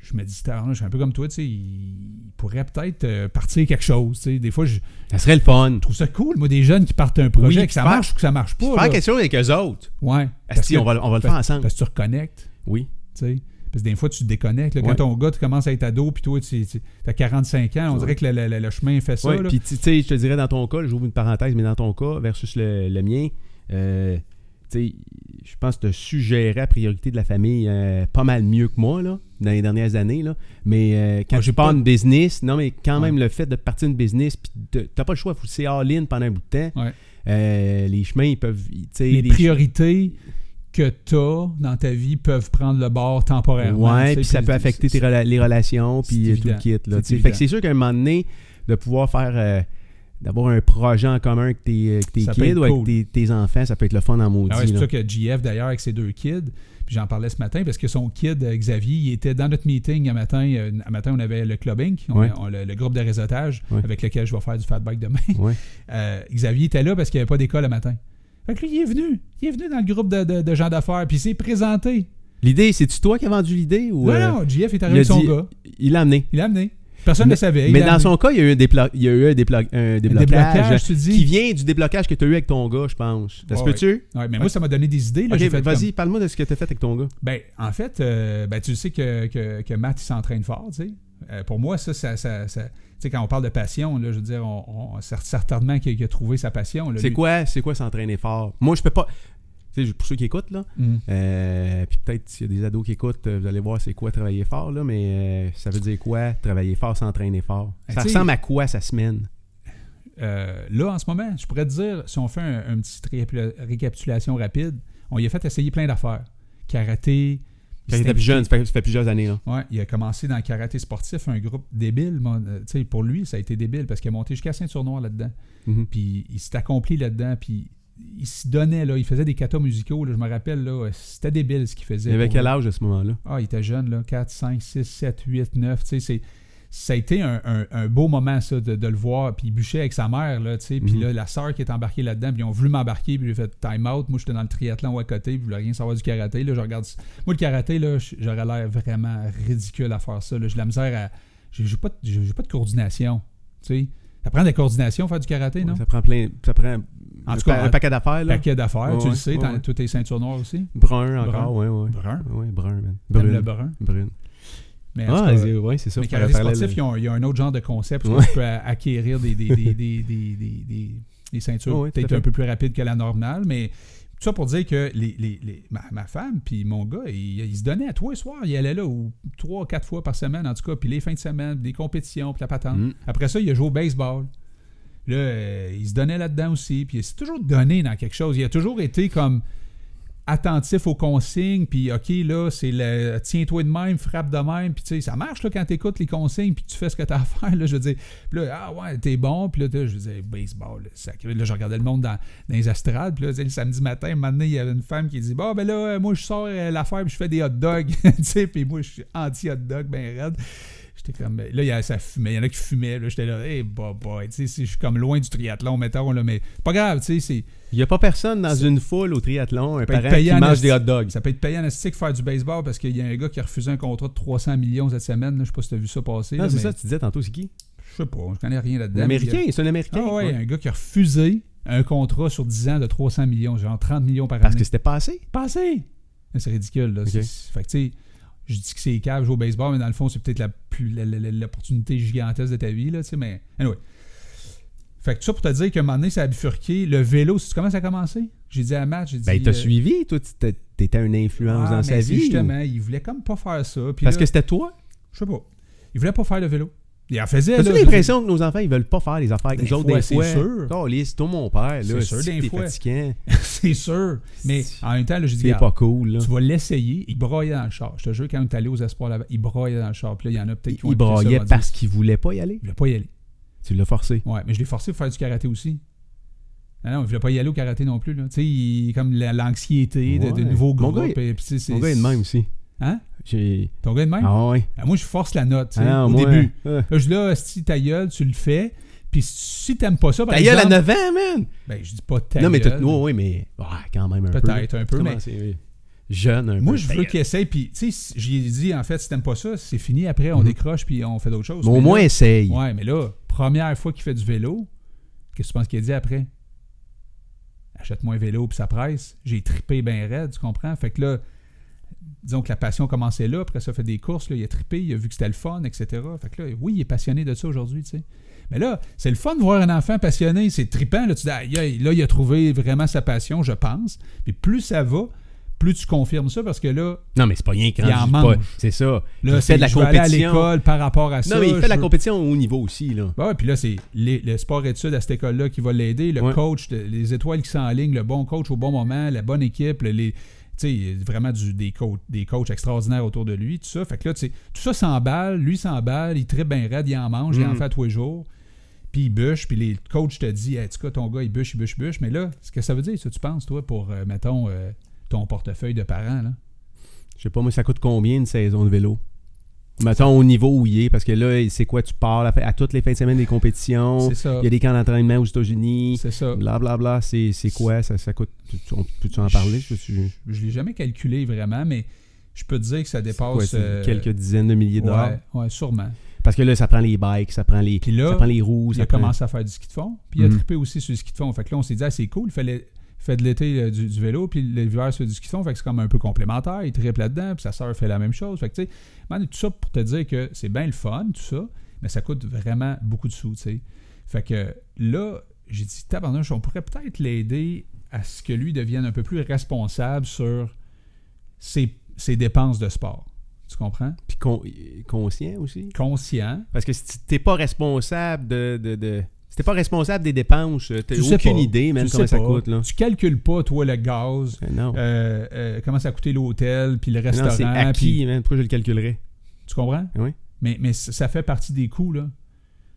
Speaker 2: je me dis, Tabarnak, je suis un peu comme toi, tu sais, il pourrait peut-être euh, partir quelque chose. tu sais. Des fois, je
Speaker 1: Ça serait le fun.
Speaker 2: trouve ça cool, moi, des jeunes qui partent un projet,
Speaker 1: Oui,
Speaker 2: que ça
Speaker 1: faire-
Speaker 2: marche ou que ça marche pas.
Speaker 1: Faire
Speaker 2: là.
Speaker 1: quelque chose avec eux autres.
Speaker 2: Ouais. Parce
Speaker 1: Asti,
Speaker 2: que-
Speaker 1: on va, on va le faire
Speaker 2: parce-
Speaker 1: ensemble.
Speaker 2: Parce que tu reconnectes.
Speaker 1: Oui.
Speaker 2: tu sais. Parce que des fois, tu te déconnectes. là. quand
Speaker 1: Ouais.
Speaker 2: ton gars, tu commences à être ado, puis toi, tu as 45 ans, on
Speaker 1: Ouais.
Speaker 2: dirait que le, le- le- le chemin fait ça.
Speaker 1: Ouais,
Speaker 2: là.
Speaker 1: puis tu tu sais, je te dirais dans ton cas, j'ouvre une parenthèse, mais dans ton cas versus le, le mien, euh, tu sais, je pense que tu suggérais la priorité de la famille euh, pas mal mieux que moi là, dans les dernières années. Là. Mais euh, quand
Speaker 2: Ouais,
Speaker 1: je
Speaker 2: j'ai
Speaker 1: pars
Speaker 2: pas-
Speaker 1: une business, non, mais quand
Speaker 2: Ouais.
Speaker 1: même le fait de partir une business, puis de- t'as pas le choix, faut c'est all-in pendant un bout de temps.
Speaker 2: Ouais.
Speaker 1: Euh, les chemins, ils peuvent. ils- tu sais,
Speaker 2: les,
Speaker 1: les-
Speaker 2: priorités que tu as dans ta vie peuvent prendre le bord temporairement. tu
Speaker 1: Ouais,
Speaker 2: sais,
Speaker 1: puis ça peut affecter tes rela- les relations,
Speaker 2: c'est
Speaker 1: puis euh, tout le
Speaker 2: évident.
Speaker 1: kit. Là,
Speaker 2: C'est
Speaker 1: tu sais.
Speaker 2: évident.
Speaker 1: fait que c'est sûr qu'à un moment donné, de pouvoir faire. euh, D'avoir un projet en commun avec tes, avec tes
Speaker 2: Ça peut
Speaker 1: kids
Speaker 2: être
Speaker 1: ou avec
Speaker 2: cool.
Speaker 1: tes, tes enfants, ça peut être le fun en maudit.
Speaker 2: Ah ouais, c'est
Speaker 1: là.
Speaker 2: pour ça que JF, d'ailleurs, avec ses deux kids, puis j'en parlais ce matin, parce que son kid, euh, Xavier, il était dans notre meeting un matin. euh, Un matin, on avait le clubbing, on-
Speaker 1: Ouais.
Speaker 2: on- le, le groupe de réseautage
Speaker 1: Ouais.
Speaker 2: avec lequel je vais faire du fat bike demain.
Speaker 1: Ouais.
Speaker 2: Euh, Xavier était là parce qu'il n'y avait pas d'école le matin. Fait que lui, il est venu. Il est venu dans le groupe de, de- de gens d'affaires, puis il s'est présenté.
Speaker 1: L'idée, c'est-tu toi qui as vendu l'idée ou. euh,
Speaker 2: Non, non, JF est
Speaker 1: il
Speaker 2: arrivé
Speaker 1: a
Speaker 2: avec son
Speaker 1: dit-
Speaker 2: gars.
Speaker 1: Il l'a amené.
Speaker 2: Il l'a amené. Personne ne le savait. Ben, il
Speaker 1: mais
Speaker 2: l'a
Speaker 1: dans
Speaker 2: amené.
Speaker 1: son cas, il y a eu un, déplo- il y a eu un, déplo- un
Speaker 2: Le
Speaker 1: déblocage.
Speaker 2: déblocage, tu
Speaker 1: Qui
Speaker 2: dis.
Speaker 1: vient du déblocage que tu as eu avec ton gars, je pense. Ça se
Speaker 2: Ouais,
Speaker 1: peut-tu?
Speaker 2: Ouais, mais moi, ça m'a donné des idées. Là,
Speaker 1: Ok,
Speaker 2: J'ai fait
Speaker 1: vas-y,
Speaker 2: comme-
Speaker 1: parle-moi de ce que tu as fait avec ton gars.
Speaker 2: Ben, en fait, euh, ben, tu sais que, que, que Matt, il s'entraîne fort, tu sais. Euh, pour moi, ça, ça, ça, ça- tu sais, quand on parle de passion, là, je veux dire, on, on- cer- certainement qu'il qu'il a trouvé sa passion. là,
Speaker 1: C'est
Speaker 2: lui.
Speaker 1: quoi, c'est quoi s'entraîner fort? Moi, je peux pas. Tu sais, pour ceux qui écoutent, là,
Speaker 2: Mm.
Speaker 1: Euh, puis peut-être s'il y a des ados qui écoutent, euh, vous allez voir c'est quoi travailler fort, là, mais euh, ça veut dire quoi travailler fort, s'entraîner fort?
Speaker 2: Ben,
Speaker 1: ça
Speaker 2: tu sais-
Speaker 1: ressemble à quoi sa semaine?
Speaker 2: Euh, là, en ce moment, je pourrais te dire, si on fait un, un petit récapu- récapitulation rapide, on lui a fait essayer plein d'affaires. Karaté.
Speaker 1: Quand il
Speaker 2: s'est
Speaker 1: était plus jeune, ça fait, ça fait plusieurs années. Là.
Speaker 2: Ouais, il a commencé dans le karaté sportif, un groupe débile. mon- euh, tu sais, pour lui, ça a été débile parce qu'il a monté jusqu'à ceinture noire là-dedans.
Speaker 1: Mhm.
Speaker 2: puis il s'est accompli là-dedans, puis il se donnait, là, il faisait des katas musicaux, là, je me rappelle, là, c'était débile ce qu'il faisait.
Speaker 1: Il avait
Speaker 2: pour-
Speaker 1: quel âge à ce moment-là?
Speaker 2: Ah, il était jeune, là, 4, 5, 6, 7, 8, 9, tu sais, c'est- Ça a été un, un- un beau moment, ça, de, de le voir. Puis il bûchait avec sa mère, là, tu sais. Puis
Speaker 1: Mhm.
Speaker 2: là, la sœur qui est embarquée là-dedans, puis ils ont voulu m'embarquer, puis j'ai fait time out. Moi, j'étais dans le triathlon à côté, puis je voulais rien savoir du karaté. Là, je regarde... Moi, le karaté, là, j- j'aurais l'air vraiment ridicule à faire ça. là. J'ai de la misère à... J'ai j'ai pas, de- j'ai j'ai pas de coordination, tu sais. Ça prend de la coordination, faire du karaté, non?
Speaker 1: Ouais, Ça prend plein. Ça prend
Speaker 2: En
Speaker 1: un,
Speaker 2: tout cas,
Speaker 1: pa-
Speaker 2: en-
Speaker 1: un paquet d'affaires. là.
Speaker 2: paquet d'affaires,
Speaker 1: Ouais,
Speaker 2: tu le
Speaker 1: ouais,
Speaker 2: sais,
Speaker 1: ouais,
Speaker 2: t'as
Speaker 1: ouais.
Speaker 2: toutes tes ceintures noires aussi.
Speaker 1: Brun encore, ouais, ouais.
Speaker 2: Brun.
Speaker 1: Ouais, brun, man.
Speaker 2: T'aimes
Speaker 1: Brune.
Speaker 2: le brun.
Speaker 1: Brune.
Speaker 2: Mais en tout
Speaker 1: Ah,
Speaker 2: cas,
Speaker 1: c'est- ouais, c'est ça.
Speaker 2: mais
Speaker 1: faut faire
Speaker 2: karaté
Speaker 1: le parallèle.
Speaker 2: sportif, ils ont- il y a un autre genre de concept où
Speaker 1: Ouais.
Speaker 2: tu peux a- acquérir des, des, des, des, des, des- des- des ceintures
Speaker 1: Ouais, ouais, tout à
Speaker 2: peut-être
Speaker 1: fait.
Speaker 2: un peu plus rapides que la normale, mais tout ça pour dire que les, les- les- ma, ma femme puis mon gars, ils ils se donnaient à tous les soirs. Ils allaient là ou trois, quatre fois par semaine, en tout cas, puis les fins de semaine, des compétitions, puis la patente.
Speaker 1: Mm.
Speaker 2: Après ça, il a joué au baseball. Là, euh, il se donnait là-dedans aussi. Puis il s'est toujours donné dans quelque chose. Il a toujours été comme attentif aux consignes. Puis OK, là, c'est le tiens-toi de même, frappe de même. Puis tu sais, ça marche là, quand tu écoutes les consignes. Puis tu fais ce que tu as à faire. Là, je veux dire, puis là, ah ouais, t'es bon. Puis là, t'as- je veux dire, baseball, là, sacré. Là, je regardais le monde dans, dans les astrades. Puis là, tu sais, le samedi matin, maintenant, il y avait une femme qui dit Bon, ben là, euh, moi, je sors euh, l'affaire. Puis je fais des hot dogs. tu sais, puis moi, je suis anti-hot dog, ben raide. J'étais comme. Là, il y a, ça fumait. Il y en a qui fumaient. là. J'étais là, hey, bah, bah. Tu sais, c'est- je suis comme loin du triathlon, mettons, là. Mais pas grave, tu sais, c'est.
Speaker 1: Il n'y a pas personne dans une foule au triathlon, un
Speaker 2: peut être
Speaker 1: parent qui
Speaker 2: payant,
Speaker 1: mange
Speaker 2: mais-
Speaker 1: des hot dogs.
Speaker 2: Ça peut être payant en esti que faire du baseball parce qu'il y a un gars qui a refusé un contrat de 300 millions cette semaine. là. Je sais pas si t'as vu ça passer.
Speaker 1: Non,
Speaker 2: là,
Speaker 1: c'est
Speaker 2: mais
Speaker 1: ça, tu disais tantôt, c'est qui
Speaker 2: Je sais pas, je connais rien là-dedans.
Speaker 1: Américain, c'est un
Speaker 2: Ah
Speaker 1: Américain.
Speaker 2: ouais,
Speaker 1: ouais.
Speaker 2: un gars qui a refusé un contrat sur 10 ans de 300 millions, genre 30 millions par
Speaker 1: Parce
Speaker 2: année.
Speaker 1: que c'était passé.
Speaker 2: passé. C'est ridicule, là.
Speaker 1: Ok.
Speaker 2: C'est- c'est- Fait que, tu sais, je dis que c'est cave, jouer au baseball, mais dans le fond, c'est peut-être la plus- la- la- la- l'opportunité gigantesque de ta vie, là, tu sais, mais... Anyway. Fait que tout ça pour te dire qu'à un moment donné, ça a bifurqué. Le vélo, si tu commences à commencer, j'ai dit à Matt, j'ai dit...
Speaker 1: Ben, il t'a
Speaker 2: euh,
Speaker 1: suivi, toi, tu t'es- t'étais un influence
Speaker 2: ah,
Speaker 1: dans
Speaker 2: mais
Speaker 1: sa
Speaker 2: c'est
Speaker 1: vie. ou-
Speaker 2: Justement, il voulait comme pas faire ça. Puis
Speaker 1: Parce
Speaker 2: là,
Speaker 1: que c'était toi.
Speaker 2: je sais pas. Il voulait pas faire le vélo. Il en faisait,
Speaker 1: T'as-tu
Speaker 2: ben là,
Speaker 1: l'impression que nos enfants, ils veulent pas faire les affaires avec
Speaker 2: Des
Speaker 1: nous autres
Speaker 2: fois,
Speaker 1: des
Speaker 2: c'est
Speaker 1: fois?
Speaker 2: sûr.
Speaker 1: Caliste, c'est toi, mon père, là.
Speaker 2: C'est sûr,
Speaker 1: si
Speaker 2: des
Speaker 1: t'es
Speaker 2: fois.
Speaker 1: fatiguant,
Speaker 2: C'est sûr. Mais en même temps, là, j'ai dit...
Speaker 1: c'est
Speaker 2: Regarde,
Speaker 1: pas cool, là.
Speaker 2: Tu vas l'essayer. Il broyait dans le char. Je te jure, quand il est allé aux espoirs là-bas, il broyait dans le char. Puis là, il y en a peut-être
Speaker 1: Il,
Speaker 2: qui ont
Speaker 1: il
Speaker 2: écouté ça,
Speaker 1: braillait
Speaker 2: vont dire,
Speaker 1: parce qu'il voulait pas y aller.
Speaker 2: Il voulait pas y aller.
Speaker 1: Tu l'as forcé.
Speaker 2: Ouais, mais je l'ai forcé pour faire du karaté aussi. Non, non, il voulait pas y aller au karaté non plus. Là. Tu sais, il- comme la- l'anxiété de, de
Speaker 1: Ouais.
Speaker 2: nouveaux
Speaker 1: Mon
Speaker 2: groupes.
Speaker 1: gars,
Speaker 2: et puis tu sais, c'est-
Speaker 1: Mon gars est de même aussi.
Speaker 2: Hein?
Speaker 1: J'ai...
Speaker 2: Ton gars est de même?
Speaker 1: Ah ouais.
Speaker 2: Ah, Moi, je force la note tu sais,
Speaker 1: Ah non,
Speaker 2: au
Speaker 1: moi,
Speaker 2: début.
Speaker 1: euh,
Speaker 2: Là, je dis là, si ta gueule, tu le fais. Puis si t'aimes pas ça, par
Speaker 1: Ta gueule à
Speaker 2: exemple,
Speaker 1: 9 ans, man!
Speaker 2: ben, je dis pas ta
Speaker 1: non, mais
Speaker 2: gueule.
Speaker 1: t'as- ouais, ouais, mais ah, quand même un peu.
Speaker 2: Peut-être un peu,
Speaker 1: Comment
Speaker 2: mais-
Speaker 1: c'est, oui. Jeune un peu. Ben,
Speaker 2: Moi, je
Speaker 1: Ta
Speaker 2: veux
Speaker 1: gueule.
Speaker 2: qu'il essaye. Puis, tu sais, si- j'y ai dit, en fait, si t'aimes pas ça, c'est fini. Après, on
Speaker 1: Mhm.
Speaker 2: décroche, puis on fait d'autres choses.
Speaker 1: Mais au
Speaker 2: Mais
Speaker 1: moins,
Speaker 2: là-
Speaker 1: essaye.
Speaker 2: Ouais, mais là, première fois qu'il fait du vélo, qu'est-ce que tu penses qu'il a dit après? Achète-moi un vélo, puis ça presse. J'ai tripé bien raide, tu comprends? Fait que là, disons que la passion commençait là, après ça fait des courses, là, il a trippé, il a vu que c'était le fun, etc. Fait que là, oui, il est passionné de ça aujourd'hui, tu sais. Mais là, c'est le fun de voir un enfant passionné, c'est trippant. Là, tu dis, aïe, aïe, là, il a trouvé vraiment sa passion, je pense. Mais plus ça va, plus tu confirmes ça, parce que là,
Speaker 1: Non, mais c'est pas rien quand
Speaker 2: Il
Speaker 1: je
Speaker 2: en
Speaker 1: dis
Speaker 2: mange.
Speaker 1: pas- C'est ça.
Speaker 2: là
Speaker 1: il fait de la
Speaker 2: je vais aller à
Speaker 1: compétition.
Speaker 2: l'école par rapport à ça.
Speaker 1: Non, mais il fait
Speaker 2: je
Speaker 1: de la
Speaker 2: veux-
Speaker 1: compétition au haut niveau aussi, là.
Speaker 2: bah ouais, puis là, c'est les- le sport études à cette école-là qui va l'aider, le
Speaker 1: Ouais.
Speaker 2: coach, de- les étoiles qui sont en ligne, le bon coach au bon moment, la bonne équipe, le- les, tu sais, vraiment du- des, coachs, des coachs extraordinaires autour de lui, tout ça. Fait que là, tu sais, tout ça s'emballe, lui s'emballe, il tripe bien raide, il en mange, il en
Speaker 1: Mm.
Speaker 2: fait à tous les jours. Puis il bûche, puis les coachs te disent, hey, tu sais, ton gars, il bûche, il bûche, il bûche. Mais là, ce que ça veut dire, ça, tu penses, toi, pour, euh, mettons, euh, ton portefeuille de parents, là?
Speaker 1: Je sais pas, moi, ça coûte combien une saison de vélo? Mettons au niveau où il est, parce que là, c'est quoi, tu pars à, à toutes les fins de semaine des compétitions,
Speaker 2: C'est ça.
Speaker 1: il y a des camps d'entraînement aux États-Unis,
Speaker 2: C'est ça.
Speaker 1: blablabla, c'est c'est quoi, ça, ça coûte, tu- tu- on- peux-tu en parler? Je, je-
Speaker 2: Je l'ai jamais calculé vraiment, mais je peux te dire que ça dépasse.
Speaker 1: quoi, c'est
Speaker 2: euh,
Speaker 1: quelques dizaines de milliers de dollars?
Speaker 2: Ouais, ouais, sûrement.
Speaker 1: Parce que là, ça prend les bikes, ça prend les,
Speaker 2: Puis là,
Speaker 1: ça prend les roues,
Speaker 2: Il
Speaker 1: ça
Speaker 2: a
Speaker 1: prend...
Speaker 2: commencé à faire du ski de fond. Puis il a
Speaker 1: Mhm.
Speaker 2: trippé aussi sur le ski de fond. Fait que là, on s'est dit, ah, c'est cool, il fallait fait de l'été euh, du, du vélo, puis l'hiver sur du ski de fond. Fait que c'est comme un peu complémentaire. Il trippe là-dedans, puis sa sœur fait la même chose. Fait que tu sais, man, tout ça pour te dire que c'est bien le fun, tout ça, mais ça coûte vraiment beaucoup de sous, tu sais. Fait que là, j'ai dit, tabarnouche, on pourrait peut-être l'aider à ce que lui devienne un peu plus responsable sur ses, ses dépenses de sport. Tu comprends?
Speaker 1: Puis con- conscient aussi?
Speaker 2: Conscient.
Speaker 1: Parce que si tu- t'es pas responsable de... de, de- si t'es pas responsable des dépenses, euh, t'as
Speaker 2: Tu sais
Speaker 1: aucune
Speaker 2: pas.
Speaker 1: idée même
Speaker 2: Tu
Speaker 1: comment
Speaker 2: sais
Speaker 1: ça
Speaker 2: pas.
Speaker 1: coûte, là.
Speaker 2: Tu calcules pas, toi, le gaz,
Speaker 1: Euh, Non,
Speaker 2: euh, euh, comment ça a coûté l'hôtel, puis le
Speaker 1: non c'est
Speaker 2: restaurant.
Speaker 1: acquis,
Speaker 2: puis-
Speaker 1: man, pourquoi je le calculerais?
Speaker 2: tu comprends?
Speaker 1: Oui.
Speaker 2: Mais, mais c- ça fait partie des coûts, là.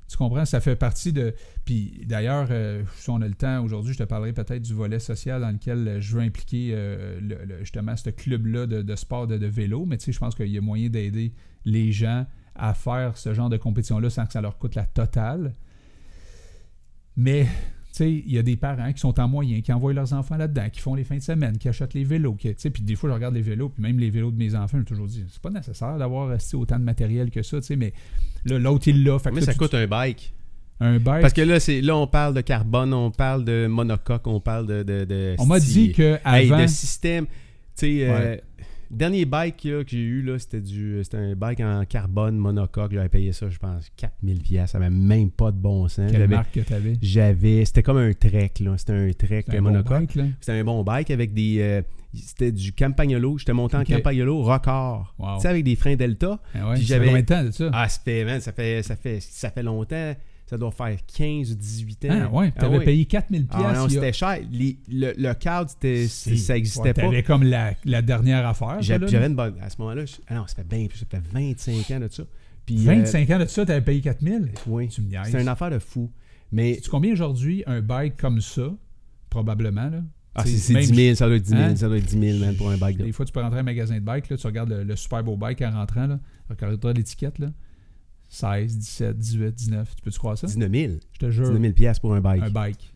Speaker 2: Tu comprends? Ça fait partie de... Puis d'ailleurs, euh, si on a le temps aujourd'hui, je te parlerai peut-être du volet social dans lequel euh, je veux impliquer euh, le- le- justement ce club-là de, de sport de, de vélo. Mais tu sais, je pense qu'il y a moyen d'aider les gens à faire ce genre de compétition-là sans que ça leur coûte la totale. Mais, tu sais, il y a des parents qui sont en moyen, qui envoient leurs enfants là-dedans, qui font les fins de semaine, qui achètent les vélos. qui- Tu sais, puis des fois, je regarde les vélos, puis même les vélos de mes enfants, j'ai toujours dit, c'est pas nécessaire d'avoir esti, autant de matériel que ça, tu sais, mais là, l'autre, il l'a. Fait que
Speaker 1: Mais
Speaker 2: là,
Speaker 1: ça
Speaker 2: tu-
Speaker 1: coûte un bike.
Speaker 2: un bike.
Speaker 1: Parce que là, c'est là on parle de carbone, on parle de monocoque, on parle de. de, de
Speaker 2: On m'a
Speaker 1: sti-
Speaker 2: dit que
Speaker 1: Hey,
Speaker 2: avant,
Speaker 1: de système. Tu sais, euh,
Speaker 2: Ouais.
Speaker 1: dernier bike là, que j'ai eu, là, c'était du c'était un bike en carbone monocoque. J'avais payé ça, je pense, 4000$. piastres. Ça n'avait même pas de bon sens.
Speaker 2: quelle
Speaker 1: J'avais-
Speaker 2: marque que t'avais?
Speaker 1: J'avais. C'était comme un trek, là. C'était un trek
Speaker 2: C'était
Speaker 1: euh,
Speaker 2: un bon
Speaker 1: monocoque.
Speaker 2: bike, là.
Speaker 1: C'était un bon bike avec des. euh, c'était du Campagnolo. J'étais monté en
Speaker 2: Ok.
Speaker 1: Campagnolo record.
Speaker 2: Wow.
Speaker 1: Tu sais, avec des freins Delta.
Speaker 2: Ah ouais,
Speaker 1: Puis
Speaker 2: ça fait
Speaker 1: j'avais-
Speaker 2: combien de temps de ça?
Speaker 1: Ah, ça fait, man, ça fait, ça fait, ça fait longtemps. Ça doit faire 15 ou 18 ans.
Speaker 2: Ah ouais,
Speaker 1: Ah
Speaker 2: t'avais
Speaker 1: oui.
Speaker 2: payé 4000
Speaker 1: Ah non,
Speaker 2: il y a-
Speaker 1: c'était cher. Les- le, le cadre, c'était- c'est- ça n'existait
Speaker 2: Ouais,
Speaker 1: pas.
Speaker 2: T'avais comme la, la dernière affaire. ça,
Speaker 1: J'avais
Speaker 2: là.
Speaker 1: j'avais une bonne. À ce moment-là, je- ah non, ça fait bien plus. Ça fait 25 ans de ça. Puis,
Speaker 2: 25 ans de ça, t'avais payé 4000
Speaker 1: euh, oui.
Speaker 2: Tu me
Speaker 1: euh,
Speaker 2: niaises.
Speaker 1: C'est une affaire de fou. Mais
Speaker 2: Tu combien aujourd'hui un bike comme ça, probablement, là?
Speaker 1: ah,
Speaker 2: Tu
Speaker 1: c'est
Speaker 2: sais,
Speaker 1: c'est
Speaker 2: même
Speaker 1: 10 000. Ça doit être 10 000,
Speaker 2: Hein?
Speaker 1: ça doit être 10 000 man, pour un bike. là.
Speaker 2: Des fois, tu peux rentrer à un magasin de bike, là, tu regardes le, le super beau bike en rentrant, là, regarde l'étiquette, là. 16, 17, 18, 19. Tu peux-tu croire ça?
Speaker 1: 19 000.
Speaker 2: Je te jure.
Speaker 1: 19 000 piastres pour un bike.
Speaker 2: Un bike.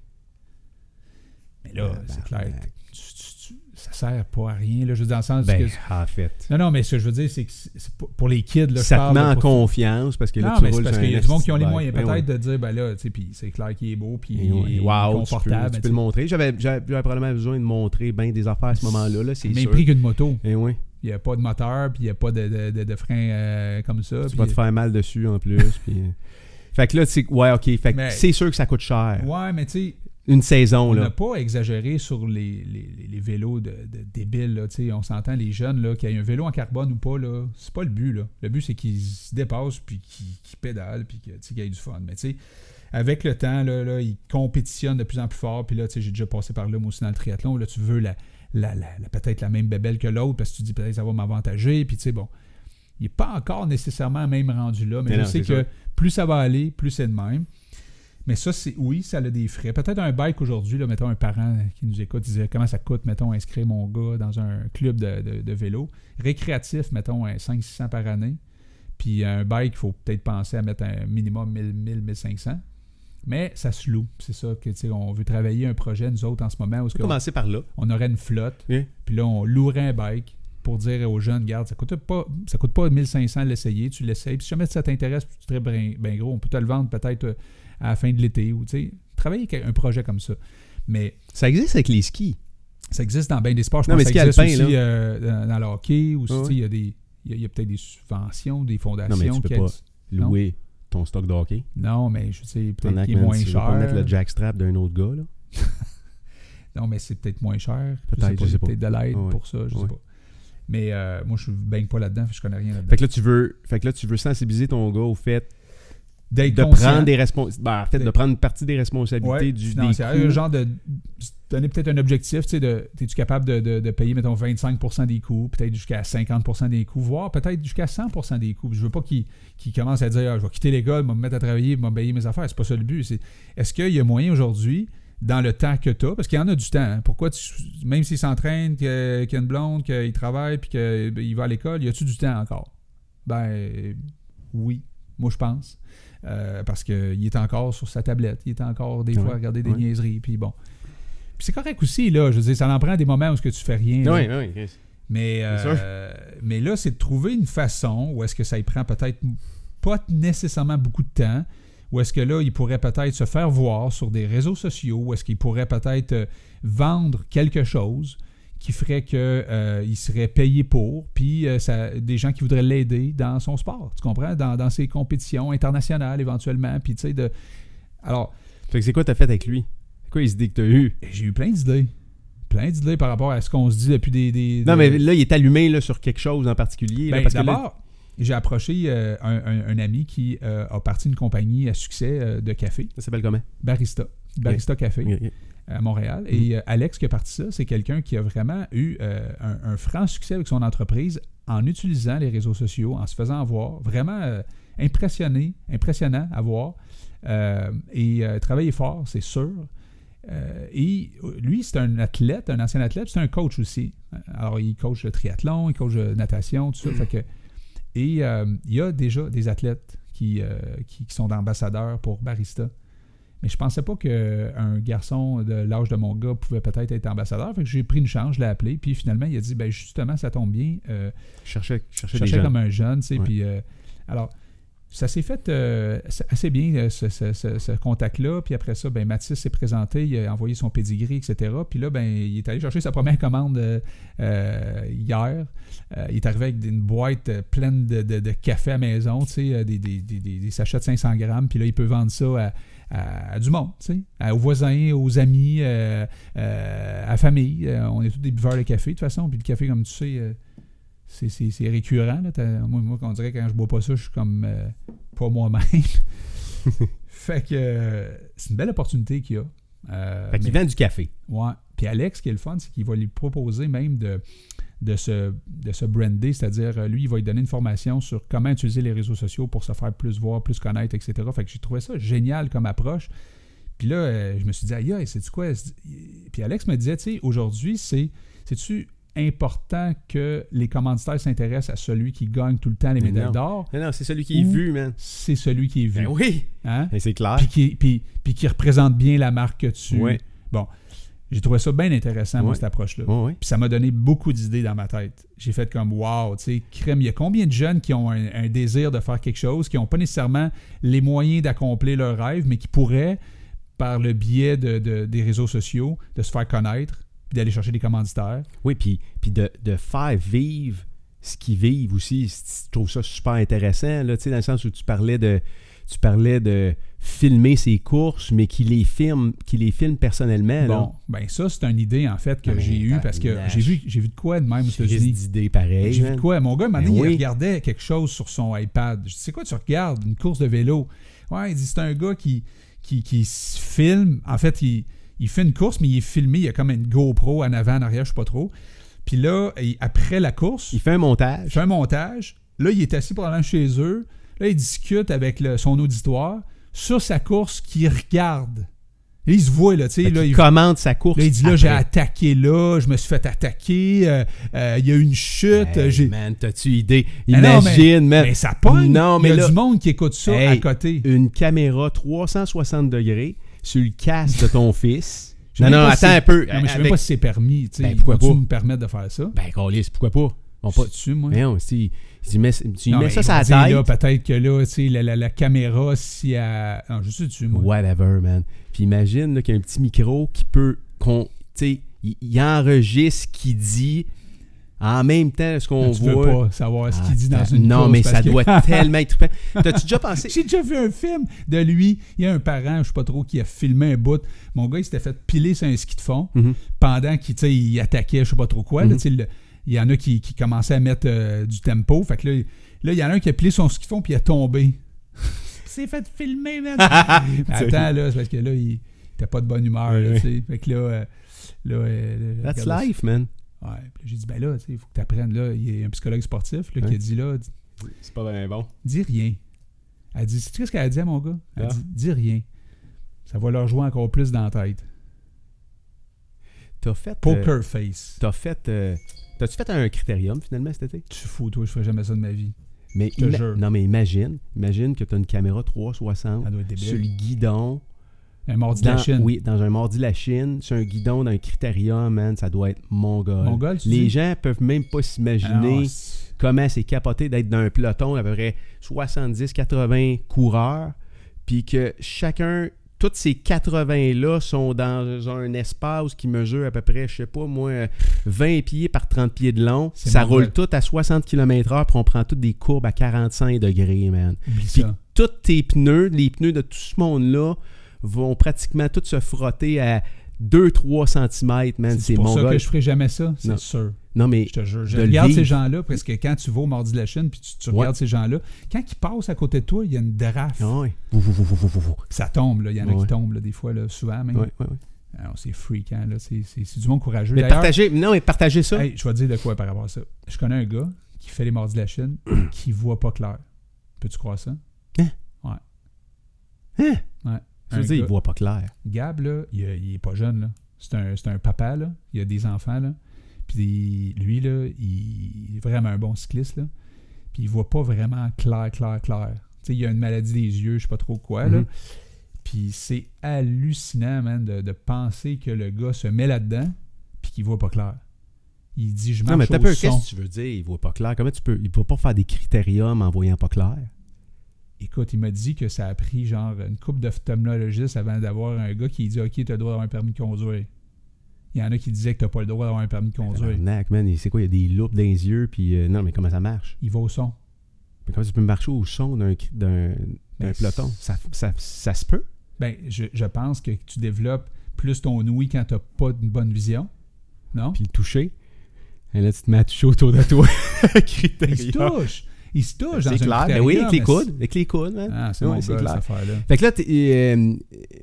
Speaker 2: Mais là,
Speaker 1: Ah,
Speaker 2: c'est
Speaker 1: ben,
Speaker 2: clair.
Speaker 1: ben,
Speaker 2: tu- tu- tu- ça sert pas à rien. Là, juste dans le sens
Speaker 1: Ben,
Speaker 2: que.
Speaker 1: en fait.
Speaker 2: Non, non, mais ce que je veux dire, c'est que c'est- c'est pour pour les kids, là, je
Speaker 1: ça te
Speaker 2: parle,
Speaker 1: met
Speaker 2: là,
Speaker 1: en
Speaker 2: pour-
Speaker 1: confiance parce que là,
Speaker 2: non,
Speaker 1: tu
Speaker 2: mais c'est
Speaker 1: roules
Speaker 2: parce
Speaker 1: sur
Speaker 2: qu'il y
Speaker 1: un
Speaker 2: a du monde qui ont les
Speaker 1: esti de
Speaker 2: moyens,
Speaker 1: bike.
Speaker 2: peut-être,
Speaker 1: Ben ouais.
Speaker 2: de dire, ben là, tu sais, puis c'est clair qu'il est beau, puis
Speaker 1: Et ouais,
Speaker 2: il est
Speaker 1: wow, tu peux,
Speaker 2: confortable.
Speaker 1: tu
Speaker 2: ben,
Speaker 1: peux le montrer. J'avais j'avais- j'avais probablement besoin de montrer bien des affaires à ce moment-là, là, c'est
Speaker 2: même
Speaker 1: sûr.
Speaker 2: prix qu'une moto.
Speaker 1: Et oui,
Speaker 2: Il n'y a pas de moteur, puis il n'y a pas de, de, de- de frein euh, comme ça.
Speaker 1: tu
Speaker 2: puis-
Speaker 1: vas te faire mal dessus en plus. puis, euh, Fait que là, tu sais, ouais, ok. Fait que
Speaker 2: Mais-
Speaker 1: c'est sûr que ça coûte cher.
Speaker 2: Ouais, mais tu sais,
Speaker 1: Une saison,
Speaker 2: on n'a
Speaker 1: là.
Speaker 2: pas exagéré sur les, les, les- les vélos de, de débiles. Là, tu sais, on s'entend, les jeunes, là, qu'il y ait un vélo en carbone ou pas, là, c'est pas le but. Là. Le but, c'est qu'ils se dépassent, puis qu'ils qu'ils pédalent, puis que, tu sais, qu'ils aient du fun. Mais tu sais, avec le temps, là, là, ils compétitionnent de plus en plus fort. Puis là, tu sais, j'ai déjà passé par là, moi aussi, dans le triathlon. Là, tu veux la, la, la- la- peut-être la même bébelle que l'autre parce que tu dis peut-être ça va m'avantager. Puis tu sais, bon, il n'est pas encore nécessairement même rendu là, mais
Speaker 1: Mais
Speaker 2: je
Speaker 1: non,
Speaker 2: sais
Speaker 1: c'est
Speaker 2: que plus ça va aller, plus c'est de même. Mais ça, c'est oui, ça a des frais. Peut-être un bike aujourd'hui, là, mettons un parent qui nous écoute, il disait comment ça coûte, mettons, inscrire mon gars dans un club de, de- de vélo. Récréatif, mettons, un 500-600 par année. Puis un bike, il faut peut-être penser à mettre un minimum 1000-1500. Mais ça se loue. C'est ça que, tu sais, on veut travailler un projet, nous autres, en ce moment, où est-ce
Speaker 1: On peut
Speaker 2: qu'on-
Speaker 1: commencer par là.
Speaker 2: on aurait une flotte,
Speaker 1: Oui.
Speaker 2: puis là, on louerait un bike pour dire aux jeunes, garde, ça coûte pas, ça coûte pas 1500 de l'essayer, tu l'essayes. Puis si jamais ça t'intéresse, puis tu te dirais, ben, ben gros, on peut te le vendre peut-être euh, à la fin de l'été ou, tu sais, travailler avec un projet comme ça. Mais
Speaker 1: Ça existe avec les skis.
Speaker 2: ça existe dans bien des sports. Je
Speaker 1: Non,
Speaker 2: pense
Speaker 1: mais
Speaker 2: que
Speaker 1: ski
Speaker 2: ça existe
Speaker 1: alpin,
Speaker 2: aussi euh, dans, dans le hockey, ou si,
Speaker 1: Ouais,
Speaker 2: tu sais, il y a des... Il y a- il y a, peut-être des subventions, des fondations
Speaker 1: Non, mais tu peux
Speaker 2: qui
Speaker 1: pas.
Speaker 2: aident-
Speaker 1: Louer ton stock de hockey.
Speaker 2: Non, mais je sais, peut-être
Speaker 1: Tabarnak,
Speaker 2: qu'il est
Speaker 1: man,
Speaker 2: moins
Speaker 1: tu veux pas mettre
Speaker 2: cher.
Speaker 1: le jackstrap d'un autre gars, là.
Speaker 2: Non, mais c'est peut-être moins cher.
Speaker 1: Peut-être,
Speaker 2: je sais pas. Peut-être de l'aide
Speaker 1: Ouais.
Speaker 2: pour ça, je sais
Speaker 1: Ouais.
Speaker 2: pas. Mais euh, moi, je ne baigne pas là-dedans, fait que je connais rien là-dedans.
Speaker 1: Fait que là, tu veux, fait que là, tu veux sensibiliser ton gars au fait
Speaker 2: D'être
Speaker 1: de
Speaker 2: conscient,
Speaker 1: prendre des responsabilités. en fait, de
Speaker 2: D'être-
Speaker 1: prendre partie des
Speaker 2: ouais,
Speaker 1: responsabilités du des
Speaker 2: financière,
Speaker 1: coûts.
Speaker 2: euh, genre de de se donner peut-être un objectif, tu sais, de es-tu capable de, de- de payer, mettons, 25 des coûts, peut-être jusqu'à 50 des coûts, voire peut-être jusqu'à 100 des coûts. Je veux pas qu'il qu'il commence à dire, Ah, je vais quitter l'école, je vais me mettre à travailler, je vais me payer mes affaires. C'est pas ça le but. C'est Est-ce qu'il y a moyen aujourd'hui, dans le temps que tu as, parce qu'il y en a du temps, hein, pourquoi, tu, même s'il s'entraîne, que- qu'il y a une blonde, qu'il travaille, puis qu'il va à l'école, y a-tu du temps encore? Ben, oui, moi je pense. Euh, parce qu'il est encore sur sa tablette, il est encore des
Speaker 1: Ouais,
Speaker 2: fois à regarder des
Speaker 1: ouais.
Speaker 2: niaiseries, puis bon. Puis c'est correct aussi, là, je veux dire, ça en prend des moments où ce que tu fais rien. là.
Speaker 1: Oui, oui, Chris.
Speaker 2: Mais,
Speaker 1: C'est
Speaker 2: euh, mais là, c'est de trouver une façon où est-ce que ça y prend peut-être pas nécessairement beaucoup de temps, où est-ce que là, il pourrait peut-être se faire voir sur des réseaux sociaux, où est-ce qu'il pourrait peut-être euh, vendre quelque chose qui ferait qu'il serait payé pour, puis euh, ça- des gens qui voudraient l'aider dans son sport, tu comprends? Dans, dans ses compétitions internationales éventuellement, puis tu sais, de... Alors,
Speaker 1: Fait que c'est quoi t'as fait avec lui? C'est quoi les idées que t'as eues?
Speaker 2: j'ai eu plein d'idées. Plein d'idées par rapport à ce qu'on se dit depuis des... des-
Speaker 1: Non,
Speaker 2: des-
Speaker 1: mais là, il est allumé là, sur quelque chose en particulier. là,
Speaker 2: Ben,
Speaker 1: parce que là,
Speaker 2: d'abord, j'ai approché euh, un, un- un ami qui euh, a parti d'une compagnie à succès euh, de café,
Speaker 1: ça s'appelle comment?
Speaker 2: Barista. Barista Café
Speaker 1: Ok, ok.
Speaker 2: à Montréal. Et euh, Alex qui a parti ça, c'est quelqu'un qui a vraiment eu euh, un, un franc succès avec son entreprise en utilisant les réseaux sociaux, en se faisant voir. Vraiment euh, impressionné, impressionnant à voir. Euh, et euh, travailler fort, c'est sûr. Euh, et euh, lui, c'est un athlète, un ancien athlète, puis c'est un coach aussi. Alors, il coach le triathlon, il coach de natation, tout ça. Fait que, et euh, il y a déjà des athlètes qui, euh, qui, qui sont ambassadeurs pour Barista. Mais je pensais pas qu'un garçon de l'âge de mon gars pouvait peut-être être ambassadeur. Fait que j'ai pris une chance, je l'ai appelé. Puis finalement, il a dit ben justement, ça tombe bien. euh,
Speaker 1: Je cherchais, je cherchais
Speaker 2: je
Speaker 1: des
Speaker 2: cherchais
Speaker 1: gens.
Speaker 2: comme un jeune, tu sais.
Speaker 1: Ouais.
Speaker 2: Puis euh, alors, ça s'est fait euh, c'est assez bien, euh, ce, ce- ce- ce contact-là. Puis après ça, ben, Mathis s'est présenté, il a envoyé son pedigree, etc. Puis là, ben, il est allé chercher sa première commande euh, euh, hier. Euh, il est arrivé avec une boîte euh, pleine de, de- de café à maison, tu sais, euh, des, des- des- des- des sachets de 500 grammes. Puis là, il peut vendre ça à, à- à du monde, tu sais, à- aux voisins, aux amis, euh, euh, à la famille. Euh, on est tous des buveurs de café, de toute façon. Puis le café, comme tu sais... euh, c'est- c'est c'est récurrent. Là, T'as- moi, moi, on dirait que quand je bois pas ça, je suis comme euh, pas moi-même. fait que euh, c'est une belle opportunité qu'il y a. Euh,
Speaker 1: Fait qu'il
Speaker 2: mais-
Speaker 1: vend du café.
Speaker 2: Ouais. Puis Alex, ce qui est le fun, c'est qu'il va lui proposer même de, de, se, de se brander, c'est-à-dire euh, lui, il va lui donner une formation sur comment utiliser les réseaux sociaux pour se faire plus voir, plus connaître, etc. Fait que j'ai trouvé ça génial comme approche. Puis là, euh, je me suis dit, aïe, aïe, c'est-tu quoi? Puis Alex me disait, tu sais, aujourd'hui, c'est, c'est-tu important que les commanditaires s'intéressent à celui qui gagne tout le temps les
Speaker 1: Mais
Speaker 2: médailles
Speaker 1: non.
Speaker 2: d'or.
Speaker 1: Non, non, c'est celui qui est
Speaker 2: Ou-
Speaker 1: vu, man.
Speaker 2: C'est celui qui est vu.
Speaker 1: Ben oui!
Speaker 2: Hein?
Speaker 1: Ben, c'est clair.
Speaker 2: Puis, qui, puis- puis qui représente bien la marque que tu.
Speaker 1: Ouais.
Speaker 2: Bon, j'ai trouvé ça bien intéressant, moi,
Speaker 1: Ouais.
Speaker 2: cette approche-là.
Speaker 1: Ouais, ouais.
Speaker 2: Puis ça m'a donné beaucoup d'idées dans ma tête. J'ai fait comme wow, tu sais, crème, il y a combien de jeunes qui ont un, un désir de faire quelque chose, qui n'ont pas nécessairement les moyens d'accomplir leur rêve, mais qui pourraient, par le biais de- de- des réseaux sociaux, de se faire connaître, puis d'aller chercher des commanditaires.
Speaker 1: Oui, puis, puis de, de faire vivre ce qu'ils vivent aussi, c- je trouve ça super intéressant, là, tu sais, dans le sens où tu parlais de tu parlais de filmer ses courses, mais qui les filme, qui les filme personnellement.
Speaker 2: Bon, ben ça, c'est une idée en fait que
Speaker 1: Ben,
Speaker 2: j'ai eue parce que
Speaker 1: tabarnache.
Speaker 2: j'ai vu, j'ai vu de quoi de même aux
Speaker 1: là. J'ai
Speaker 2: États-Unis.
Speaker 1: d'idées pareilles.
Speaker 2: J'ai vu
Speaker 1: man.
Speaker 2: de quoi? Mon gars, un moment
Speaker 1: Ben
Speaker 2: donné, il
Speaker 1: oui.
Speaker 2: regardait quelque chose sur son iPad. Je dis, c'est quoi tu regardes? Une course de vélo. Ouais, il dit, c'est un gars qui, qui, qui se filme. En fait, il, il fait une course, mais il est filmé. Il y a comme une GoPro en avant, en arrière, je sais pas trop. Puis là, il- après la course,
Speaker 1: Il fait un montage.
Speaker 2: il fait un montage. Là, il est assis probablement chez eux. Là, il discute avec le- son auditoire sur sa course qu'il regarde. Et il se voit, là, tu sais,
Speaker 1: Fait
Speaker 2: là,
Speaker 1: qu'il
Speaker 2: il
Speaker 1: commande sa course.
Speaker 2: Là, il dit là, j'ai
Speaker 1: Ben, après.
Speaker 2: attaqué là, je me suis fait attaquer, euh, euh, il y a eu une chute,
Speaker 1: Hey,
Speaker 2: j'ai.
Speaker 1: man, t'as-tu idée?
Speaker 2: Mais Eh non, mais-
Speaker 1: Imagine, man.
Speaker 2: Mais ça pogne.
Speaker 1: Non, mais
Speaker 2: il y a
Speaker 1: là-
Speaker 2: du monde qui écoute ça à
Speaker 1: Hey.
Speaker 2: côté.
Speaker 1: une caméra 360 degrés sur le casque de ton fils.
Speaker 2: Je sais
Speaker 1: Non,
Speaker 2: même
Speaker 1: non,
Speaker 2: pas
Speaker 1: attends
Speaker 2: si-
Speaker 1: un peu.
Speaker 2: Non, mais je sais même
Speaker 1: Avec-
Speaker 2: pas si c'est permis. Tu sais,
Speaker 1: Ben, pourquoi
Speaker 2: Faut-tu
Speaker 1: pas?
Speaker 2: me permettre de faire ça?
Speaker 1: Ben, câlisse, pourquoi pas? On pas...
Speaker 2: Sais-tu, moi?
Speaker 1: Mais non, si, si tu mets, tu
Speaker 2: Non,
Speaker 1: mets
Speaker 2: mais
Speaker 1: ça
Speaker 2: ils
Speaker 1: sur la
Speaker 2: vont dire, là,
Speaker 1: tête.
Speaker 2: Peut-être que là, tu sais, la, la- la caméra, si elle. Non, je sais-tu, moi.
Speaker 1: Whatever, man. Puis imagine là, qu'il y a un petit micro qui peut. qu'on- tu sais, il, il enregistre ce qu'il dit en même temps ce qu'on
Speaker 2: Non, tu veux
Speaker 1: voit.
Speaker 2: pas savoir ce qu'il dit dans
Speaker 1: Ah, Attends,
Speaker 2: une
Speaker 1: Non,
Speaker 2: course
Speaker 1: mais
Speaker 2: parce
Speaker 1: ça
Speaker 2: que-
Speaker 1: doit tellement être. T'as-tu déjà pensé.
Speaker 2: J'ai déjà vu un film de lui. Il y a un parent, je sais pas trop, qui a filmé un bout. Mon gars, il s'était fait piler sur un ski de fond
Speaker 1: Mhm.
Speaker 2: pendant qu'il tu sais, il attaquait, je sais pas trop quoi. là,
Speaker 1: Mhm.
Speaker 2: tu sais, le- il y en a qui, qui commençaient à mettre euh, du tempo. Fait que là, il- là, il y en a un qui a plié son ski de fond puis il est tombé. C'est fait filmer, man. Mais attends, là, c'est parce que là, il n'était pas de bonne humeur.
Speaker 1: Ouais,
Speaker 2: là,
Speaker 1: ouais.
Speaker 2: tu sais. Fait que là, euh, là, euh, là,
Speaker 1: That's
Speaker 2: regarde ça.
Speaker 1: life, man.
Speaker 2: Ouais. Puis là, J'ai dit, ben là, tu sais, il faut que tu apprennes. Là, il y a un psychologue sportif là, qui
Speaker 1: Ouais.
Speaker 2: a dit, là,
Speaker 1: C'est pas bien bon.
Speaker 2: dis rien. Elle dit, sais-tu ce qu'elle a dit à mon gars? Elle
Speaker 1: Ah.
Speaker 2: dit, dis rien. Ça va leur jouer encore plus dans la tête.
Speaker 1: T'as fait. euh,
Speaker 2: Poker face.
Speaker 1: T'as fait. euh, T'as-tu fait un critérium finalement cet été?
Speaker 2: Tu fous, toi, je ferais jamais ça de ma vie.
Speaker 1: Mais
Speaker 2: te
Speaker 1: ima-
Speaker 2: jure.
Speaker 1: Non, mais imagine. Imagine que t'as une caméra 360
Speaker 2: Ça doit être débile. Euh,
Speaker 1: sur le guidon.
Speaker 2: Un mordi de
Speaker 1: Dans-
Speaker 2: la Chine.
Speaker 1: Oui, dans un mordi la Chine, sur un guidon d'un critérium, man, ça doit être mongol.
Speaker 2: Mongol, tu
Speaker 1: euh, Les
Speaker 2: dis?
Speaker 1: gens peuvent même pas
Speaker 2: Ah non,
Speaker 1: s'imaginer
Speaker 2: c'est-
Speaker 1: comment c'est capoté d'être dans un peloton d'à peu près 70-80 coureurs, puis que chacun, tous ces 80-là sont dans un espace qui mesure à peu près, je sais pas moi, 20 pieds par 30 pieds de long.
Speaker 2: C'est
Speaker 1: Ça
Speaker 2: mongol.
Speaker 1: roule tout à 60 km/h, puis on prend toutes des courbes à 45 degrés, man.
Speaker 2: Oublie
Speaker 1: Puis
Speaker 2: ça.
Speaker 1: tous tes pneus, les pneus de tout ce monde-là, vont pratiquement tous se frotter à 2-3 cm, man.
Speaker 2: C'est
Speaker 1: C'est
Speaker 2: pour ça
Speaker 1: mongol.
Speaker 2: que je ferais jamais ça, c'est
Speaker 1: Non.
Speaker 2: sûr.
Speaker 1: Non, mais
Speaker 2: Je te jure. Je
Speaker 1: De
Speaker 2: regarde
Speaker 1: le
Speaker 2: ces
Speaker 1: vivre.
Speaker 2: gens-là, parce que quand tu vas au mordi de la Chine, puis tu, tu regardes ces gens-là, quand ils passent à côté de toi, il y a une drafe.
Speaker 1: Ah ouais. Vou, vou, vou, vou, vou, vou, vou.
Speaker 2: Ça tombe, là. Il y en a qui
Speaker 1: Ouais.
Speaker 2: tombent, là, des fois, là, souvent même.
Speaker 1: Ouais, ouais, ouais.
Speaker 2: Alors, c'est freakant, là. C'est- C'est c'est du monde courageux.
Speaker 1: Mais
Speaker 2: D'ailleurs,
Speaker 1: partagez, non, mais partagez ça.
Speaker 2: Hey, je vais te dire de quoi par rapport à ça. Je connais un gars qui fait les mordis de la Chine qui voit pas clair. Peux-tu croire ça?
Speaker 1: Hein?
Speaker 2: Ouais.
Speaker 1: Hein?
Speaker 2: Ouais.
Speaker 1: je
Speaker 2: Un
Speaker 1: veux dire,
Speaker 2: gars-
Speaker 1: il voit pas clair.
Speaker 2: Gab, là, il, a- il est pas jeune, là. C'est un, c'est un papa, là. Il a des enfants, là. Puis lui, là, il est vraiment un bon cycliste, là. Puis il voit pas vraiment clair, clair, clair. Tu sais, il a une maladie des yeux, je sais pas trop quoi, là.
Speaker 1: Mhm.
Speaker 2: Puis c'est hallucinant, man, de, de penser que le gars se met là-dedans puis qu'il voit pas clair. Il dit, je
Speaker 1: Non, mais
Speaker 2: marche
Speaker 1: t'as
Speaker 2: au
Speaker 1: peur,
Speaker 2: son.
Speaker 1: qu'est-ce que tu veux dire? Il voit pas clair. Comment tu peux. Il peut pas faire des critériums en voyant pas clair.
Speaker 2: Écoute, il m'a dit que ça a pris genre une coupe d'ophtalmologistes avant d'avoir un gars qui dit Ok, t'as le droit d'avoir un permis de conduire. Il y en a qui disaient que t'as pas le droit d'avoir un permis de conduire.
Speaker 1: Tabarnak, man, il- c'est quoi? Il y a des loupes dans les yeux, puis. euh, non, mais comment ça marche?
Speaker 2: Il va au son.
Speaker 1: Mais comment tu peux marcher au son d'un cri- d'un d'un
Speaker 2: Ben,
Speaker 1: peloton? Ça, ça, ça se peut?
Speaker 2: Ben, je, je pense que tu développes plus ton ouïe quand t'as pas une bonne vision. Non?
Speaker 1: Puis le toucher. Et là, tu te mets à toucher autour de toi.
Speaker 2: il se
Speaker 1: Critérium.
Speaker 2: touche. Il se touche dans un
Speaker 1: C'est clair. Ben oui, avec les
Speaker 2: critérium,
Speaker 1: coudes. Avec les coudes,
Speaker 2: mais-
Speaker 1: man.
Speaker 2: Ah, c'est
Speaker 1: Ouais,
Speaker 2: mon
Speaker 1: c'est
Speaker 2: gars,
Speaker 1: clair.
Speaker 2: cette affaire-là.
Speaker 1: Fait que là, t'es- euh,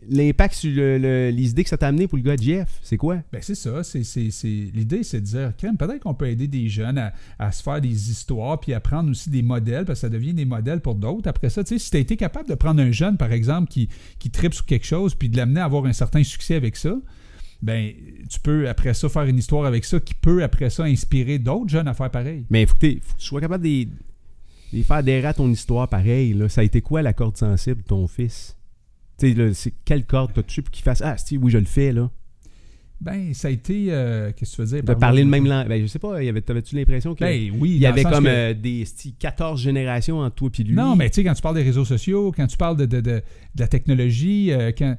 Speaker 1: l'impact sur le- le- les idées que ça t'a amené pour le gars de Jeff, c'est quoi?
Speaker 2: Ben c'est ça, c'est, c'est, c'est- l'idée c'est de dire, crème, peut-être qu'on peut aider des jeunes à, à se faire des histoires, puis à prendre aussi des modèles, parce que ça devient des modèles pour d'autres. Après ça, tu sais, si tu as été capable de prendre un jeune, par exemple, qui, qui tripe sur quelque chose, puis de l'amener à avoir un certain succès avec ça, ben, tu peux après ça faire une histoire avec ça qui peut après ça inspirer d'autres jeunes à faire pareil.
Speaker 1: Mais il faut que, t'aies- faut que tu sois capable de de faire adhérer à ton histoire pareil. Là. Ça a été quoi la corde sensible de ton fils? Tu sais, là, c'est quelle corde t'as touché pour qu'il fasse Ah, si, oui, je le fais, là.
Speaker 2: Ben, ça a été. euh, Qu'est-ce que tu veux dire?
Speaker 1: De
Speaker 2: par là?
Speaker 1: parler le même langue. Ben, je sais pas, il y avait- t'avais-tu l'impression qu'il
Speaker 2: Ben oui,
Speaker 1: y
Speaker 2: dans le
Speaker 1: avait
Speaker 2: sens
Speaker 1: comme
Speaker 2: que-
Speaker 1: euh, des sti, 14 générations entre toi et lui?
Speaker 2: Non, mais tu sais, quand tu parles des réseaux sociaux, quand tu parles de, de, de- de la technologie, euh, quand.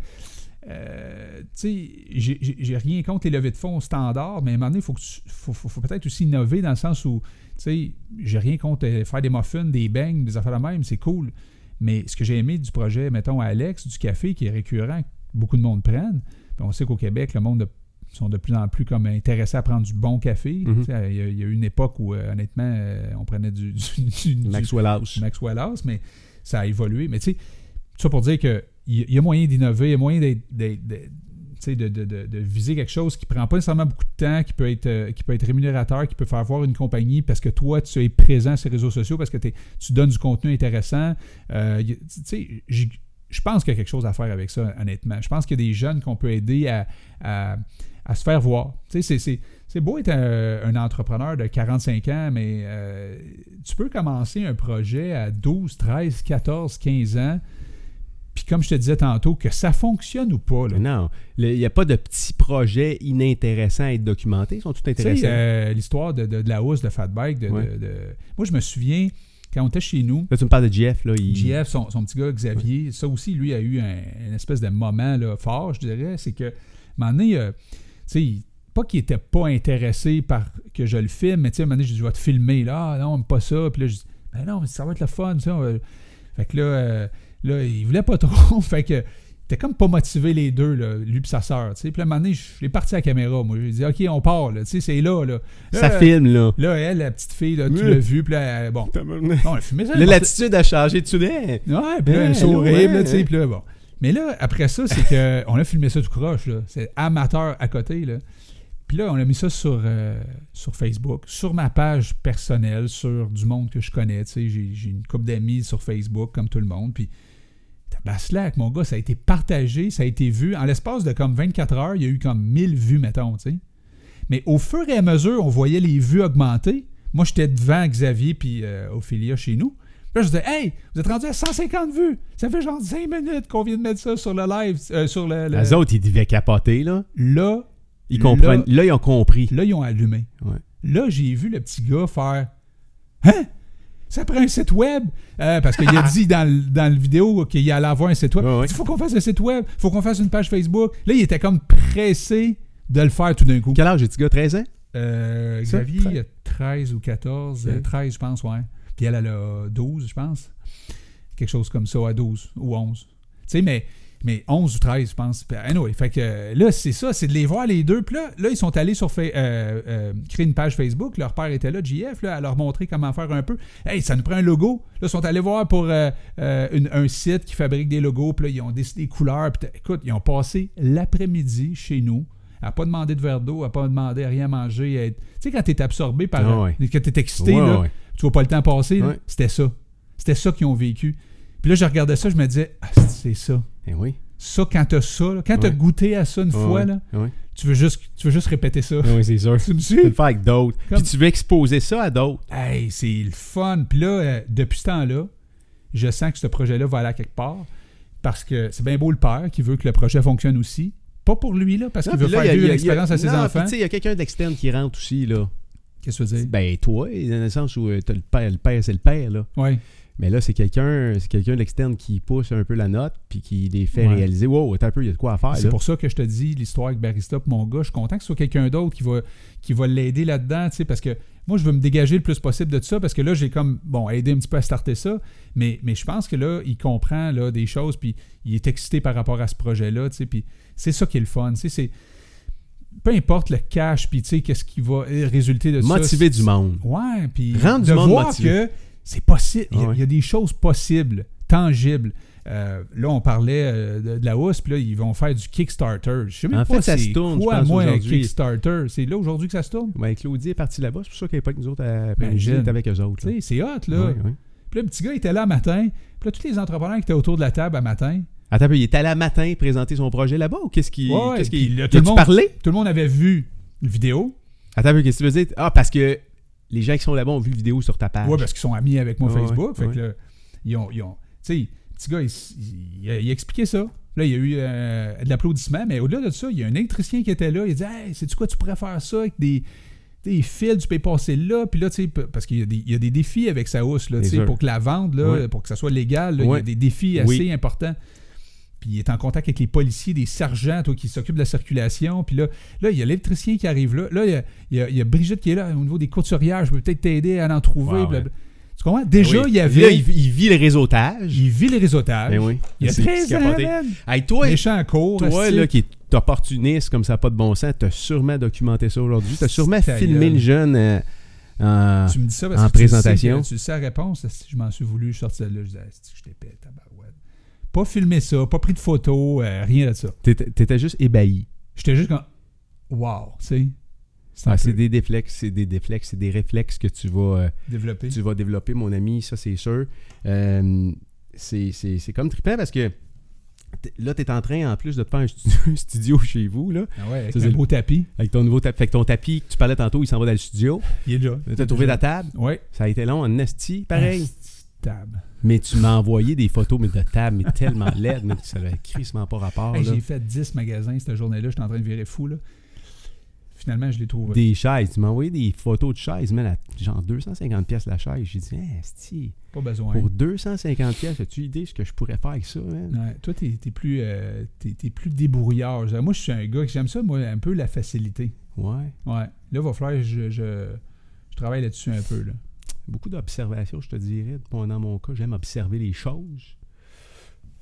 Speaker 2: euh, tu sais, j'ai- j'ai j'ai rien contre les levées de fonds standards, mais à un moment donné, il faut, que tu- faut, faut- faut peut-être aussi innover dans le sens où, tu sais, j'ai rien contre euh, faire des muffins, des bangs, des affaires de même, c'est cool. Mais ce que j'ai aimé du projet, mettons, Alex, du café, qui est récurrent, que beaucoup de monde prennent, puis on sait qu'au Québec, le monde de- sont de plus en plus comme intéressés à prendre du bon café.
Speaker 1: Mhm.
Speaker 2: Tu sais, Il y, a- il y a eu une époque où, euh, honnêtement, euh, on prenait du, du- du- du- Ben,
Speaker 1: Maxwell House.
Speaker 2: Maxwell House, mais ça a évolué. Mais tu sais, tout ça pour dire qu'il y, y a moyen d'innover, il y a moyen d'être- d'être- d'être- tu sais, de, de- de- de viser quelque chose qui prend pas nécessairement beaucoup de temps, qui peut être, euh, qui peut être rémunérateur, qui peut faire voir une compagnie parce que toi, tu es présent sur les réseaux sociaux, parce que t'es- tu donnes du contenu intéressant. Euh, y a- tu sais, j'ai- je pense qu'il y a quelque chose à faire avec ça, honnêtement. Je pense qu'il y a des jeunes qu'on peut aider à, à- à se faire voir. Tu sais, c'est- c'est- c'est beau être un, un entrepreneur de 45 ans, mais euh, tu peux commencer un projet à 12, 13, 14, 15 ans. Puis comme je te disais tantôt, que ça fonctionne ou pas, là.
Speaker 1: Mais Ben, Non, Le- il n'y a pas de petits projets inintéressants à être documentés. Ils sont tous
Speaker 2: Tu sais,
Speaker 1: intéressants.
Speaker 2: euh, l'histoire de, de- de la housse de Fatbike, de,
Speaker 1: Ouais.
Speaker 2: de- de- moi je me souviens, quand on était chez nous,
Speaker 1: Là, tu me parles de Jeff. Là, il...
Speaker 2: JF, son, son petit gars Xavier, ça aussi, lui a eu un, une espèce de moment là, fort, je dirais, c'est que, à un moment donné, euh, tu sais, il- pas qu'il était pas intéressé par que je le filme, mais tu sais, à un moment donné, je dis, je vais te filmer, là, ah, non, mais pas ça, puis là, je dis, ben non, mais ça va être le fun, ça. on va- Fait que là, euh, là, il voulait pas trop, fait que, t'es comme pas motivé les deux, là, lui pis sa sœur, tu sais. Puis là, à un moment donné, je l'ai parti à la caméra, moi, j'ai dit, OK, on part, là, tu sais, c'est là, là.
Speaker 1: Ça
Speaker 2: Là,
Speaker 1: filme, là.
Speaker 2: Là, elle, la petite fille, là, tu
Speaker 1: Oui.
Speaker 2: l'as vue, puis là, elle- bon,
Speaker 1: Là,
Speaker 2: on a fumé ça. elle partait-
Speaker 1: l'attitude a changé. Tu l'es.
Speaker 2: Ouais, puis là,
Speaker 1: Ouais,
Speaker 2: un sourire,
Speaker 1: ouais,
Speaker 2: là, tu sais,
Speaker 1: ouais.
Speaker 2: puis là, bon. Mais là, après ça, c'est que on a filmé ça tout croche, là. C'est amateur à côté, là. Puis là, on a mis ça sur, euh, sur Facebook, sur ma page personnelle, sur du monde que je connais, tu sais. J'ai j'ai une couple d'amis sur Facebook, comme tout le monde, puis... Slack, mon gars, ça a été partagé, ça a été vu. En l'espace de comme 24 heures, il y a eu comme 1000 vues, mettons, tu sais. Mais au fur et à mesure, on voyait les vues augmenter. Moi, j'étais devant Xavier puis euh, Ophélia chez nous. Puis là, je disais, hey, vous êtes rendu à 150 vues. Ça fait genre 5 minutes qu'on vient de mettre ça sur le live, euh, sur le. le-
Speaker 1: Les autres, ils devaient capoter, là.
Speaker 2: Là,
Speaker 1: Ils comprennent. Là, ils ont compris.
Speaker 2: là, ils ont allumé.
Speaker 1: Ouais.
Speaker 2: Là, j'ai vu le petit gars faire Hein? Ça prend un site web? Euh, parce qu'il a dit dans le, dans le vidéo qu'il allait avoir un site web.
Speaker 1: Ouais, ouais.
Speaker 2: Il dit, faut qu'on fasse un site web, faut qu'on fasse une page Facebook. Là, il était comme pressé de le faire tout d'un coup.
Speaker 1: Quel âge est-ce gars? 13 ans?
Speaker 2: Euh,
Speaker 1: Ça,
Speaker 2: Xavier,
Speaker 1: tre-
Speaker 2: il a 13 ou 14.
Speaker 1: Ok.
Speaker 2: euh, 13, je pense, ouais. Puis elle, elle a 12, je pense. Quelque chose comme ça, à 12 ou 11. Tu sais, mais, mais 11 ou 13, je pense. Puis, Anyway, fait que euh, là, c'est ça, c'est de les voir les deux. Puis là, là, ils sont allés sur fa- euh, euh, créer une page Facebook. Leur père était là, JF, là, à leur montrer comment faire un peu. Hey, ça nous prend un logo. Là, ils sont allés voir pour euh, euh, une- un site qui fabrique des logos. Puis là, ils ont décidé les couleurs. Puis t'as- écoute, ils ont passé l'après-midi chez nous à pas demander de verre d'eau, à pas demander à rien manger. à être- Tu sais, quand t'es absorbé par.
Speaker 1: Ah ouais.
Speaker 2: Quand t'es excité,
Speaker 1: Ouais,
Speaker 2: là,
Speaker 1: ouais.
Speaker 2: tu vois pas le temps passer. là.
Speaker 1: Ouais.
Speaker 2: C'était ça. C'était ça qu'ils ont vécu. Puis là, je regardais ça, je me disais, ah, c'est ça.
Speaker 1: Eh oui.
Speaker 2: Ça, quand t'as ça, là, quand t'as
Speaker 1: Ouais.
Speaker 2: goûté à ça une
Speaker 1: Ouais,
Speaker 2: fois,
Speaker 1: ouais.
Speaker 2: là, Eh
Speaker 1: Ouais.
Speaker 2: tu, veux juste, tu veux juste répéter ça.
Speaker 1: Ouais, ouais, c'est sûr.
Speaker 2: tu me suis?
Speaker 1: Tu veux le faire avec d'autres.
Speaker 2: Comme-
Speaker 1: Puis tu veux exposer ça à d'autres.
Speaker 2: Hey, c'est le fun. Puis là, euh, depuis ce temps-là, je sens que ce projet-là va aller à quelque part. Parce que c'est bien beau le père qui veut que le projet fonctionne aussi. Pas pour lui, là, parce qu'il
Speaker 1: Non,
Speaker 2: veut
Speaker 1: Ah, puis là,
Speaker 2: faire
Speaker 1: il y a- il y
Speaker 2: vivre
Speaker 1: a-
Speaker 2: une expérience à
Speaker 1: il y
Speaker 2: ses
Speaker 1: a- non,
Speaker 2: enfants.
Speaker 1: puis tu sais, il y a quelqu'un d'externe qui rentre aussi, là.
Speaker 2: Qu'est-ce que tu veux dire?
Speaker 1: Ben, toi, dans le sens où euh, t'as le père, le père, c'est le père, là.
Speaker 2: Ouais.
Speaker 1: Mais là, c'est quelqu'un c'est quelqu'un de l'externe qui pousse un peu la note, puis qui les fait
Speaker 2: Ouais.
Speaker 1: réaliser, wow, attends un peu, il y a de quoi à faire,
Speaker 2: C'est
Speaker 1: là.
Speaker 2: pour ça que je te dis l'histoire avec Barista pis mon gars. Je suis content que ce soit quelqu'un d'autre qui va, qui va l'aider là-dedans, tu sais, parce que moi, je veux me dégager le plus possible de tout ça, parce que là, j'ai comme, bon, aidé un petit peu à starter ça, mais, mais je pense que là, il comprend là, des choses, puis il est excité par rapport à ce projet-là, tu sais, puis c'est ça qui est le fun, tu sais, c'est... Peu importe le cash, puis tu sais, qu'est-ce qui va euh, résulter de ça.
Speaker 1: Motiver
Speaker 2: c'est-
Speaker 1: du monde.
Speaker 2: Ouais, puis
Speaker 1: Rendre
Speaker 2: de
Speaker 1: du monde
Speaker 2: voir
Speaker 1: motivé.
Speaker 2: que c'est possible. Il y, a,
Speaker 1: Ah ouais.
Speaker 2: il y a des choses possibles, tangibles. Euh, là, on parlait euh, de, de la hausse, puis là, ils vont faire du Kickstarter. Je sais même
Speaker 1: En
Speaker 2: pas
Speaker 1: fait, ça
Speaker 2: c'est
Speaker 1: se tourne, je
Speaker 2: quoi,
Speaker 1: pense,
Speaker 2: moi, un
Speaker 1: aujourd'hui.
Speaker 2: Kickstarter. C'est là aujourd'hui que ça se tourne.
Speaker 1: Ben, Claudie est partie là-bas, c'est pour ça qu'elle n'est pas avec nous autres à Paris,
Speaker 2: Imagine.
Speaker 1: elle est avec eux autres.
Speaker 2: Tu
Speaker 1: là.
Speaker 2: sais, c'est hot, là.
Speaker 1: Ouais, ouais.
Speaker 2: Puis là, le petit gars, il était là un matin. Puis là, tous les entrepreneurs qui étaient autour de la table à matin,
Speaker 1: Attends un peu, il est allé à matin présenter son projet là-bas ou qu'est-ce qu'il.
Speaker 2: Ouais,
Speaker 1: qu'est-ce
Speaker 2: puis
Speaker 1: qu'il.
Speaker 2: là,
Speaker 1: il
Speaker 2: tout le
Speaker 1: a-tu
Speaker 2: monde-
Speaker 1: parlé
Speaker 2: Tout le monde avait vu une vidéo.
Speaker 1: Attends un peu, qu'est-ce que tu veux dire Ah, parce que les gens qui sont là-bas ont vu la vidéo sur ta page.
Speaker 2: Ouais, ben, parce qu'ils sont amis avec moi
Speaker 1: Ouais,
Speaker 2: Facebook.
Speaker 1: ouais,
Speaker 2: fait que là, ils ont. ils ont- Tu sais, le petit gars, il, s- il- il a, il a expliqué ça. Là, il y a eu euh, de l'applaudissement, mais au-delà de ça, il y a un électricien qui était là. Il a dit Hey, sais-tu quoi, tu pourrais faire ça avec des. tu sais, Des fils, tu peux passer là, puis là, tu sais, p- parce qu'il y, a des- il y a des défis avec sa housse, là,
Speaker 1: C'est
Speaker 2: tu sais,
Speaker 1: sûr.
Speaker 2: pour que la vente, là,
Speaker 1: Ouais.
Speaker 2: pour que ça soit légal, là, il y
Speaker 1: Ouais.
Speaker 2: a des défis assez
Speaker 1: Oui.
Speaker 2: importants. Puis il est en contact avec les policiers, des sergents, toi, qui s'occupent de la circulation. Puis là, là, il y a l'électricien qui arrive là. Là, il y a, il y a- il y a Brigitte qui est là au niveau des couturières. Je peux peut-être t'aider à en trouver.
Speaker 1: Ouais,
Speaker 2: blabla. Tu comprends? Déjà,
Speaker 1: Ben oui.
Speaker 2: il y avait.
Speaker 1: Là,
Speaker 2: il...
Speaker 1: il, il vit le réseautage.
Speaker 2: vit les réseautages.
Speaker 1: Ben oui.
Speaker 2: Il y a
Speaker 1: C'est-
Speaker 2: 13
Speaker 1: c'est
Speaker 2: ans,
Speaker 1: capoté.
Speaker 2: man.
Speaker 1: Hey, toi,
Speaker 2: Méchant en cours.
Speaker 1: toi
Speaker 2: hostie.
Speaker 1: là, qui est opportuniste comme ça, n'a pas de bon sens, t'as sûrement documenté ça aujourd'hui. T'as sûrement
Speaker 2: Ta
Speaker 1: filmé
Speaker 2: gueule.
Speaker 1: le jeune. euh, en-
Speaker 2: Tu me dis ça parce
Speaker 1: en
Speaker 2: que tu le sais
Speaker 1: présentation.
Speaker 2: que- tu le sais la réponse. hostie, Je m'en suis voulu. Je suis sorti de là. Je disais, Hostie, je t'ai pété, tabarouette. Pas filmé ça, pas pris de photos, euh, rien de ça.
Speaker 1: T'étais t'étais juste ébahi.
Speaker 2: J'étais juste comme. Wow, tu sais. C'est un
Speaker 1: Ah, c'est
Speaker 2: peu
Speaker 1: des déflexes, c'est des déflexes, c'est des réflexes que tu vas, euh,
Speaker 2: développé.
Speaker 1: tu vas développer, mon ami, ça c'est sûr. Euh, c'est- c'est c'est comme trippant parce que t- là, tu es en train, en plus de te faire un studio, un studio chez vous, là,
Speaker 2: Ah ouais, avec
Speaker 1: Ça,
Speaker 2: un
Speaker 1: c'est le-
Speaker 2: beau tapis.
Speaker 1: avec ton nouveau tapis. Fait que ton tapis que tu parlais tantôt, il s'en va dans le studio.
Speaker 2: Il est là.
Speaker 1: Tu as trouvé ta table.
Speaker 2: Ouais.
Speaker 1: Ça a été long en esti, pareil.
Speaker 2: Hostie de table.
Speaker 1: Mais tu m'as envoyé des photos mais de table, mais tellement laides, mais ça avait crissement pas rapport.
Speaker 2: Hey,
Speaker 1: là.
Speaker 2: j'ai fait 10 magasins cette journée-là. J'étais en train de virer fou. Là. Finalement, je l'ai trouvé.
Speaker 1: Des chaises. Tu m'as envoyé des photos de chaises, mais la- genre 250 pièces la chaise. J'ai dit, Hey, esti.
Speaker 2: Pas besoin.
Speaker 1: Pour 250 pièces, as-tu idée ce que je pourrais faire avec ça? man?
Speaker 2: Ouais. Toi, t'es t'es plus, euh, t'es- t'es plus débrouillard. Je- Moi, je suis un gars que j'aime ça, moi, un peu la facilité.
Speaker 1: Ouais.
Speaker 2: Ouais. Là, va falloir que je, je, je travaille là-dessus un peu. Là.
Speaker 1: Beaucoup d'observations, je te dirais. Pendant mon cas, j'aime observer les choses.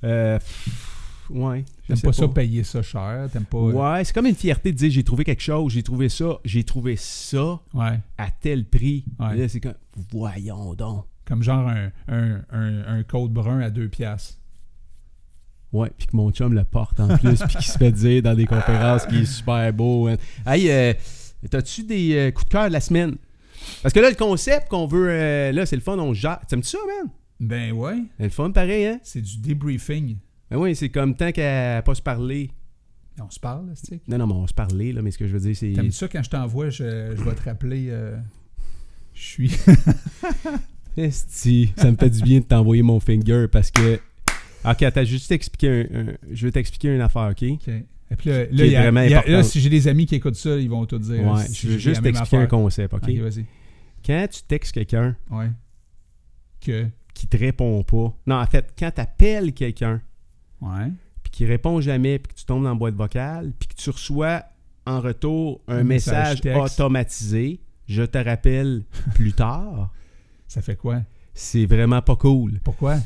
Speaker 1: Euh, pff, ouais. je
Speaker 2: T'aimes
Speaker 1: sais
Speaker 2: pas, ça payer ça cher. T'aimes pas. euh,
Speaker 1: Ouais, c'est comme une fierté de dire j'ai trouvé quelque chose, j'ai trouvé ça, j'ai trouvé ça
Speaker 2: Ouais.
Speaker 1: à tel prix.
Speaker 2: Ouais.
Speaker 1: Là, c'est comme, voyons donc.
Speaker 2: Comme genre un, un, un, un code brun à 2 piastres.
Speaker 1: Ouais, puis que mon chum le porte en plus, puis qu'il se fait dire dans des conférences qu'il est super beau. hein. Hey, euh, t'as-tu des euh, coups de cœur de la semaine? Parce que là, le concept qu'on veut, euh, là, c'est le fun, on jase. T'aimes-tu ça, man?
Speaker 2: Ben ouais.
Speaker 1: C'est le fun, pareil, hein?
Speaker 2: C'est du débriefing.
Speaker 1: Ben oui, c'est comme tant qu'à pas se parler.
Speaker 2: On se parle, là, c'est
Speaker 1: Non, non, mais on se parlait, là, mais ce que je veux dire, c'est.
Speaker 2: T'aimes ça quand je t'envoie, je, je vais te rappeler. euh, je suis.
Speaker 1: Esti, ça me fait du bien de t'envoyer mon finger parce que. Ok, attends, juste t'expliquer un, un- Je vais t'expliquer une affaire, ok?
Speaker 2: OK. Et puis là, là,
Speaker 1: Qui est
Speaker 2: il y a-
Speaker 1: vraiment
Speaker 2: il y a-
Speaker 1: importante.
Speaker 2: là, si j'ai des amis qui écoutent ça, ils vont tout dire.
Speaker 1: Ouais,
Speaker 2: si
Speaker 1: je veux
Speaker 2: j'ai la
Speaker 1: juste
Speaker 2: même
Speaker 1: t'expliquer un
Speaker 2: affaire.
Speaker 1: concept, ok?
Speaker 2: OK, vas-y.
Speaker 1: Quand tu textes quelqu'un
Speaker 2: Ouais. Que.
Speaker 1: qui te répond pas. Non, en fait, quand t'appelles quelqu'un
Speaker 2: Ouais.
Speaker 1: puis qui répond jamais, puis que tu tombes dans la boîte vocale, puis que tu reçois en retour un
Speaker 2: Un
Speaker 1: message,
Speaker 2: message texte.
Speaker 1: automatisé, je te rappelle plus tard,
Speaker 2: Ça fait quoi?
Speaker 1: c'est vraiment pas cool.
Speaker 2: Pourquoi?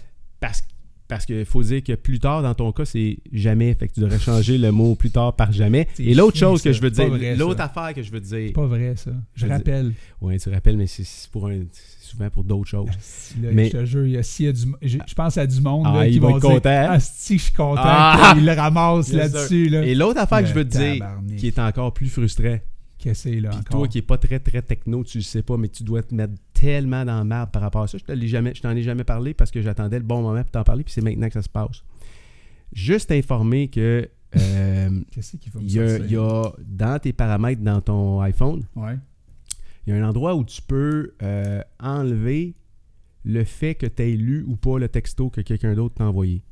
Speaker 1: Parce, parce qu'il faut dire que plus tard, dans ton cas, c'est jamais. Fait que tu devrais changer le mot plus tard par jamais.
Speaker 2: C'est
Speaker 1: Et l'autre
Speaker 2: chiant,
Speaker 1: chose que
Speaker 2: ça.
Speaker 1: je veux
Speaker 2: C'est
Speaker 1: dire,
Speaker 2: pas vrai,
Speaker 1: l'autre
Speaker 2: ça.
Speaker 1: affaire que je veux dire,
Speaker 2: C'est pas vrai, ça. Je
Speaker 1: Je veux Oh.
Speaker 2: rappelle.
Speaker 1: ouais, tu rappelles, mais c'est- c'est pour un- c'est souvent pour d'autres choses.
Speaker 2: Si, là,
Speaker 1: Mais-
Speaker 2: Je te jure, il y a, s'il y a du, mo- je, je pense à du monde
Speaker 1: Ah,
Speaker 2: là, qui
Speaker 1: il va
Speaker 2: vont
Speaker 1: être
Speaker 2: dire,
Speaker 1: content.
Speaker 2: Ah, si je suis content.
Speaker 1: Ah!
Speaker 2: puis Il le ramasse
Speaker 1: Bien
Speaker 2: là-dessus. Là.
Speaker 1: Et l'autre affaire que je
Speaker 2: Le
Speaker 1: veux te dire,
Speaker 2: tabarnak.
Speaker 1: qui est encore plus frustrant,
Speaker 2: Qu'est-ce que c'est, là,
Speaker 1: puis
Speaker 2: encore?
Speaker 1: toi qui est pas très très techno, tu le sais pas, mais tu dois te mettre tellement dans la merde par rapport à ça. Je te l'ai jamais, je t'en ai jamais parlé parce que j'attendais le bon moment pour t'en parler, puis c'est maintenant que ça se passe. Juste informer que euh,
Speaker 2: Qu'est-ce qu'il faut me
Speaker 1: il y a-
Speaker 2: sortir?
Speaker 1: il y a dans tes paramètres dans ton iPhone,
Speaker 2: Ouais.
Speaker 1: Il y a un endroit où tu peux euh, enlever le fait que tu aies lu ou pas le texto que quelqu'un d'autre t'a envoyé.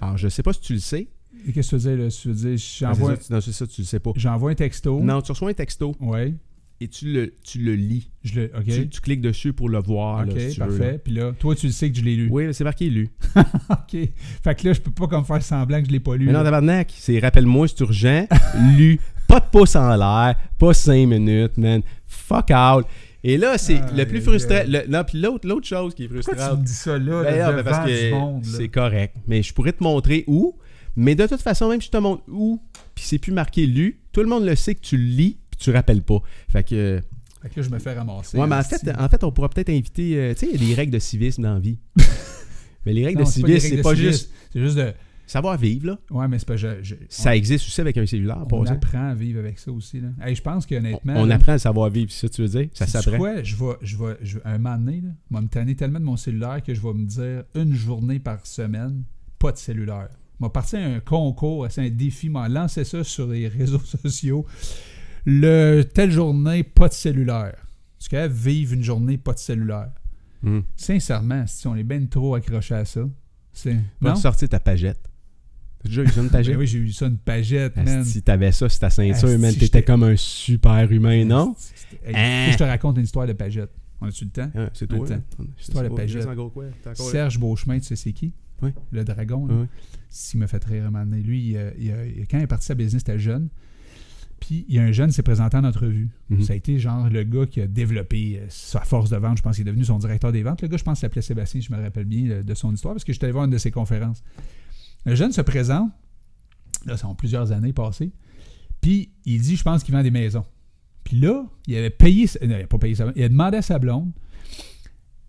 Speaker 1: Alors, je sais pas si tu le sais.
Speaker 2: Et Qu'est-ce que tu veux dire, là? Tu veux dire,
Speaker 1: Ah, c'est
Speaker 2: j'envoie,
Speaker 1: ça, tu- non, c'est ça, tu le sais pas.
Speaker 2: j'envoie un texto.
Speaker 1: Non, tu reçois un texto
Speaker 2: Ouais.
Speaker 1: et tu le, tu le lis.
Speaker 2: Je le, OK.
Speaker 1: Tu, tu cliques dessus pour le voir. là,
Speaker 2: OK,
Speaker 1: si tu veux,
Speaker 2: parfait. Puis là, toi, tu le sais que je l'ai
Speaker 1: là.
Speaker 2: lu.
Speaker 1: Oui, c'est marqué lu.
Speaker 2: OK. Fait que là, je peux pas comme faire semblant que je l'ai pas lu.
Speaker 1: Mais non,
Speaker 2: là.
Speaker 1: tabarnak, c'est rappelle-moi, c'est urgent, lu, pas de pouce en l'air, pas cinq minutes, man, fuck out. Et là, c'est
Speaker 2: Ah,
Speaker 1: le plus
Speaker 2: aïe,
Speaker 1: frustrant.
Speaker 2: aïe.
Speaker 1: le- non, puis l'autre l'autre chose qui est frustrante.
Speaker 2: Pourquoi tu me dis ça là,
Speaker 1: Ben,
Speaker 2: là
Speaker 1: ah, ben,
Speaker 2: devant
Speaker 1: parce
Speaker 2: du
Speaker 1: que
Speaker 2: monde? là?
Speaker 1: c'est correct. Mais je pourrais te montrer où. Mais de toute façon, même si je te montre où, puis c'est plus marqué lu, tout le monde le sait que tu le lis, puis tu rappelles pas. Fait que.
Speaker 2: Fait que là, je me fais ramasser.
Speaker 1: Ouais, mais en
Speaker 2: Asti.
Speaker 1: fait, en fait, on pourra peut-être inviter. euh, tu sais, il y a des règles de civisme dans la vie. mais les règles
Speaker 2: Non,
Speaker 1: de
Speaker 2: c'est pas des
Speaker 1: civisme, c'est
Speaker 2: règles de
Speaker 1: pas,
Speaker 2: civisme.
Speaker 1: juste
Speaker 2: C'est juste de.
Speaker 1: savoir vivre, là.
Speaker 2: Ouais, mais c'est pas. Je, je-
Speaker 1: Ça existe aussi avec un cellulaire,
Speaker 2: on,
Speaker 1: par
Speaker 2: on
Speaker 1: exemple.
Speaker 2: apprend à vivre avec ça aussi. Là. Hey, je pense
Speaker 1: On,
Speaker 2: qu'honnêtement.
Speaker 1: on
Speaker 2: là,
Speaker 1: apprend à savoir vivre, c'est ça que tu veux dire? Ça
Speaker 2: sais-tu
Speaker 1: s'apprend.
Speaker 2: quoi? Je vais, je vais, je, un moment donné, là, je vais me tanner tellement de mon cellulaire que je vais me dire une journée par semaine, pas de cellulaire. M'a parti à un concours, à un défi, m'a lancé ça sur les réseaux sociaux. Le telle journée, pas de cellulaire. Parce qu'elle vivre une journée, pas de cellulaire.
Speaker 1: Hmm.
Speaker 2: Sincèrement, si on est ben trop accroché à ça, c'est.
Speaker 1: Va
Speaker 2: Non?
Speaker 1: te sortir ta pagette. T'as déjà eu ça, une pagette?
Speaker 2: Ben oui, j'ai eu ça une pagette, man.
Speaker 1: Si t'avais ça, c'est ta ceinture,
Speaker 2: Asti,
Speaker 1: man. T'étais
Speaker 2: j'étais-
Speaker 1: comme un super humain, non?
Speaker 2: Hey,
Speaker 1: Hein?
Speaker 2: faut que Je te raconte une histoire de pagette. On a-tu le temps?
Speaker 1: Ouais, c'est toi.
Speaker 2: Attends.
Speaker 1: hein.
Speaker 2: C'est toi, la
Speaker 1: pas-
Speaker 2: pagette.
Speaker 1: Juste encore quoi? T'as encore-
Speaker 2: Serge Beauchemin, tu sais c'est qui?
Speaker 1: Oui.
Speaker 2: Le dragon.
Speaker 1: Ouais,
Speaker 2: là.
Speaker 1: ouais.
Speaker 2: S'il me fait rire à un moment donné. Lui, il, euh, il, euh, il- quand il est parti à business, il était jeune. Puis il y a un jeune qui s'est présenté en entrevue.
Speaker 1: Mhm.
Speaker 2: Ça a été genre le gars qui a développé euh, sa force de vente. Je pense qu'il est devenu son directeur des ventes. Le gars, je pense, s'appelait Sébastien, je me rappelle bien euh, de son histoire, parce que j'étais allé voir une de ses conférences. Le jeune se présente, là, ça ont plusieurs années passées, puis il dit, je pense qu'il vend des maisons. Puis là, il avait payé, sa- non, il a pas payé sa il a demandé à sa blonde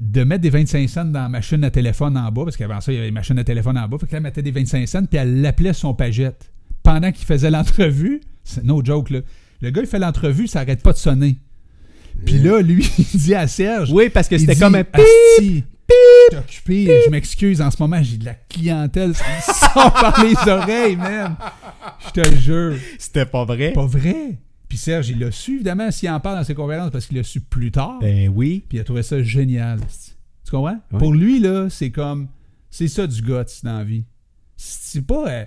Speaker 2: de mettre des 25 cents dans la machine à téléphone en bas, parce qu'avant ça, il y avait une machine à téléphone en bas, fait qu'elle mettait des 25 cents, puis elle l'appelait son pagette. Pendant qu'il faisait l'entrevue, c'est no joke, là. Le gars, il fait l'entrevue, ça arrête pas de sonner. Puis là, lui, il dit à Serge.
Speaker 1: Oui, parce que
Speaker 2: il
Speaker 1: c'était
Speaker 2: dit,
Speaker 1: comme un pip!
Speaker 2: Asti, Je suis occupé, je m'excuse, en ce moment, j'ai de la clientèle, ça me sort par les oreilles, même. Je te jure.
Speaker 1: C'était pas vrai?
Speaker 2: Pas vrai. Puis Serge, il l'a su, évidemment, s'il en parle dans ses conférences, parce qu'il l'a su plus tard.
Speaker 1: Ben oui.
Speaker 2: Puis il a trouvé ça génial. Tu comprends?
Speaker 1: Ouais.
Speaker 2: Pour lui, là, c'est comme. C'est ça du guts dans la vie. C'est pas. euh,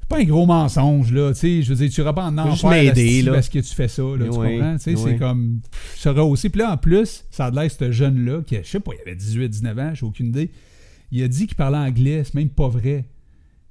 Speaker 2: c'est pas un gros mensonge, là. Tu sais, je veux dire, tu iras pas en
Speaker 1: juste
Speaker 2: enfer
Speaker 1: m'aider,
Speaker 2: asti,
Speaker 1: là.
Speaker 2: parce que tu fais ça, là.
Speaker 1: Mais
Speaker 2: tu
Speaker 1: ouais,
Speaker 2: comprends? Tu sais,
Speaker 1: mais
Speaker 2: c'est
Speaker 1: ouais.
Speaker 2: comme. pff, Ça aurait aussi. Puis là, en plus, ça a l'air, ce jeune-là, qui, je sais pas, il avait 18, 19 ans, j'ai aucune idée. Il a dit qu'il parlait anglais, c'est même pas vrai.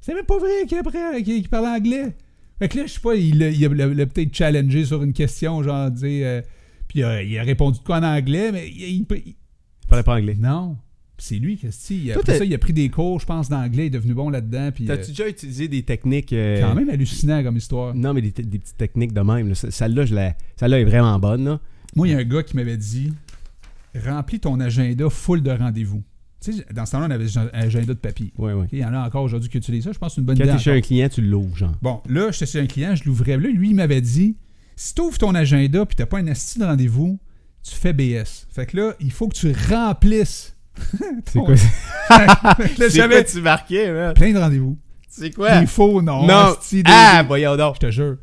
Speaker 2: C'est même pas vrai qu'il apprenait- qu'il qu'il parlait anglais. Fait que là, je sais pas, il l'a il l'a- l'a peut-être challengé sur une question, genre, dire. euh, puis euh, il a répondu de quoi en anglais, mais il- il- il,
Speaker 1: Je parlais pas anglais.
Speaker 2: non. Puis C'est lui, Christy. Il a-
Speaker 1: Toi,
Speaker 2: Après
Speaker 1: t'as-
Speaker 2: ça, il a pris des cours, je pense, d'anglais. Il est devenu bon là-dedans. Puis,
Speaker 1: T'as-tu
Speaker 2: euh,
Speaker 1: déjà utilisé des techniques. euh,
Speaker 2: quand même hallucinant comme histoire.
Speaker 1: Non, mais des, te- des petites techniques de même. là. Ce- Celle-là, je la- celle-là est vraiment bonne. là.
Speaker 2: Moi, il y a un gars qui m'avait dit remplis ton agenda full de rendez-vous. Tu sais, dans ce temps-là, on avait un agenda de papier.
Speaker 1: Ouais, ouais.
Speaker 2: Il y en a encore aujourd'hui qui utilisent ça. Je pense que c'est une bonne
Speaker 1: Quand
Speaker 2: idée.
Speaker 1: t'es chez
Speaker 2: encore.
Speaker 1: un client, tu l'ouvres, genre.
Speaker 2: Bon, là, j'étais chez un client, je l'ouvrais. Là, lui, il m'avait dit si tu ouvres ton agenda puis tu pas un asti de rendez-vous, tu fais BS. Fait que là, il faut que tu remplisses.
Speaker 1: C'est
Speaker 2: ton-
Speaker 1: quoi ça?
Speaker 2: Fait que là,
Speaker 1: C'est
Speaker 2: j'avais
Speaker 1: quoi tu marquais, man?
Speaker 2: plein de rendez-vous.
Speaker 1: C'est quoi?
Speaker 2: Des faux noms.
Speaker 1: Non!
Speaker 2: asti, des-
Speaker 1: Ah, voyons donc.
Speaker 2: Je te jure.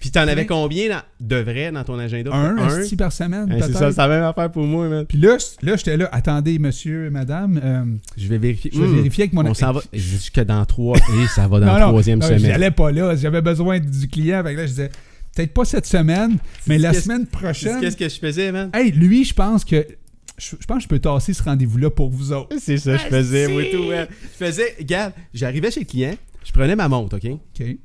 Speaker 1: Puis t'en avais
Speaker 2: Mais-
Speaker 1: combien dans- de vrai dans ton agenda?
Speaker 2: Hein? un, asti par semaine,
Speaker 1: Hein, C'est
Speaker 2: peut-être.
Speaker 1: ça, c'est la même affaire pour moi, man.
Speaker 2: Puis là, c- là j'étais là, attendez, monsieur, madame, euh,
Speaker 1: Je vais vérifier.
Speaker 2: je vais
Speaker 1: Hmm.
Speaker 2: vérifier avec mon...
Speaker 1: On s'en va jusque dans trois. Et ça va dans
Speaker 2: Non,
Speaker 1: la
Speaker 2: non,
Speaker 1: troisième
Speaker 2: non,
Speaker 1: semaine.
Speaker 2: J'allais pas là, j'avais besoin du client, fait que là, je disais, peut-être pas cette semaine, mais la
Speaker 1: qu'est-ce-
Speaker 2: semaine
Speaker 1: Tu sais
Speaker 2: prochaine...
Speaker 1: Qu'est-ce que je faisais, man?
Speaker 2: Hey, lui, je pense que... Je, je pense que je peux tasser ce rendez-vous-là pour vous autres.
Speaker 1: C'est ça, je faisais, moi, tout, man. Je faisais, regarde, j'arrivais chez le client, je prenais ma montre, OK?
Speaker 2: OK.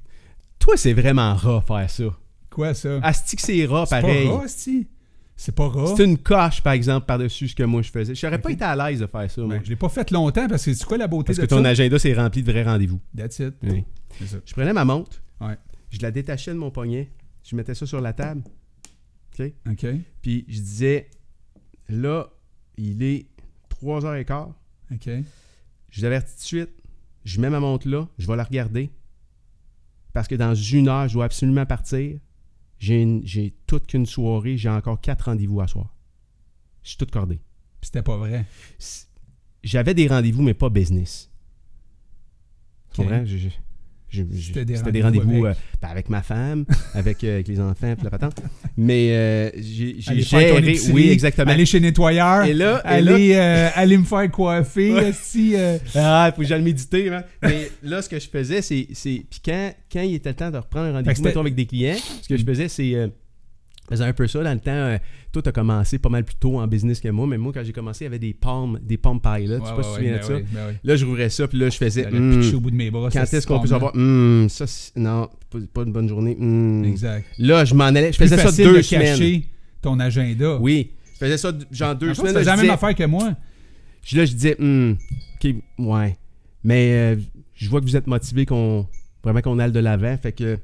Speaker 1: Toi, c'est vraiment rat faire ça.
Speaker 2: Quoi, ça?
Speaker 1: Asti que c'est rat,
Speaker 2: c'est
Speaker 1: Ah, pareil.
Speaker 2: pas rat, c'est-tu? C'est pas rat.
Speaker 1: C'est une coche, par exemple, par-dessus ce que moi je faisais. Je n'aurais pas
Speaker 2: Ok.
Speaker 1: été à l'aise de faire ça, moi.
Speaker 2: Ben, je l'ai pas fait longtemps parce que c'est quoi la beauté
Speaker 1: Parce
Speaker 2: de
Speaker 1: que ton
Speaker 2: ça?
Speaker 1: agenda, c'est rempli de vrais rendez-vous.
Speaker 2: That's it.
Speaker 1: Oui.
Speaker 2: C'est ça.
Speaker 1: Je prenais ma montre,
Speaker 2: Ouais.
Speaker 1: je la détachais de mon poignet, je mettais ça sur la table,
Speaker 2: OK.
Speaker 1: puis je disais, là, il est 3h15,
Speaker 2: OK.
Speaker 1: je vous avertis tout de suite, je mets ma montre là, je vais la regarder, parce que dans une heure, je dois absolument partir. J'ai une- j'ai toute qu'une soirée, j'ai encore quatre rendez-vous à soir. Je suis tout cordé.
Speaker 2: Puis c'était pas vrai.
Speaker 1: C- J'avais des rendez-vous, mais pas business. Tu
Speaker 2: Ok.
Speaker 1: comprends? Je- je- je- je-
Speaker 2: C'était des
Speaker 1: C'était des
Speaker 2: rendez-vous
Speaker 1: rendez-vous euh, ben, avec... ma femme, avec, euh, avec les enfants, puis la patente. Mais euh, j'ai j'ai
Speaker 2: Aller faire ton
Speaker 1: géré.
Speaker 2: épicerie,
Speaker 1: Oui, exactement.
Speaker 2: Aller chez nettoyeur.
Speaker 1: Et là, et là-
Speaker 2: aller, euh, aller me faire coiffer. si, euh,
Speaker 1: Ah, faut que j'aille méditer, man. Mais là, ce que je faisais, c'est. c'est- Puis quand, quand il était temps de reprendre un
Speaker 2: Fait que
Speaker 1: rendez-vous,
Speaker 2: c'était-
Speaker 1: mettons, avec des clients, ce que je faisais, c'est. euh, je faisais un peu ça dans le temps. euh, toi, t'as commencé pas mal plus tôt en business que moi, mais moi, quand j'ai commencé, il y avait des palmes, des palmes pailles, là. tu sais
Speaker 2: ouais,
Speaker 1: pas si tu te
Speaker 2: ouais,
Speaker 1: souviens
Speaker 2: ben
Speaker 1: de ça.
Speaker 2: oui, ben oui.
Speaker 1: Là, je rouvrais ça, puis là, je faisais.
Speaker 2: J'allais
Speaker 1: hmm,
Speaker 2: pitcher au bout de mes bras.
Speaker 1: quand
Speaker 2: cette
Speaker 1: est-ce qu'on peut
Speaker 2: forme-là.
Speaker 1: savoir. Hmm, ça, c'est- non, pas, pas une bonne journée. Hmm.
Speaker 2: hein. Exact.
Speaker 1: Là, je m'en allais. Je
Speaker 2: Plus
Speaker 1: faisais ça
Speaker 2: facile
Speaker 1: deux
Speaker 2: de
Speaker 1: semaines.
Speaker 2: cacher ton agenda. Ah,
Speaker 1: Oui. Je faisais ça d- genre deux
Speaker 2: Deux
Speaker 1: semaines. là,
Speaker 2: semaines, la
Speaker 1: je
Speaker 2: même
Speaker 1: disais-
Speaker 2: affaire que moi. Ah,
Speaker 1: je- là, je disais, hmm, ok, ouais. Mais euh, je vois que vous êtes motivé qu'on vraiment qu'on aille de l'avant. Fait que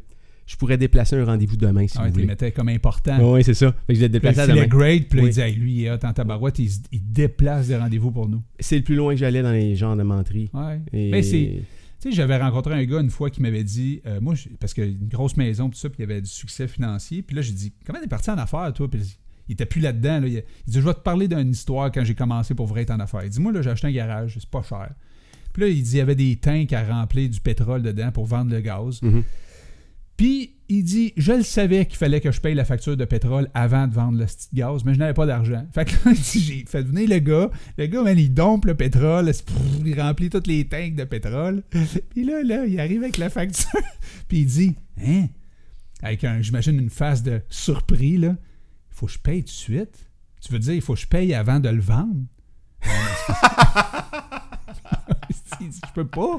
Speaker 1: je pourrais déplacer un rendez-vous demain si
Speaker 2: Ah,
Speaker 1: vous
Speaker 2: tu les
Speaker 1: voulez.
Speaker 2: mettais comme important.
Speaker 1: oui, c'est ça. Fait que je vais
Speaker 2: Puis
Speaker 1: déplacer
Speaker 2: là,
Speaker 1: à
Speaker 2: il
Speaker 1: demain.
Speaker 2: filait grade, puis là,
Speaker 1: Oui.
Speaker 2: il disait, lui, il est hot en tabarouette, il, il déplace des rendez-vous pour nous.
Speaker 1: C'est le plus loin que j'allais dans les genres de menterie.
Speaker 2: Ouais.
Speaker 1: Et...
Speaker 2: Mais c'est, Tu sais, j'avais rencontré un gars une fois qui m'avait dit, euh, moi, je- parce qu'il y a une grosse maison, tout ça, puis il y avait du succès financier. Puis là, j'ai dit, comment t'es parti en affaires, toi? Puis il était plus là-dedans. là. Il, il dit, je vais te parler d'une histoire quand j'ai commencé pour vrai être en affaires. Il dit, moi, là, j'ai acheté un garage, c'est pas cher. Puis là, il dit il y avait des tanks à remplir du pétrole dedans pour vendre le gaz.
Speaker 1: Mhm.
Speaker 2: Puis il dit Je le savais qu'il fallait que je paye la facture de pétrole avant de vendre le petit gaz, mais je n'avais pas d'argent. Fait que là, il dit, j'ai fait venir le gars. Le gars, man, il dompe le pétrole, c'est- pff, il remplit toutes les tanks de pétrole. Puis là, là, il arrive avec la facture. Puis il dit Hein Avec, un, j'imagine, une face de surpris, là. Il faut que je paye tout de suite. Tu veux dire, il faut que je paye avant de le vendre Il dit, Je peux pas.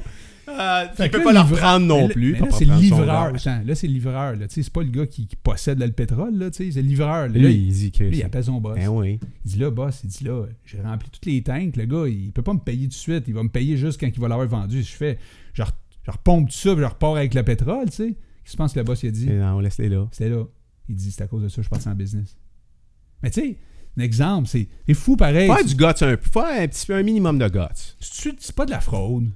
Speaker 1: Ah, tu
Speaker 2: Fait que
Speaker 1: peux
Speaker 2: là,
Speaker 1: pas leur
Speaker 2: livre-
Speaker 1: prendre non
Speaker 2: Mais là-
Speaker 1: plus.
Speaker 2: mais
Speaker 1: t'as
Speaker 2: là,
Speaker 1: pas
Speaker 2: c'est le
Speaker 1: prendre son
Speaker 2: livreur.
Speaker 1: gaz.
Speaker 2: Attends, là, c'est le livreur. là. Tu sais, C'est pas le gars qui, qui possède là, le pétrole. Là, tu sais, c'est le livreur. Là,
Speaker 1: Lui,
Speaker 2: il,
Speaker 1: il dit que.
Speaker 2: lui, il appelle son boss.
Speaker 1: Ben oui.
Speaker 2: Il dit là, boss, il dit là, j'ai rempli toutes les tanks. Le gars, il peut pas me payer tout de suite. Il va me payer juste quand il va l'avoir vendu. Je fais, je, re- je repompe tout ça, puis je repars avec le pétrole. tu sais. Qu'est-ce que tu penses que le boss il a dit?
Speaker 1: Et non, laisse-les là.
Speaker 2: C'était là. Il dit, c'est à cause de ça que je suis parti en business. Mais tu sais, un exemple, c'est c'est fou pareil.
Speaker 1: Faire du guts un peu. Faire un petit peu un minimum de guts.
Speaker 2: C'est c'est pas de la fraude.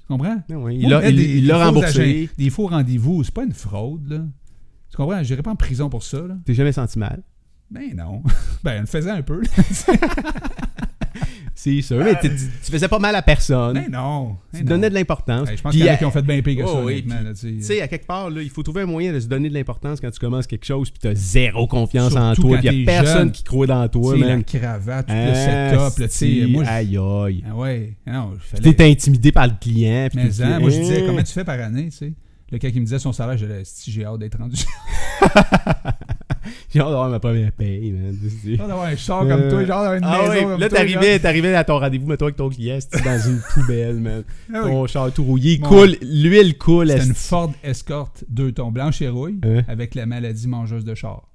Speaker 2: Tu comprends?
Speaker 1: Ben oui,
Speaker 2: Moi,
Speaker 1: Il l'a-
Speaker 2: mettre
Speaker 1: il-
Speaker 2: des-
Speaker 1: il
Speaker 2: des faux
Speaker 1: l'a
Speaker 2: agents-
Speaker 1: remboursé.
Speaker 2: Des faux rendez-vous, c'est pas une fraude, là. Tu comprends? J'irai pas en prison pour ça, là.
Speaker 1: T'es jamais senti mal.
Speaker 2: Ben non. ben, on le faisait un peu. là.
Speaker 1: C'est sûr.
Speaker 2: Ah.
Speaker 1: Mais t'es- tu faisais pas mal à personne.
Speaker 2: ben non. Ben
Speaker 1: Tu
Speaker 2: non.
Speaker 1: donnais de l'importance.
Speaker 2: Hey, je pense
Speaker 1: Puis,
Speaker 2: qu'il y en a
Speaker 1: euh,
Speaker 2: qui ont fait bien pire que ça,
Speaker 1: oh oui,
Speaker 2: honnêtement,
Speaker 1: puis,
Speaker 2: là, tu
Speaker 1: Tu
Speaker 2: sais.
Speaker 1: sais, à quelque part, là, il faut trouver un moyen de se donner de l'importance quand tu commences quelque chose puis t'as zéro confiance en
Speaker 2: Surtout
Speaker 1: toi.
Speaker 2: quand
Speaker 1: Puis il
Speaker 2: t'es
Speaker 1: a personne
Speaker 2: jeune.
Speaker 1: qui croit dans toi,
Speaker 2: Tu sais, la
Speaker 1: man.
Speaker 2: cravate, tout le
Speaker 1: Ah,
Speaker 2: setup, là, tu sais. Moi, je-
Speaker 1: Aïe, aïe.
Speaker 2: Ah ouais. Non, je
Speaker 1: Puis t'es intimidé par le client. puis
Speaker 2: Mais
Speaker 1: tu
Speaker 2: hein,
Speaker 1: dis,
Speaker 2: moi, je disais,
Speaker 1: Eh.
Speaker 2: comment tu fais par année, tu sais? Le gars qui me disait son salaire, je disais, si j'ai hâte d'être rendu.
Speaker 1: J'ai
Speaker 2: J'ai
Speaker 1: hâte d'avoir ma première paye, man. Tu sais.
Speaker 2: hâte d'avoir un char comme toi, genre Ah, une
Speaker 1: Ah
Speaker 2: maison
Speaker 1: ouais,
Speaker 2: comme
Speaker 1: là,
Speaker 2: toi, genre.
Speaker 1: t'arrivais, t'arrivais à ton rendez-vous, mettons, avec ton client, c'était dans une poubelle, man.
Speaker 2: Ah oui.
Speaker 1: Ton char tout rouillé,
Speaker 2: Mon-
Speaker 1: coule, l'huile coule.
Speaker 2: C'était une
Speaker 1: esti.
Speaker 2: Ford Escort deux tons blanche et rouille
Speaker 1: Hein?
Speaker 2: avec la maladie mangeuse de char.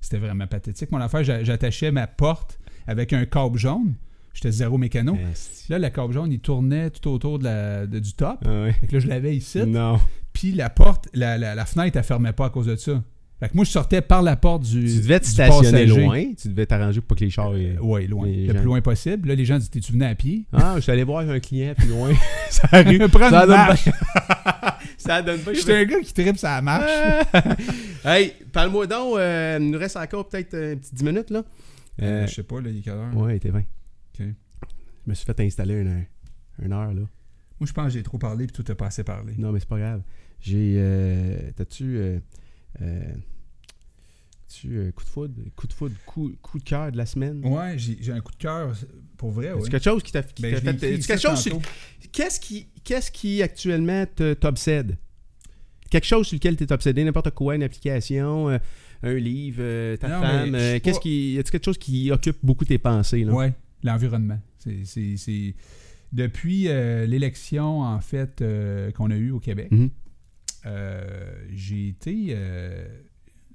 Speaker 2: C'était vraiment pathétique. Mon affaire, j'a- j'attachais ma porte avec un câble jaune. J'étais zéro mécano.
Speaker 1: Esti.
Speaker 2: Là, le câble jaune, il tournait tout autour de la- de- du top.
Speaker 1: Ah ouais.
Speaker 2: Fait que là, je l'avais ici.
Speaker 1: Non.
Speaker 2: Puis la porte, la, la- la fenêtre, elle fermait pas à cause de ça. Fait que moi, je sortais par la porte du.
Speaker 1: Tu devais te
Speaker 2: du
Speaker 1: stationner
Speaker 2: passager.
Speaker 1: loin, tu devais t'arranger pour pas que les chars. aient-
Speaker 2: Euh, ouais, loin.
Speaker 1: les
Speaker 2: Le
Speaker 1: gens-
Speaker 2: plus loin possible. Là, les gens disaient Tu venais à pied
Speaker 1: Ah, je suis allé voir un client plus loin. ça rue.
Speaker 2: Prends une
Speaker 1: ça, donne pas...
Speaker 2: marche.
Speaker 1: ça donne pas.
Speaker 2: J'étais un gars qui tripe sa marche.
Speaker 1: hey, parle-moi donc. euh, il nous reste encore peut-être un petit 10 minutes, là. Euh,
Speaker 2: je sais pas, là, il est quelle heure?
Speaker 1: ouais, il était 20.
Speaker 2: Ok.
Speaker 1: Je me suis fait installer une, une heure, là.
Speaker 2: Moi, je pense que j'ai trop parlé puis tout a pas assez parlé.
Speaker 1: Non, mais c'est pas grave. J'ai. euh, T'as-tu. euh, euh, tu, euh, coup de foudre, coup de foudre, coup, coup de cœur de la semaine.
Speaker 2: Ouais, j'ai j'ai un coup de cœur pour vrai.
Speaker 1: Est-ce
Speaker 2: ouais.
Speaker 1: quelque chose qui t'a qui
Speaker 2: Ben,
Speaker 1: t'a
Speaker 2: je l'ai
Speaker 1: fait.
Speaker 2: écrit
Speaker 1: est-ce quelque
Speaker 2: ça
Speaker 1: chose sur-
Speaker 2: tantôt.
Speaker 1: Qu'est-ce qui, qu'est-ce qui actuellement te- t'obsède? Quelque chose sur lequel tu es obsédé, n'importe quoi, une application, euh, un livre, euh, ta
Speaker 2: Non, mais
Speaker 1: femme.
Speaker 2: je
Speaker 1: euh,
Speaker 2: suis
Speaker 1: qu'est-ce
Speaker 2: pas-
Speaker 1: qui, y a-t-il quelque chose qui occupe beaucoup tes pensées? Là?
Speaker 2: Ouais, l'environnement. C'est- c'est- c'est- Depuis euh, l'élection, en fait, euh, qu'on a eue au Québec,
Speaker 1: Mhm.
Speaker 2: euh, j'ai été. euh,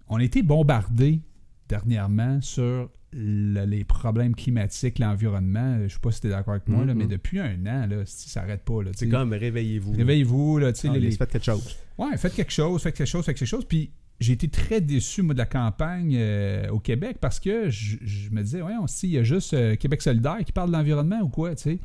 Speaker 2: On a été bombardé dernièrement sur le- les problèmes climatiques, l'environnement. Euh, Je sais pas si tu es d'accord avec moi, là,
Speaker 1: Mhm.
Speaker 2: mais depuis un an, là, si ça s'arrête pas. là, tu
Speaker 1: C'est
Speaker 2: sais.
Speaker 1: comme Mhm. réveillez-vous.
Speaker 2: Réveillez-vous, là, tu sais,
Speaker 1: Ah,
Speaker 2: les-
Speaker 1: laisse
Speaker 2: les-
Speaker 1: faire quelque chose.
Speaker 2: Ouais, faites quelque chose, faites quelque chose, faites quelque chose. Puis j'ai été très déçu, moi, de la campagne euh, au Québec parce que je, je me disais, ouais, on il y a juste euh, Québec solidaire qui parle de l'environnement ou quoi, tu sais.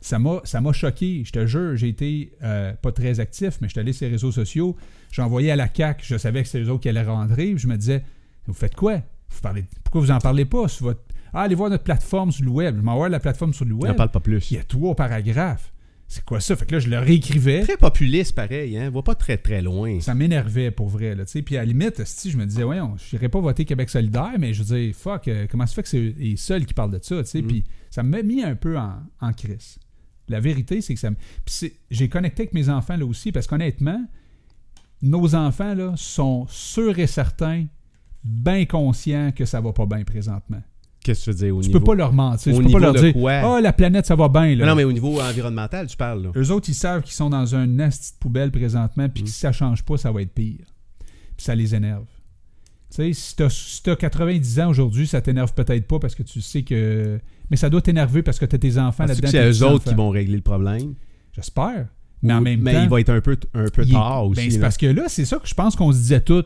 Speaker 2: Ça m'a ça m'a choqué, je te jure, j'ai été euh, pas très actif, mais je suis allé sur les réseaux sociaux, j'ai envoyé à la CAQ, je savais que c'est eux autres qui allaient rentrer, puis je me disais, vous faites quoi? Vous parlez, pourquoi vous en parlez pas sur votre... Ah, allez voir notre plateforme sur le web. Je m'envoie la plateforme sur le
Speaker 1: On n'en
Speaker 2: web.
Speaker 1: parle pas plus.
Speaker 2: Il y a trois paragraphes. C'est quoi ça? Fait que là, je le réécrivais.
Speaker 1: Très populiste, pareil. Hein? Va pas très, très loin.
Speaker 2: Ça m'énervait pour vrai. Là, tu sais. puis à la limite, si je me disais, voyons, je n'irais pas voter Québec solidaire, mais je disais, fuck, euh, comment ça fait que c'est les seuls qui parlent de ça? tu sais.
Speaker 1: Mm.
Speaker 2: Puis ça m'a mis un peu en, en crise. La vérité, c'est que ça me. Puis c'est- j'ai connecté avec mes enfants là aussi, parce qu'honnêtement, nos enfants là, sont sûrs et certains, bien conscients que ça va pas bien présentement.
Speaker 1: Qu'est-ce que tu veux dire au
Speaker 2: Tu
Speaker 1: niveau...
Speaker 2: peux pas leur mentir.
Speaker 1: au
Speaker 2: Tu peux pas
Speaker 1: niveau
Speaker 2: leur
Speaker 1: de
Speaker 2: dire,
Speaker 1: quoi?
Speaker 2: ah, la planète, ça va bien. là.
Speaker 1: Non, non, mais au niveau environnemental, tu parles. Là.
Speaker 2: Eux autres, ils savent qu'ils sont dans un nasty de poubelle présentement,
Speaker 1: Mm.
Speaker 2: puis que si ça change pas, ça va être pire. Puis ça les énerve. Tu sais, si t'as si t'as 90 ans aujourd'hui, ça t'énerve peut-être pas parce que tu sais que. Mais ça doit t'énerver parce que t'as tes enfants
Speaker 1: Parce que
Speaker 2: là-dedans.
Speaker 1: Ah, c'est
Speaker 2: tes
Speaker 1: eux autres
Speaker 2: petits-enfants.
Speaker 1: qui vont régler le problème.
Speaker 2: J'espère. Mais en
Speaker 1: Ou-
Speaker 2: même
Speaker 1: mais
Speaker 2: temps.
Speaker 1: il va être un peu, t- un peu
Speaker 2: il est-
Speaker 1: tard aussi.
Speaker 2: Ben, c'est
Speaker 1: là.
Speaker 2: parce que là, c'est ça que je pense qu'on se disait tout.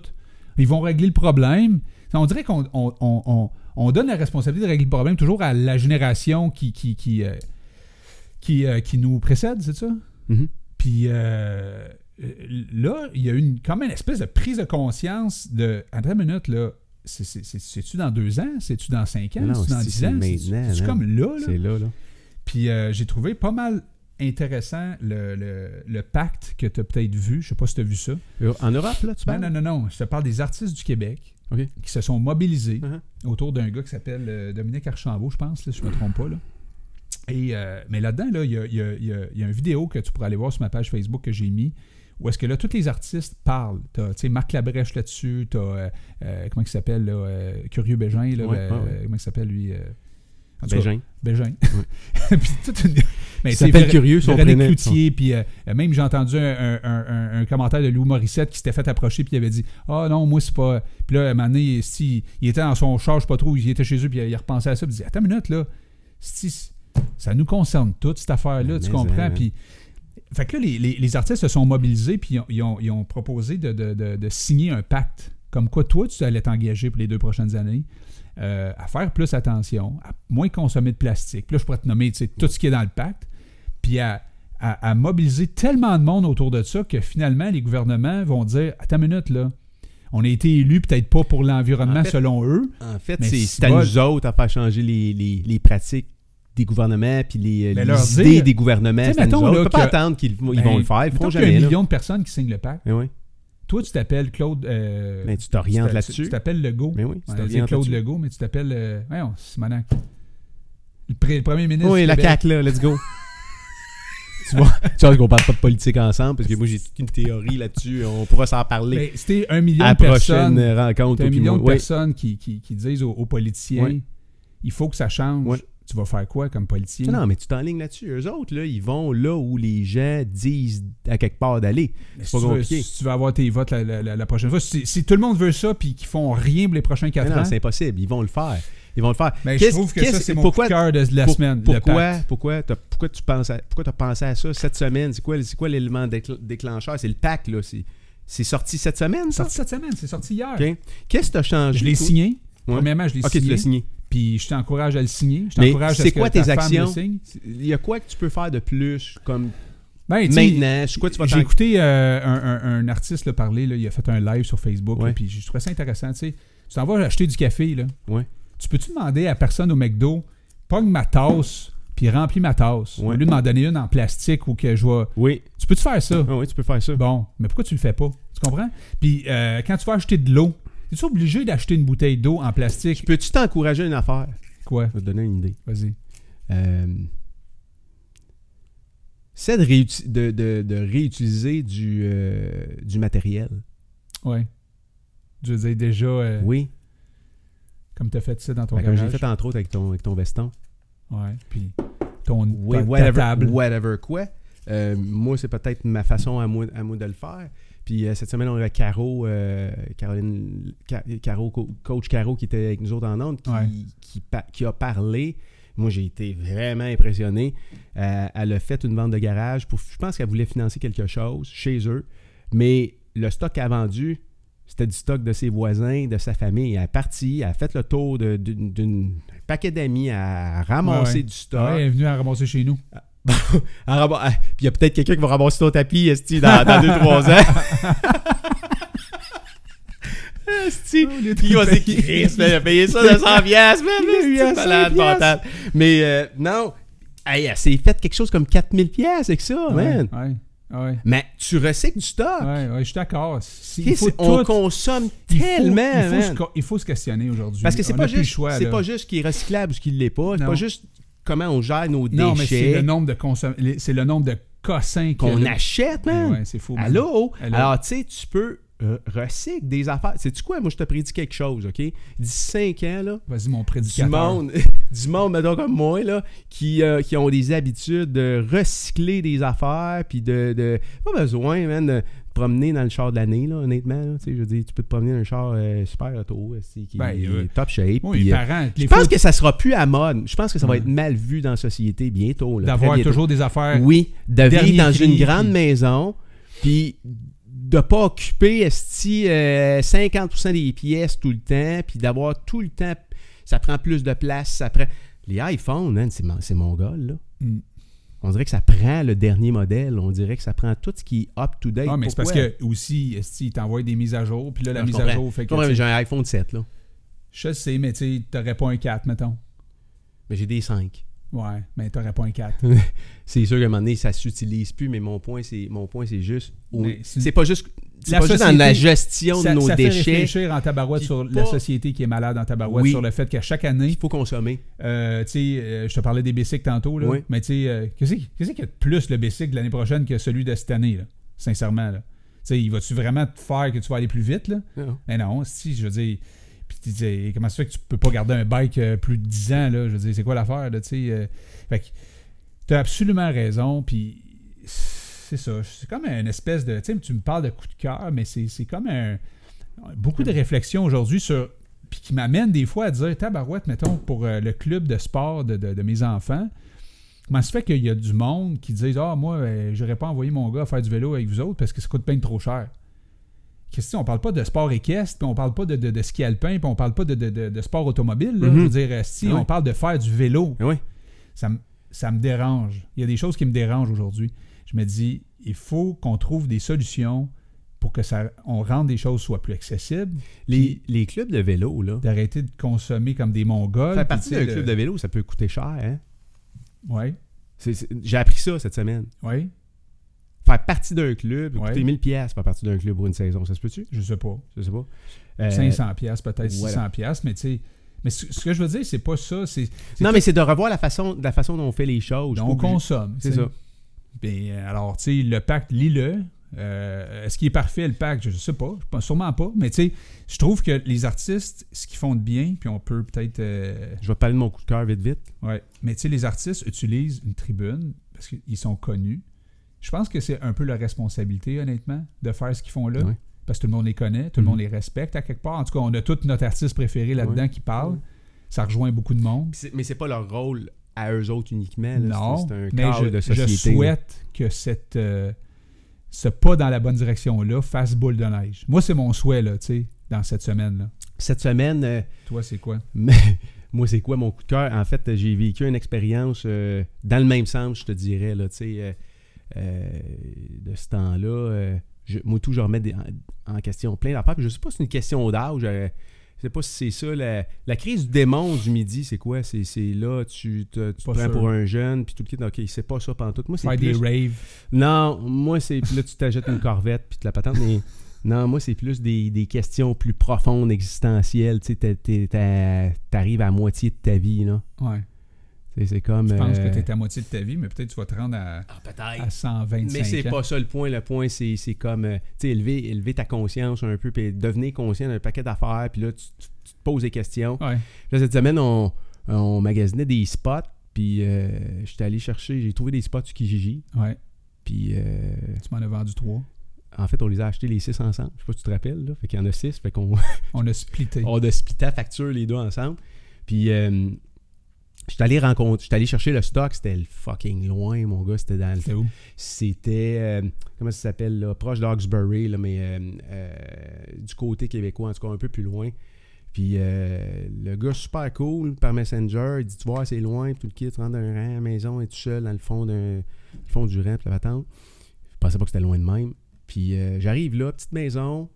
Speaker 2: Ils vont régler le problème. On dirait qu'on on, on- on- on donne la responsabilité de régler le problème toujours à la génération qui, qui, qui, euh, qui, euh, qui nous précède, c'est ça?
Speaker 1: Mhm.
Speaker 2: Puis euh, euh, là, il y a eu une, quand même une espèce de prise de conscience de. Attends une minute, là. c'est- c'est- c'est- C'est-tu dans deux ans? C'est-tu dans cinq ans?
Speaker 1: Non,
Speaker 2: C'est-tu dans
Speaker 1: c'est-
Speaker 2: dix
Speaker 1: c'est
Speaker 2: ans?
Speaker 1: maintenant,
Speaker 2: C'est-tu c'est-tu
Speaker 1: hein.
Speaker 2: comme là? là?
Speaker 1: C'est là, là.
Speaker 2: Puis euh, j'ai trouvé pas mal intéressant le, le- le pacte que tu as peut-être vu. Je sais pas si tu as vu ça.
Speaker 1: Euh, En Europe, là, tu
Speaker 2: Non,
Speaker 1: parles?
Speaker 2: non, non, non. Je te parle des artistes du Québec
Speaker 1: OK.
Speaker 2: qui se sont mobilisés
Speaker 1: Uh-huh.
Speaker 2: autour d'un gars qui s'appelle euh, Dominique Archambault, je pense, là, si je me trompe pas. Là. Et, euh, mais là-dedans, là, il y, a, il y a- il y a- il y a une vidéo que tu pourras aller voir sur ma page Facebook que j'ai mis. Où est-ce que là, tous les artistes parlent. T'as, tu sais, Marc Labrèche là-dessus, t'as, euh, euh, comment il s'appelle, là, euh, Curieux Bégin, là,
Speaker 1: Ouais,
Speaker 2: euh,
Speaker 1: ouais, ouais.
Speaker 2: comment il s'appelle, lui, euh, en tout cas,
Speaker 1: Bégin.
Speaker 2: Bégin. Puis toute une- Mais
Speaker 1: Il
Speaker 2: c'est
Speaker 1: s'appelle
Speaker 2: Vér-
Speaker 1: Curieux, son
Speaker 2: Véronique
Speaker 1: prénom.
Speaker 2: Cloutier, puis euh, euh, même j'ai entendu un, un- un- un- un commentaire de Lou Morissette qui s'était fait approcher, puis il avait dit Ah non, moi c'est pas. Puis là, à un moment donné, il- si, il était dans son charge, pas trop, il était chez eux, puis il, il repensait à ça, puis il disait Attends une minute, là, si, ça nous concerne toute cette affaire-là,
Speaker 1: Mais
Speaker 2: tu
Speaker 1: mais,
Speaker 2: comprends
Speaker 1: hein.
Speaker 2: Puis. Fait que là, les, les- les artistes se sont mobilisés, puis ils ont, ils ont- ils ont proposé de, de- de- de signer un pacte. Comme quoi, toi, tu allais t'engager pour les deux prochaines années euh, à faire plus attention, à moins consommer de plastique. Puis là, je pourrais te nommer tu sais, tout ce qui est dans le pacte, puis à, à- à mobiliser tellement de monde autour de ça que finalement, les gouvernements vont dire Attends une minute, là, on a été élus peut-être pas pour l'environnement
Speaker 1: En fait-
Speaker 2: selon eux.
Speaker 1: En fait,
Speaker 2: Mais
Speaker 1: c'est
Speaker 2: c'est
Speaker 1: c'est à
Speaker 2: bol.
Speaker 1: nous autres à faire changer les, les- les pratiques des gouvernements puis les,
Speaker 2: Mais
Speaker 1: les
Speaker 2: leur
Speaker 1: idées
Speaker 2: dire-
Speaker 1: des gouvernements.
Speaker 2: T'sais,
Speaker 1: C'est à nous
Speaker 2: mettons,
Speaker 1: autres.
Speaker 2: là,
Speaker 1: On peut pas
Speaker 2: que-
Speaker 1: attendre qu'ils vont- ils
Speaker 2: Ben,
Speaker 1: vont le faire. Ils
Speaker 2: Mettons
Speaker 1: feront
Speaker 2: qu'il y a un
Speaker 1: jamais. là.
Speaker 2: million de personnes qui signent le pacte.
Speaker 1: Mais oui.
Speaker 2: Toi, tu t'appelles Claude. euh,
Speaker 1: Mais tu t'orientes
Speaker 2: tu-
Speaker 1: là-dessus.
Speaker 2: Tu t'appelles Legault.
Speaker 1: Mais oui, tu
Speaker 2: On a dit
Speaker 1: t'orientes
Speaker 2: Claude
Speaker 1: là-dessus.
Speaker 2: Legault, mais tu t'appelles. euh, voyons, Simonac. Le, pré- le premier ministre.
Speaker 1: Oui,
Speaker 2: du
Speaker 1: la
Speaker 2: Québec.
Speaker 1: CAQ, là, let's go. tu vois, tu vois qu'on parle pas de politique ensemble, parce que moi, j'ai toute une théorie là-dessus. On pourra s'en parler
Speaker 2: Mais Ben, c'était un million
Speaker 1: à la
Speaker 2: de personnes.
Speaker 1: prochaine rencontre.
Speaker 2: T'as un
Speaker 1: puis
Speaker 2: million de
Speaker 1: euh, moi- oui.
Speaker 2: personnes qui, qui- qui disent aux, aux politiciens
Speaker 1: Ouais.
Speaker 2: il faut que ça change.
Speaker 1: Ouais.
Speaker 2: Tu vas faire quoi comme politicien
Speaker 1: Non, mais tu t'enlignes là-dessus. Eux autres, là, ils vont là où les gens disent à quelque part d'aller.
Speaker 2: Mais
Speaker 1: c'est
Speaker 2: si
Speaker 1: pas
Speaker 2: tu veux-
Speaker 1: compliqué.
Speaker 2: si tu veux avoir tes votes la, la- la- la prochaine fois, si, si tout le monde veut ça puis qu'ils font rien pour les prochains
Speaker 1: Mais
Speaker 2: quatre
Speaker 1: Non,
Speaker 2: ans,
Speaker 1: c'est impossible. Ils vont le faire. Ils vont le faire.
Speaker 2: ben, je
Speaker 1: Qu'est-ce-
Speaker 2: trouve que ça,
Speaker 1: qu'est-ce-
Speaker 2: c'est mon
Speaker 1: pourquoi-
Speaker 2: coup de cœur de la
Speaker 1: Pour-
Speaker 2: semaine. le
Speaker 1: pourquoi,
Speaker 2: pacte.
Speaker 1: pourquoi, t'as- pourquoi tu penses à, pourquoi t'as pensé à ça cette semaine? C'est quoi, c'est quoi l'élément décl- déclencheur? C'est le pacte, là. C'est, c'est sorti cette semaine,
Speaker 2: C'est
Speaker 1: ça?
Speaker 2: sorti cette semaine, c'est sorti hier.
Speaker 1: OK. Qu'est-ce que t'as changé?
Speaker 2: Je l'ai
Speaker 1: toi?
Speaker 2: signé.
Speaker 1: Ouais.
Speaker 2: Premièrement, je l'ai
Speaker 1: OK, tu
Speaker 2: signé.
Speaker 1: l'as signé.
Speaker 2: Puis je t'encourage à le signer. Je
Speaker 1: Mais
Speaker 2: t'encourage à
Speaker 1: c'est
Speaker 2: ce que
Speaker 1: quoi
Speaker 2: ta
Speaker 1: tes
Speaker 2: femme le
Speaker 1: actions?
Speaker 2: signe.
Speaker 1: Il y a quoi que tu peux faire de plus, comme
Speaker 2: Ben, tu sais,
Speaker 1: maintenant? C'est quoi tu vas
Speaker 2: J'ai
Speaker 1: t'en-
Speaker 2: écouté euh, un, un- un artiste là, parler, là, il a fait un live sur Facebook, là,
Speaker 1: Ouais.
Speaker 2: puis je trouvais ça intéressant. Tu sais, tu t'en vas acheter du café, là.
Speaker 1: Ouais.
Speaker 2: tu peux-tu demander à personne au McDo, pogne ma tasse, puis remplis ma tasse, au
Speaker 1: Ouais.
Speaker 2: lieu de m'en donner une en plastique ou que je vais.
Speaker 1: Oui.
Speaker 2: Tu peux-tu faire ça?
Speaker 1: Ah oui, tu peux faire ça.
Speaker 2: Bon, mais pourquoi tu le fais pas? Tu comprends? Puis euh, quand tu vas acheter de l'eau, es-tu obligé d'acheter une bouteille d'eau en plastique?
Speaker 1: Peux-tu t'encourager une affaire?
Speaker 2: Quoi?
Speaker 1: Je vais te donner une idée.
Speaker 2: Vas-y.
Speaker 1: Euh, c'est de, réuti- de- de- de réutiliser du, euh, du matériel.
Speaker 2: Ouais. Je veux dire, déjà, euh,
Speaker 1: Oui.
Speaker 2: comme tu as fait ça dans ton
Speaker 1: Ben, comme j'ai
Speaker 2: garage.
Speaker 1: fait entre autres avec ton, avec ton veston.
Speaker 2: Ouais, puis ton
Speaker 1: Oui,
Speaker 2: ta- ta
Speaker 1: whatever,
Speaker 2: table.
Speaker 1: whatever quoi. Euh, moi, c'est peut-être ma façon à moi, à moi de le faire. Puis euh, cette semaine, on a Caro, euh, Caroline, Ca- Caro, co- coach Caro qui était avec nous autres en onde, qui,
Speaker 2: Ouais.
Speaker 1: qui, pa- qui a parlé. Moi, j'ai été vraiment impressionné. Euh, elle a fait une vente de garage. Pour, je pense qu'elle voulait financer quelque chose chez eux. Mais le stock qu'elle a vendu, c'était du stock de ses voisins, de sa famille. Elle est partie, elle a fait le tour de- d'une d'une- d'un paquet d'amis, à ramasser
Speaker 2: Ouais, ouais.
Speaker 1: du stock.
Speaker 2: Ouais, elle est venue à ramasser chez nous.
Speaker 1: Ah, raba- ah, Puis il y a peut-être quelqu'un qui va ramasser ton tapis esti, dans, dans 2-3 ans. esti,
Speaker 2: Oh,
Speaker 1: puis il va dire Chris, man, il a payé ça 200 piastres, man,
Speaker 2: Il a eu
Speaker 1: esti,
Speaker 2: à
Speaker 1: malade
Speaker 2: 5 piastres.
Speaker 1: mental. Mais euh, non, hey, elle s'est fait quelque chose comme 4000 piastres avec ça, Oh, man.
Speaker 2: Ouais, ouais, ouais.
Speaker 1: Mais tu recycles du stock.
Speaker 2: Ouais, ouais, je suis d'accord. Si-
Speaker 1: Chris,
Speaker 2: il faut
Speaker 1: on
Speaker 2: tout-
Speaker 1: consomme
Speaker 2: il faut-
Speaker 1: tellement,
Speaker 2: il faut,
Speaker 1: man.
Speaker 2: se, co- il faut se questionner aujourd'hui.
Speaker 1: Parce que c'est
Speaker 2: On
Speaker 1: pas
Speaker 2: a plus le
Speaker 1: juste,
Speaker 2: choix,
Speaker 1: c'est
Speaker 2: là.
Speaker 1: pas juste ce qui est recyclable ou ce qui ne l'est pas. C'est
Speaker 2: Non.
Speaker 1: pas juste comment on gère nos
Speaker 2: Non, mais c'est le
Speaker 1: déchets
Speaker 2: nombre de consom- les- c'est le nombre de cossins que-
Speaker 1: qu'on achète, man.
Speaker 2: Ben Ouais, c'est fou. man.
Speaker 1: Allô?
Speaker 2: Allô?
Speaker 1: Alors, tu sais, tu peux euh, recycler des affaires. Sais-tu quoi? Moi, je te prédis quelque chose, OK? D'ici 5 ans, là,
Speaker 2: Vas-y mon
Speaker 1: du
Speaker 2: prédicateur.
Speaker 1: monde, du monde, mettons comme moi, là, qui, euh, qui ont des habitudes de recycler des affaires, puis de, de- Pas besoin, man, de promener dans le char de l'année, là, honnêtement. là. tu sais, je veux dire, tu peux te promener dans un char euh, super auto, euh, c'est- qui
Speaker 2: Ben,
Speaker 1: est
Speaker 2: ouais.
Speaker 1: top shape.
Speaker 2: Oui,
Speaker 1: puis,
Speaker 2: les
Speaker 1: euh,
Speaker 2: parents, les
Speaker 1: je pense
Speaker 2: fautes
Speaker 1: que ça sera plus à mode. Je pense que ça va
Speaker 2: Ouais.
Speaker 1: être mal vu dans la société bientôt. là, très
Speaker 2: d'avoir
Speaker 1: bientôt.
Speaker 2: toujours des affaires.
Speaker 1: Oui, de
Speaker 2: Dernier
Speaker 1: vivre dans
Speaker 2: cri,
Speaker 1: une
Speaker 2: puis-
Speaker 1: grande maison, puis de pas occuper esti, euh, 50% des pièces tout le temps, puis d'avoir tout le temps, ça prend plus de place, ça prend... Les iPhones, man, c'est mon, c'est mon gars, là.
Speaker 2: Mm.
Speaker 1: On dirait que ça prend le dernier modèle, on dirait que ça prend tout ce qui est up-to-date.
Speaker 2: Ah, mais c'est parce
Speaker 1: Pourquoi?
Speaker 2: que aussi, esti, ils t'envoient des mises à jour, puis là, la
Speaker 1: Non, je
Speaker 2: mise à
Speaker 1: comprends.
Speaker 2: jour fait que.
Speaker 1: Ouais, mais
Speaker 2: tu sais,
Speaker 1: J'ai un iPhone 7, là,
Speaker 2: Je sais, mais tu sais, t'aurais pas un 4, mettons.
Speaker 1: mais j'ai des 5.
Speaker 2: Ouais, mais t'aurais pas un 4.
Speaker 1: C'est sûr qu'à un moment donné, ça s'utilise plus, mais mon point, c'est mon point, c'est juste. au-
Speaker 2: Mais c'est-
Speaker 1: C'est pas juste. C'est
Speaker 2: La
Speaker 1: pas juste dans la
Speaker 2: société-
Speaker 1: gestion
Speaker 2: Ça,
Speaker 1: de nos
Speaker 2: ça fait
Speaker 1: déchets
Speaker 2: réfléchir en tabarouette
Speaker 1: qui
Speaker 2: sur
Speaker 1: pas-
Speaker 2: la société qui est malade en tabarouette,
Speaker 1: Oui.
Speaker 2: sur le fait qu'à chaque année,
Speaker 1: qu'il faut consommer.
Speaker 2: euh, tu sais, euh, je te parlais des bicycles tantôt, là,
Speaker 1: Oui.
Speaker 2: mais tu sais, euh, qu'est-ce qui- qu'est-ce qu'il y a de plus le bicycle de l'année prochaine que celui de cette année, là, sincèrement? Là? Tu sais, il va-tu vraiment te faire que tu vas aller plus vite? Là?
Speaker 1: Non.
Speaker 2: Mais non, si, je veux dire. Puis tu dis, comment ça fait que tu peux pas garder un bike euh, plus de 10 ans, là? Je veux dire, c'est quoi l'affaire, là, tu sais? euh, fait que t'as absolument raison, puis c'est ça. C'est comme une espèce de. Tu sais, tu me parles de coup de cœur, mais c'est c'est comme un. Beaucoup de réflexions aujourd'hui sur. Puis qui m'amène des fois à dire, tabarouette, mettons, pour euh, le club de sport de, de- de mes enfants, comment ça fait qu'il y a du monde qui disent, ah, moi, euh, j'aurais pas envoyé mon gars faire du vélo avec vous autres parce que ça coûte bien trop cher. Christy, on parle pas de sport équestre, puis on parle pas de, de- de ski alpin, puis on parle pas de, de- de- de sport automobile. là.
Speaker 1: Mhm.
Speaker 2: Je veux dire, euh, si
Speaker 1: Ah oui.
Speaker 2: on parle de faire du vélo,
Speaker 1: Ah ouais.
Speaker 2: ça, me- ça me dérange. Il y a des choses qui me dérangent aujourd'hui. Je me dis, il faut qu'on trouve des solutions pour que ça, on rende les choses soient plus accessibles,
Speaker 1: Les, les clubs de vélo, là.
Speaker 2: d'arrêter de consommer comme des Mongols.
Speaker 1: Faire
Speaker 2: puis
Speaker 1: partie
Speaker 2: tu sais,
Speaker 1: d'un club de vélo, ça peut coûter cher, hein?
Speaker 2: Ouais,
Speaker 1: C'est- c'est- J'ai appris ça cette semaine.
Speaker 2: ouais,
Speaker 1: Faire partie d'un club,
Speaker 2: Ouais.
Speaker 1: coûter 1000 pièces faire partie d'un club pour une saison, ça se peut-tu?
Speaker 2: je sais pas.
Speaker 1: Je sais pas. Euh,
Speaker 2: 500 pièces peut-être
Speaker 1: voilà.
Speaker 2: 600 pièces, mais tu sais, mais ce, ce que je veux dire, c'est pas ça, c'est c'est
Speaker 1: Non, mais c'est de revoir la façon, la façon dont on fait les choses.
Speaker 2: on
Speaker 1: Pas obligé-
Speaker 2: consomme.
Speaker 1: C'est
Speaker 2: tu sais.
Speaker 1: ça.
Speaker 2: Ben, euh, alors, tu sais, le pacte, lis-le. Euh, Est-ce qu'il est parfait, le pacte? Je ne sais pas. Je pense Sûrement pas. Mais tu sais, je trouve que les artistes, ce qu'ils font de bien, puis on peut peut-être... euh,
Speaker 1: Je vais te parler de mon coup de cœur vite, vite.
Speaker 2: ouais. Mais tu sais, les artistes utilisent une tribune parce qu'ils sont connus. Je pense que c'est un peu leur responsabilité, honnêtement, de faire ce qu'ils font là.
Speaker 1: Ouais.
Speaker 2: Parce que tout le monde les connaît, tout le
Speaker 1: Mhm.
Speaker 2: monde les respecte à quelque part. En tout cas, on a tout notre artiste préféré là-dedans
Speaker 1: Ouais.
Speaker 2: qui parle.
Speaker 1: Ouais.
Speaker 2: Ça rejoint beaucoup de monde.
Speaker 1: Puis c'est- Mais c'est pas leur rôle à eux autres uniquement. là.
Speaker 2: Non,
Speaker 1: C'est- c'est un
Speaker 2: mais
Speaker 1: cadre
Speaker 2: je,
Speaker 1: de
Speaker 2: je
Speaker 1: société. là.
Speaker 2: souhaite que cette, euh, ce pas dans la bonne direction-là fasse boule de neige. Moi, c'est mon souhait, là, tu sais, dans cette semaine-là.
Speaker 1: Cette semaine, euh,
Speaker 2: Toi, c'est quoi?
Speaker 1: Mais moi, c'est quoi mon coup de cœur? En fait, j'ai vécu une expérience euh, dans le même sens, je te dirais, là, tu sais, euh, euh, de ce temps-là. euh, je- moi, tout, je remets des- en, en question plein d'affaires. Puis Je sais pas si c'est une question d'âge. euh, je sais pas si c'est ça. La, la crise du démon du midi, c'est quoi? C'est c'est là, tu te tu te
Speaker 2: Pas
Speaker 1: prends
Speaker 2: sûr.
Speaker 1: pour un jeune, puis tout le kit, OK, c'est pas ça pantoute. Moi, c'est
Speaker 2: Faire des
Speaker 1: plus...
Speaker 2: raves.
Speaker 1: Non, moi, c'est... puis Là, tu t'achètes une corvette, puis de la patente, mais... Non, moi, c'est plus des, des questions plus profondes, existentielles. Tu sais, t'es- t'es- t'as- t'arrives à la moitié de ta vie, là.
Speaker 2: Ouais.
Speaker 1: C'est, c'est comme...
Speaker 2: Je pense
Speaker 1: euh,
Speaker 2: que tu es à moitié de ta vie, mais peut-être tu vas te rendre à,
Speaker 1: Ah, peut-être.
Speaker 2: à 125
Speaker 1: Mais c'est
Speaker 2: ans.
Speaker 1: pas ça le point. Le point, c'est, c'est comme, euh, tu sais, élever, élever ta conscience un peu, puis devenir conscient d'un paquet d'affaires, puis là, tu, tu- tu te poses des questions.
Speaker 2: Ouais.
Speaker 1: Là, cette semaine, on, on magasinait des spots, puis euh, j'étais allé chercher, j'ai trouvé des spots sur Kijiji,
Speaker 2: ouais.
Speaker 1: puis... euh,
Speaker 2: Tu m'en as vendu trois.
Speaker 1: en fait, on les a achetés les six ensemble. Je sais pas si tu te rappelles, là. Fait qu'il y en a six, fait qu'on...
Speaker 2: On a splitté.
Speaker 1: On a splitté la facture les deux ensemble. Puis, euh, j'étais allé rencontrer, j'étais allé chercher le stock. C'était le fucking loin, mon gars. C'était dans le.
Speaker 2: C'était où?
Speaker 1: C'était. euh, comment ça s'appelle, là Proche d'Oxbury, là, mais euh, euh, du côté québécois, en tout cas un peu plus loin. Puis, euh, le gars, super cool, par Messenger, il dit Tu vois, c'est loin, puis tout le kit, rentre d'un rang à la maison, et tout seul dans le fond, d'un, le fond du rang, puis la patente. Je pensais pas que c'était loin de même. Puis, euh, j'arrive là, petite maison.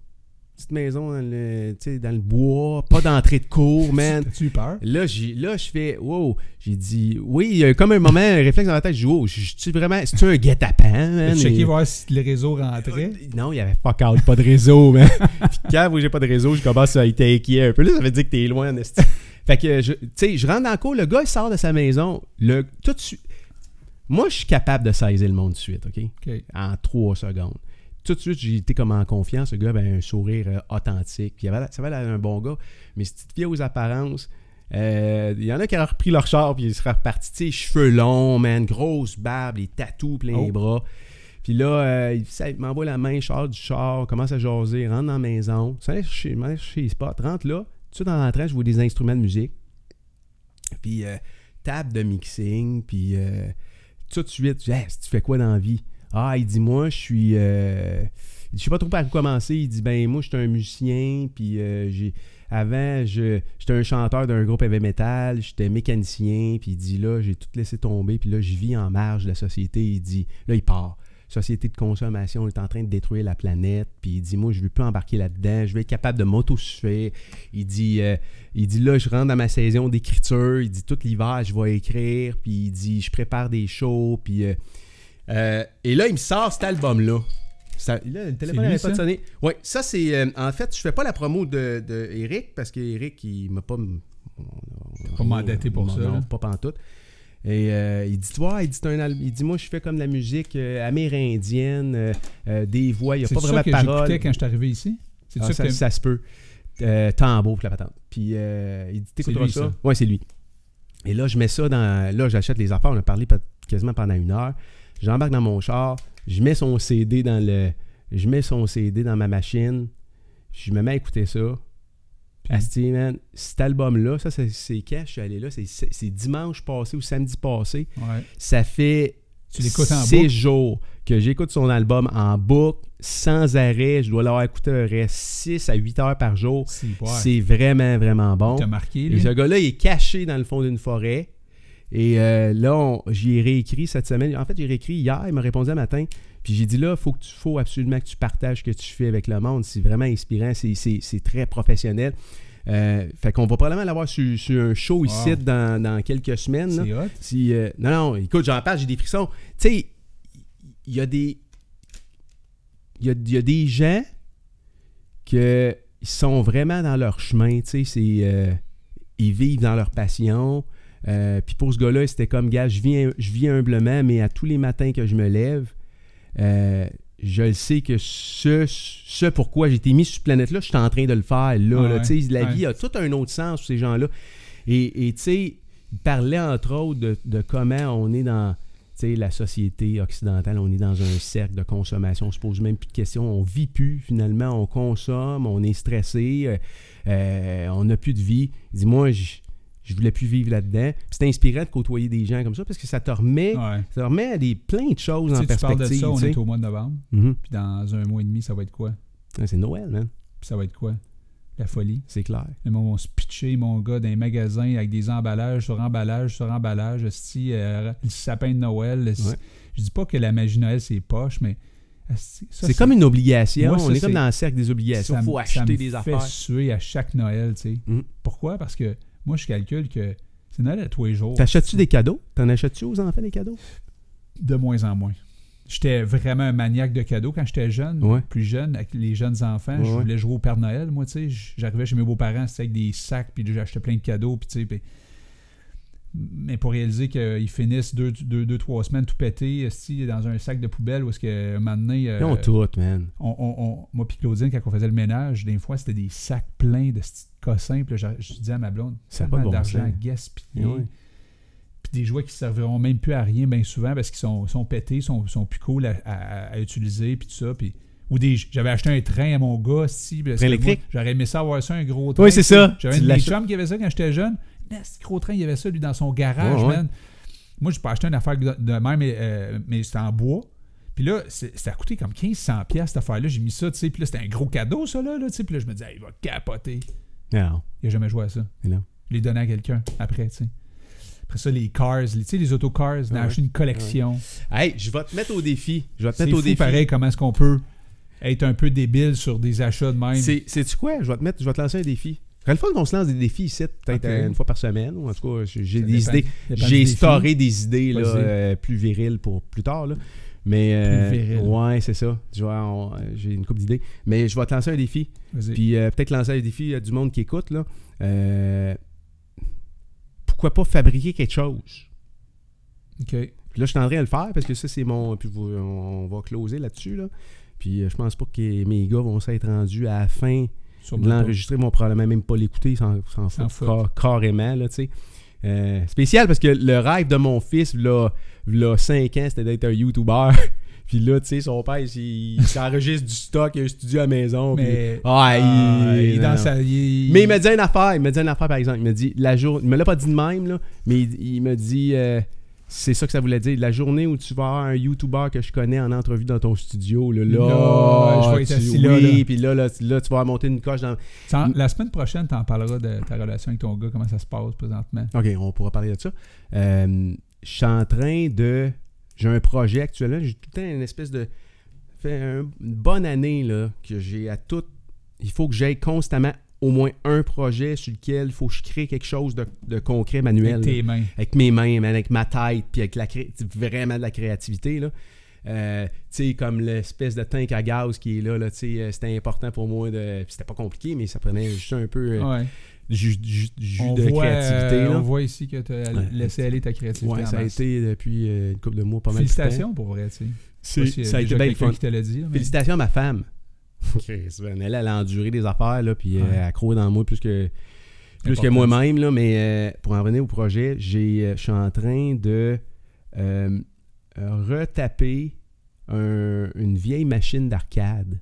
Speaker 1: Petite maison dans le, tu sais, dans le bois, pas d'entrée de cour, man.
Speaker 2: As-tu eu peur?
Speaker 1: Là, j'ai, là, je fais, wow, j'ai dit, oui, il y a eu comme un moment, un réflexe dans ma tête, je dis, wow, je suis vraiment, c'est-tu un guet-apens, man?
Speaker 2: As-tu checké
Speaker 1: Et- Euh,
Speaker 2: voir si le réseau rentrait?
Speaker 1: Non, il y avait fuck out, pas de réseau, man. Puis quand moi, j'ai pas de réseau, je commence à être inquiet un peu. Là, ça veut dire que t'es loin, en esti. Fait que, je- tu sais, je rentre dans la cour, le gars, il sort de sa maison, le, tout de suite. Moi, je suis capable de saisir le monde de suite, OK?
Speaker 2: OK.
Speaker 1: en trois secondes. Tout de suite, j'ai été comme en confiance. Le gars avait un sourire euh, authentique. Puis il avait, ça avait l'air d'un bon gars. Mais si tu te fies aux apparences, euh, il y en a qui auraient repris leur char puis ils seraient repartis. Tu sais, cheveux longs, man, grosse barbe, les tatous plein les
Speaker 2: Oh.
Speaker 1: bras. Puis là, euh, il, ça, il m'envoie la main, je sors du char, commence à jaser, rentre dans la maison. Ça allait chercher, il m'en allait chercher les spots. Rentre là, tout dans l'entrée, je vois des instruments de musique. Puis euh, table de mixing, puis euh, tout de suite, je dis, Hey, tu fais quoi dans la vie? Ah, il dit, moi, je suis. euh, il dit, je sais pas trop par où commencer. Il dit, ben, moi, je suis un musicien, puis euh, j'ai. Avant, je- j'étais un chanteur d'un groupe heavy metal, j'étais mécanicien, puis il dit là, j'ai tout laissé tomber, puis là, je vis en marge de la société. Il dit, là, il part. société de consommation est en train de détruire la planète. Puis il dit, moi, je ne veux plus embarquer là-dedans. Je vais être capable de m'autosuffire. Il dit, euh, il dit, là, je rentre dans ma saison d'écriture. Il dit, tout l'hiver, je vais écrire. Puis il dit, je prépare des shows. Puis, euh, euh, et là, il me sort cet album-là. Ça- là, le téléphone
Speaker 2: lui,
Speaker 1: n'avait pas
Speaker 2: ça?
Speaker 1: sonné. Oui, ça, c'est. euh, en fait, je fais pas la promo de, de Eric parce qu'Eric, il m'a pas.
Speaker 2: pas mandaté pour ça,
Speaker 1: Non,
Speaker 2: là.
Speaker 1: pas pantoute. Et euh, il dit, toi, il dit, t'as un al- il dit, moi, je fais comme de la musique euh, amérindienne, euh, euh, des voix, il n'y a
Speaker 2: C'est
Speaker 1: pas
Speaker 2: ça
Speaker 1: vraiment
Speaker 2: que
Speaker 1: de paroles.
Speaker 2: j'écoutais quand je suis arrivé ici. C'est
Speaker 1: Ah,
Speaker 2: ça,
Speaker 1: ça,
Speaker 2: que t'as-
Speaker 1: ça se peut. Euh, tambour, puis la patente. Puis euh, il dit T'écouteras
Speaker 2: lui,
Speaker 1: ça.
Speaker 2: ça.
Speaker 1: Ouais, c'est lui. Et là, je mets ça dans. Là, j'achète les affaires. On a parlé pe- quasiment pendant une heure. J'embarque dans mon char. Je mets son CD dans le. Je mets son CD dans ma machine. Je me mets à écouter ça.
Speaker 2: Puis-
Speaker 1: Asti, man, cet album-là, ça, c'est- c'est quand je suis allé là? C'est- C'est c'est dimanche passé ou samedi passé.
Speaker 2: Ouais.
Speaker 1: Ça fait
Speaker 2: Tu l'écoutes en
Speaker 1: six
Speaker 2: boucle.
Speaker 1: jours que j'écoute son album en boucle, sans arrêt. Je dois l'avoir écouté un reste 6 à 8 heures par jour.
Speaker 2: C'est
Speaker 1: C'est vraiment, vraiment bon.
Speaker 2: T'as marqué,
Speaker 1: Et
Speaker 2: lui.
Speaker 1: ce gars-là, il est caché dans le fond d'une forêt. Et euh, là, on- j'y ai réécrit cette semaine. En fait, j'ai réécrit hier. Il m'a répondu un matin. Puis j'ai dit là, faut que tu, faut absolument que tu partages ce que tu fais avec le monde. C'est vraiment inspirant. C'est- C'est c'est très professionnel. Euh, fait qu'on va probablement l'avoir sur, sur un show ici
Speaker 2: Wow.
Speaker 1: dans, dans quelques semaines. là.
Speaker 2: C'est hot.
Speaker 1: Si, euh, non, non, écoute, j'en parle, j'ai des frissons. Tu sais, il y a des. Il y a, il y a des gens que ils sont vraiment dans leur chemin, tu sais, c'est. euh, ils vivent dans leur passion. Euh, Puis pour ce gars-là, c'était comme, gars, je vis, je vis humblement, mais à tous les matins que je me lève, euh, je le sais que ce, ce pourquoi j'ai été mis sur cette planète-là, je suis en train de le faire là.
Speaker 2: Ah
Speaker 1: là,
Speaker 2: ouais,
Speaker 1: tu sais, la
Speaker 2: ouais.
Speaker 1: vie a tout un autre sens pour ces gens-là. Et et, tu sais, il parlait entre autres de, de comment on est dans tu sais, la société occidentale, on est dans un cercle de consommation, on se pose même plus de questions, on vit plus finalement, on consomme, on est stressé, euh, euh, on n'a plus de vie. Il dit, moi, je je voulais plus vivre là-dedans. Puis C'est inspirant de côtoyer des gens comme ça parce que ça te remet,
Speaker 2: Ouais.
Speaker 1: ça te remet à des, plein de choses
Speaker 2: Tu
Speaker 1: en
Speaker 2: sais, tu parles de
Speaker 1: perspective.
Speaker 2: ça, on
Speaker 1: tu sais.
Speaker 2: est au mois de novembre.
Speaker 1: Mhm.
Speaker 2: Puis dans un mois et demi, ça va être quoi?
Speaker 1: Ouais, C'est Noël, man.
Speaker 2: Puis ça va être quoi? La folie.
Speaker 1: C'est clair.
Speaker 2: Le monde va se pitcher, mon gars, dans les magasins avec des emballages sur emballages sur emballages. esti, euh, le sapin de Noël. esti.
Speaker 1: Ouais.
Speaker 2: Je dis pas que la magie de Noël, c'est poche, mais esti, ça,
Speaker 1: C'est comme une obligation.
Speaker 2: Moi, ça,
Speaker 1: on est comme
Speaker 2: c'est-
Speaker 1: dans le cercle des obligations.
Speaker 2: ça
Speaker 1: Il faut
Speaker 2: me-
Speaker 1: acheter
Speaker 2: ça me
Speaker 1: des
Speaker 2: fait
Speaker 1: affaires.
Speaker 2: suer à chaque Noël, tu sais.
Speaker 1: Mhm.
Speaker 2: Pourquoi? Parce que moi, je calcule que c'est Noël à tous les jours.
Speaker 1: T'achètes-tu des cadeaux? T'en achètes-tu aux enfants des cadeaux?
Speaker 2: de moins en moins. J'étais vraiment un maniaque de cadeaux quand j'étais jeune,
Speaker 1: Ouais.
Speaker 2: plus jeune, avec les jeunes enfants. Je
Speaker 1: Ouais, ouais.
Speaker 2: voulais jouer au Père Noël, moi, tu sais. J- J'arrivais chez mes beaux-parents, c'était avec des sacs, puis j'achetais plein de cadeaux, puis tu sais. puis- Mais pour réaliser qu'ils finissent deux, deux, deux, trois semaines tout pété, si dans un sac de poubelle, où est-ce que un moment donné, euh,
Speaker 1: Ils ont tout, man.
Speaker 2: on, on- on- moi puis Claudine, quand on faisait le ménage, des fois, c'était des sacs pleins de petits cossins. Puis là, je, je disais à ma blonde,
Speaker 1: Ça a
Speaker 2: c'est
Speaker 1: pas de
Speaker 2: pas
Speaker 1: bon
Speaker 2: d'argent
Speaker 1: sens.
Speaker 2: gaspillé.
Speaker 1: Ouais.
Speaker 2: Puis des jouets qui serviront même plus à rien bien souvent parce qu'ils sont, sont pétés, sont, sont plus cool à, à- à utiliser, puis tout ça. Puis... Ou des, j'avais acheté un train à mon gars, si. parce
Speaker 1: Train
Speaker 2: que moi,
Speaker 1: électrique?
Speaker 2: J'aurais aimé ça avoir ça, un gros train.
Speaker 1: Oui, c'est ça.
Speaker 2: J'avais
Speaker 1: Tu
Speaker 2: un de mes
Speaker 1: l'achètes-
Speaker 2: chums qui avait ça quand j'étais jeune. Mais ce gros train, il y avait ça, lui, dans son garage,
Speaker 1: Ouais, ouais.
Speaker 2: man. Moi, j'ai pas acheté une affaire de de même, mais, euh, mais c'était en bois. Puis là, c'est- ça a coûté comme 1500 pièces cette affaire-là. J'ai mis ça, tu sais. Puis là, c'était un gros cadeau, ça, là. là, tu sais. Puis là, je me disais, Ah, il va capoter.
Speaker 1: Non.
Speaker 2: Il a jamais joué à ça.
Speaker 1: Mais non.
Speaker 2: Je l'ai donné à quelqu'un après, tu sais. Après ça, les cars, les- tu sais, les autocars, on a
Speaker 1: Ouais.
Speaker 2: acheté une collection.
Speaker 1: Hey, je vais te mettre au défi. Je vais te
Speaker 2: C'est
Speaker 1: mettre au
Speaker 2: fou,
Speaker 1: défi.
Speaker 2: pareil, comment est-ce qu'on peut être un peu débile sur des achats de même.
Speaker 1: C'est, tu quoi? Je vais te mettre, je vais te lancer un défi. Quand le fun qu'on se lance des défis ici, peut-être
Speaker 2: Ok.
Speaker 1: euh, une fois par semaine, ou en tout cas, j'ai j'ai
Speaker 2: Ça
Speaker 1: des
Speaker 2: dépend-
Speaker 1: idées.
Speaker 2: dépend du
Speaker 1: J'ai
Speaker 2: défi.
Speaker 1: storé des idées là,
Speaker 2: Vas-y.
Speaker 1: euh, plus viriles pour plus tard. Là. Mais, euh,
Speaker 2: Plus viriles.
Speaker 1: Ouais, c'est ça. Tu vois, on- euh, j'ai une couple d'idées. Mais je vais te lancer un défi.
Speaker 2: Vas-y.
Speaker 1: Puis euh, peut-être lancer un défi à du monde qui écoute. Là. Euh, pourquoi pas fabriquer quelque chose?
Speaker 2: OK.
Speaker 1: Puis là, je suis en train de le faire parce que ça, c'est mon. Puis vous- on va closer là-dessus. Là. Puis euh, je pense pas que mes gars vont s'être rendus à la fin
Speaker 2: Sûrement
Speaker 1: de
Speaker 2: pas.
Speaker 1: l'enregistrer, ils vont probablement même pas l'écouter, ils s'en s'en
Speaker 2: S'en
Speaker 1: foutent
Speaker 2: foutent.
Speaker 1: car- carrément, là, tu sais. Euh, spécial parce que le rêve de mon fils, là, 5 ans, c'était d'être un YouTuber. puis là, tu sais, son père, il, il s'enregistre du stock, il a un studio à la maison. puis-
Speaker 2: Mais,
Speaker 1: Ah,
Speaker 2: Ah,
Speaker 1: il-
Speaker 2: il est
Speaker 1: non,
Speaker 2: dans
Speaker 1: non.
Speaker 2: sa- il-
Speaker 1: Mais il m'a dit une affaire, il m'a dit une affaire par exemple. Il m'a dit, la jour... il me l'a pas dit de même, là, mais il, il m'a dit, euh, c'est ça que ça voulait dire, la journée où tu vas avoir un YouTuber que je connais en entrevue dans ton studio, là, là,
Speaker 2: Là, je vais être
Speaker 1: tu-
Speaker 2: assis là,
Speaker 1: oui,
Speaker 2: là.
Speaker 1: puis là, là, tu- là, tu vas monter une coche dans.
Speaker 2: T'en- La semaine prochaine, t'en parleras de ta relation avec ton gars, comment ça se passe présentement.
Speaker 1: OK, on pourra parler de ça. Euh, je suis en train de J'ai un projet actuellement. J'ai tout le temps une espèce de. Fait un- une bonne année là, que j'ai à tout. Il faut que j'aille constamment au moins un projet sur lequel il faut que je crée quelque chose de, de concret manuel.
Speaker 2: Avec
Speaker 1: là
Speaker 2: tes mains.
Speaker 1: avec mes mains, mais avec ma tête, puis avec la cré- vraiment de la créativité. Là. Euh, tu sais, comme l'espèce de tank à gaz qui est là, là tu sais, euh, c'était important pour moi de. puis C'était pas compliqué, mais ça prenait juste un peu euh,
Speaker 2: Ouais.
Speaker 1: jus, jus- jus
Speaker 2: On
Speaker 1: de
Speaker 2: voit,
Speaker 1: créativité.
Speaker 2: euh,
Speaker 1: là.
Speaker 2: On voit ici que tu as
Speaker 1: Ouais.
Speaker 2: laissé aller ta créativité.
Speaker 1: Ouais,
Speaker 2: en
Speaker 1: ça a
Speaker 2: masse.
Speaker 1: été depuis euh, une couple de mois pas mal. de temps.
Speaker 2: Félicitations pour vrai, tu sais. Je sais
Speaker 1: C'est-
Speaker 2: pas s'il y
Speaker 1: Ça a été
Speaker 2: déjà
Speaker 1: bien le
Speaker 2: quelqu'un
Speaker 1: fun.
Speaker 2: qui te l'a dit. mais-
Speaker 1: Félicitations à ma femme. Chris, man, elle, elle a enduré des affaires, là, puis euh,
Speaker 2: Ouais.
Speaker 1: elle accro dans moi plus que, plus que
Speaker 2: Importance.
Speaker 1: moi-même. là, Mais euh, pour en revenir au projet, j'ai, euh, je suis en train de euh, retaper un- une vieille machine d'arcade.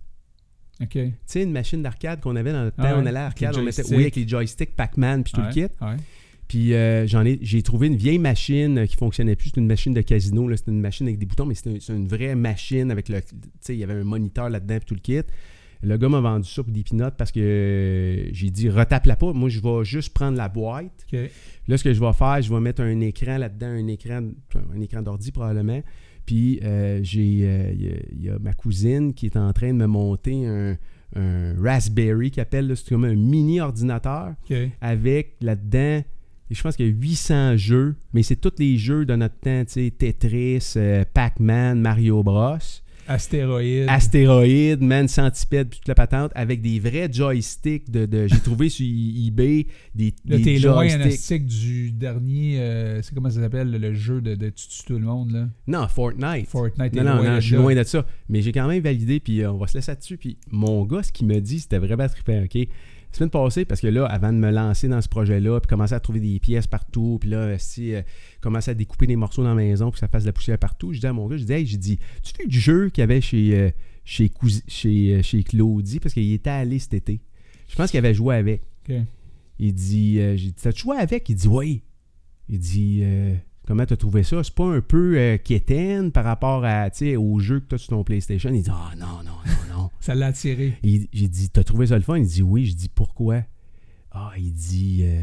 Speaker 2: OK.
Speaker 1: Tu sais, une machine d'arcade qu'on avait dans le temps,
Speaker 2: Ah ouais,
Speaker 1: on allait à l'arcade,
Speaker 2: avec les
Speaker 1: on était
Speaker 2: joysticks.
Speaker 1: oui, avec les joysticks Pac-Man, puis tout
Speaker 2: Ouais,
Speaker 1: le kit.
Speaker 2: ouais.
Speaker 1: Puis euh, j'en ai, j'ai trouvé une vieille machine euh, qui fonctionnait plus. C'était une machine de casino. là. C'était une machine avec des boutons, mais c'était, c'est une vraie machine avec le. Tu sais, il y avait un moniteur là-dedans et tout le kit. Le gars m'a vendu ça pour des pinottes parce que euh, j'ai dit retape-la pas. Moi, je vais juste prendre la boîte.
Speaker 2: OK.
Speaker 1: Là, ce que je vais faire, je vais mettre un écran là-dedans, un écran, un écran d'ordi probablement. Puis euh, j'ai, euh, il y a- il y, a ma cousine qui est en train de me monter un, un Raspberry qui appelle, là, c'est comme un mini ordinateur
Speaker 2: OK.
Speaker 1: avec là-dedans, je pense qu'il y a 800 jeux, mais c'est tous les jeux de notre temps, tu sais, Tetris, euh, Pac-Man, Mario Bros,
Speaker 2: Euh. Astéroïde.
Speaker 1: Astéroïdes, Man Centipede, puis toute la patente, avec des vrais joysticks. De, de- J'ai trouvé sur eBay des,
Speaker 2: Là,
Speaker 1: des
Speaker 2: t'es loin,
Speaker 1: joysticks.
Speaker 2: Anastique, du dernier. euh, c'est comment ça s'appelle le jeu de, de tu tues tout le monde, là
Speaker 1: Non, Fortnite.
Speaker 2: Fortnite. t'es
Speaker 1: Non, non,
Speaker 2: loin
Speaker 1: non, je suis
Speaker 2: là-dedans.
Speaker 1: loin de ça. Mais j'ai quand même validé, puis euh, on va se laisser là-dessus. Puis mon gars, ce qu'il me dit, c'était vraiment trippant, OK? La semaine passée, parce que là, avant de me lancer dans ce projet-là, puis commencer à trouver des pièces partout, puis là, si, euh, commencer à découper des morceaux dans la maison, puis que ça fasse de la poussière partout, je dis à mon gars, je dis, hey, j'ai dit, tu fais du jeu qu'il y avait chez, euh, chez, Cousi- chez, euh, chez Claudie, parce qu'il était allé cet été. Je pense qu'il avait joué avec.
Speaker 2: OK.
Speaker 1: Il dit, euh, j'ai dit, t'as joué avec? Il dit, oui. Il dit, euh, comment t'as trouvé ça? C'est pas un peu euh, quétaine par rapport à, tu sais, au jeu que t'as sur ton PlayStation? Il dit, ah non, non, non, non.
Speaker 2: Ça l'a attiré.
Speaker 1: Il- J'ai dit, t'as trouvé ça le fun? Il dit, oui. Je dis, pourquoi? Ah, il dit, euh,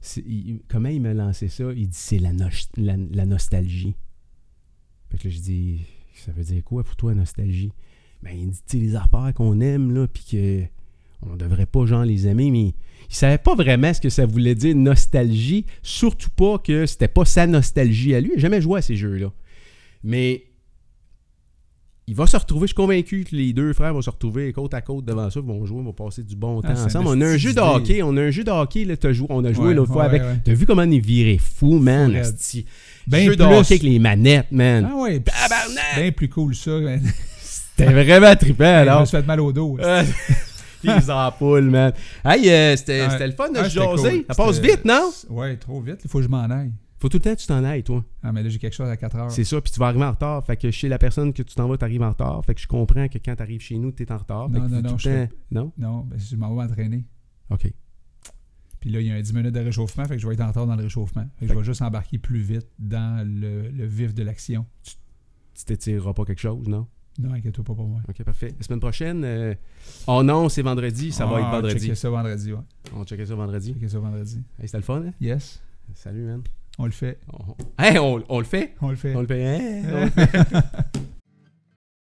Speaker 1: c'est- il- comment il m'a lancé ça? Il dit, c'est la, noche- la- la nostalgie. Fait que là, je dis, ça veut dire quoi pour toi, nostalgie? Ben, il dit, tu sais, les affaires qu'on aime, là, puis que on devrait pas, genre, les aimer, mais il savait pas vraiment ce que ça voulait dire, nostalgie, surtout pas que c'était pas sa nostalgie à lui. Il a jamais joué à ces jeux-là. Mais il va se retrouver, je suis convaincu que les deux frères vont se retrouver côte à côte devant ça, ils vont jouer, ils vont passer du bon
Speaker 2: Ah,
Speaker 1: temps
Speaker 2: c'est un
Speaker 1: ensemble. On a un jeu de
Speaker 2: esti d'idée.
Speaker 1: hockey, on a un jeu de hockey, là, t'as joué, on a joué
Speaker 2: Ouais,
Speaker 1: l'autre fois
Speaker 2: ouais,
Speaker 1: avec.
Speaker 2: ouais.
Speaker 1: T'as vu comment on est viré fou, man,
Speaker 2: Fou, raide.
Speaker 1: esti.
Speaker 2: Ben
Speaker 1: jeu de
Speaker 2: plus.
Speaker 1: hockey avec les manettes, man.
Speaker 2: Ah ouais,
Speaker 1: Tabarnak!
Speaker 2: c'est bien plus cool ça. man.
Speaker 1: C'était vraiment trippant,
Speaker 2: Je me
Speaker 1: alors.
Speaker 2: suis fait mal au dos.
Speaker 1: Euh, Les ampoules, man. Hey, euh, c'était
Speaker 2: Ouais.
Speaker 1: c'était le fun de
Speaker 2: Ah,
Speaker 1: se
Speaker 2: c'était
Speaker 1: jaser.
Speaker 2: cool.
Speaker 1: Ça passe
Speaker 2: C'était-
Speaker 1: vite, non?
Speaker 2: Ouais, trop vite. Il faut que je m'en aille.
Speaker 1: Faut tout le temps que tu t'en ailles, toi.
Speaker 2: Ah, mais là, j'ai quelque chose à 4 heures.
Speaker 1: C'est ça, puis tu vas arriver en retard. Fait que chez la personne que tu t'en vas, t'arrives en retard. Fait que je comprends que quand t'arrives chez nous, t'es en retard. Fait
Speaker 2: Non,
Speaker 1: que
Speaker 2: non,
Speaker 1: tout
Speaker 2: non,
Speaker 1: le
Speaker 2: je
Speaker 1: temps- Non?
Speaker 2: Non, ben, je m'en vais m'entraîner.
Speaker 1: OK.
Speaker 2: Puis là, il y a un 10 minutes de réchauffement, fait que je vais être en retard dans le réchauffement. Fait que je vais juste embarquer plus vite dans le, le vif de l'action.
Speaker 1: Tu t'étireras pas quelque chose, non?
Speaker 2: Non, inquiète-toi pas pour moi.
Speaker 1: OK, parfait. La semaine prochaine, euh, oh non, c'est vendredi. Ça va
Speaker 2: Ah,
Speaker 1: être vendredi.
Speaker 2: Checker ça vendredi, ouais.
Speaker 1: On checkait ça vendredi.
Speaker 2: Checker ça vendredi.
Speaker 1: Hey, c'était le fun, hein?
Speaker 2: Yes,
Speaker 1: Salut, man.
Speaker 2: on le fait.
Speaker 1: On- on- Oh. Hey, on, on le fait?
Speaker 2: On le fait.
Speaker 1: On le fait, hein? On le fait.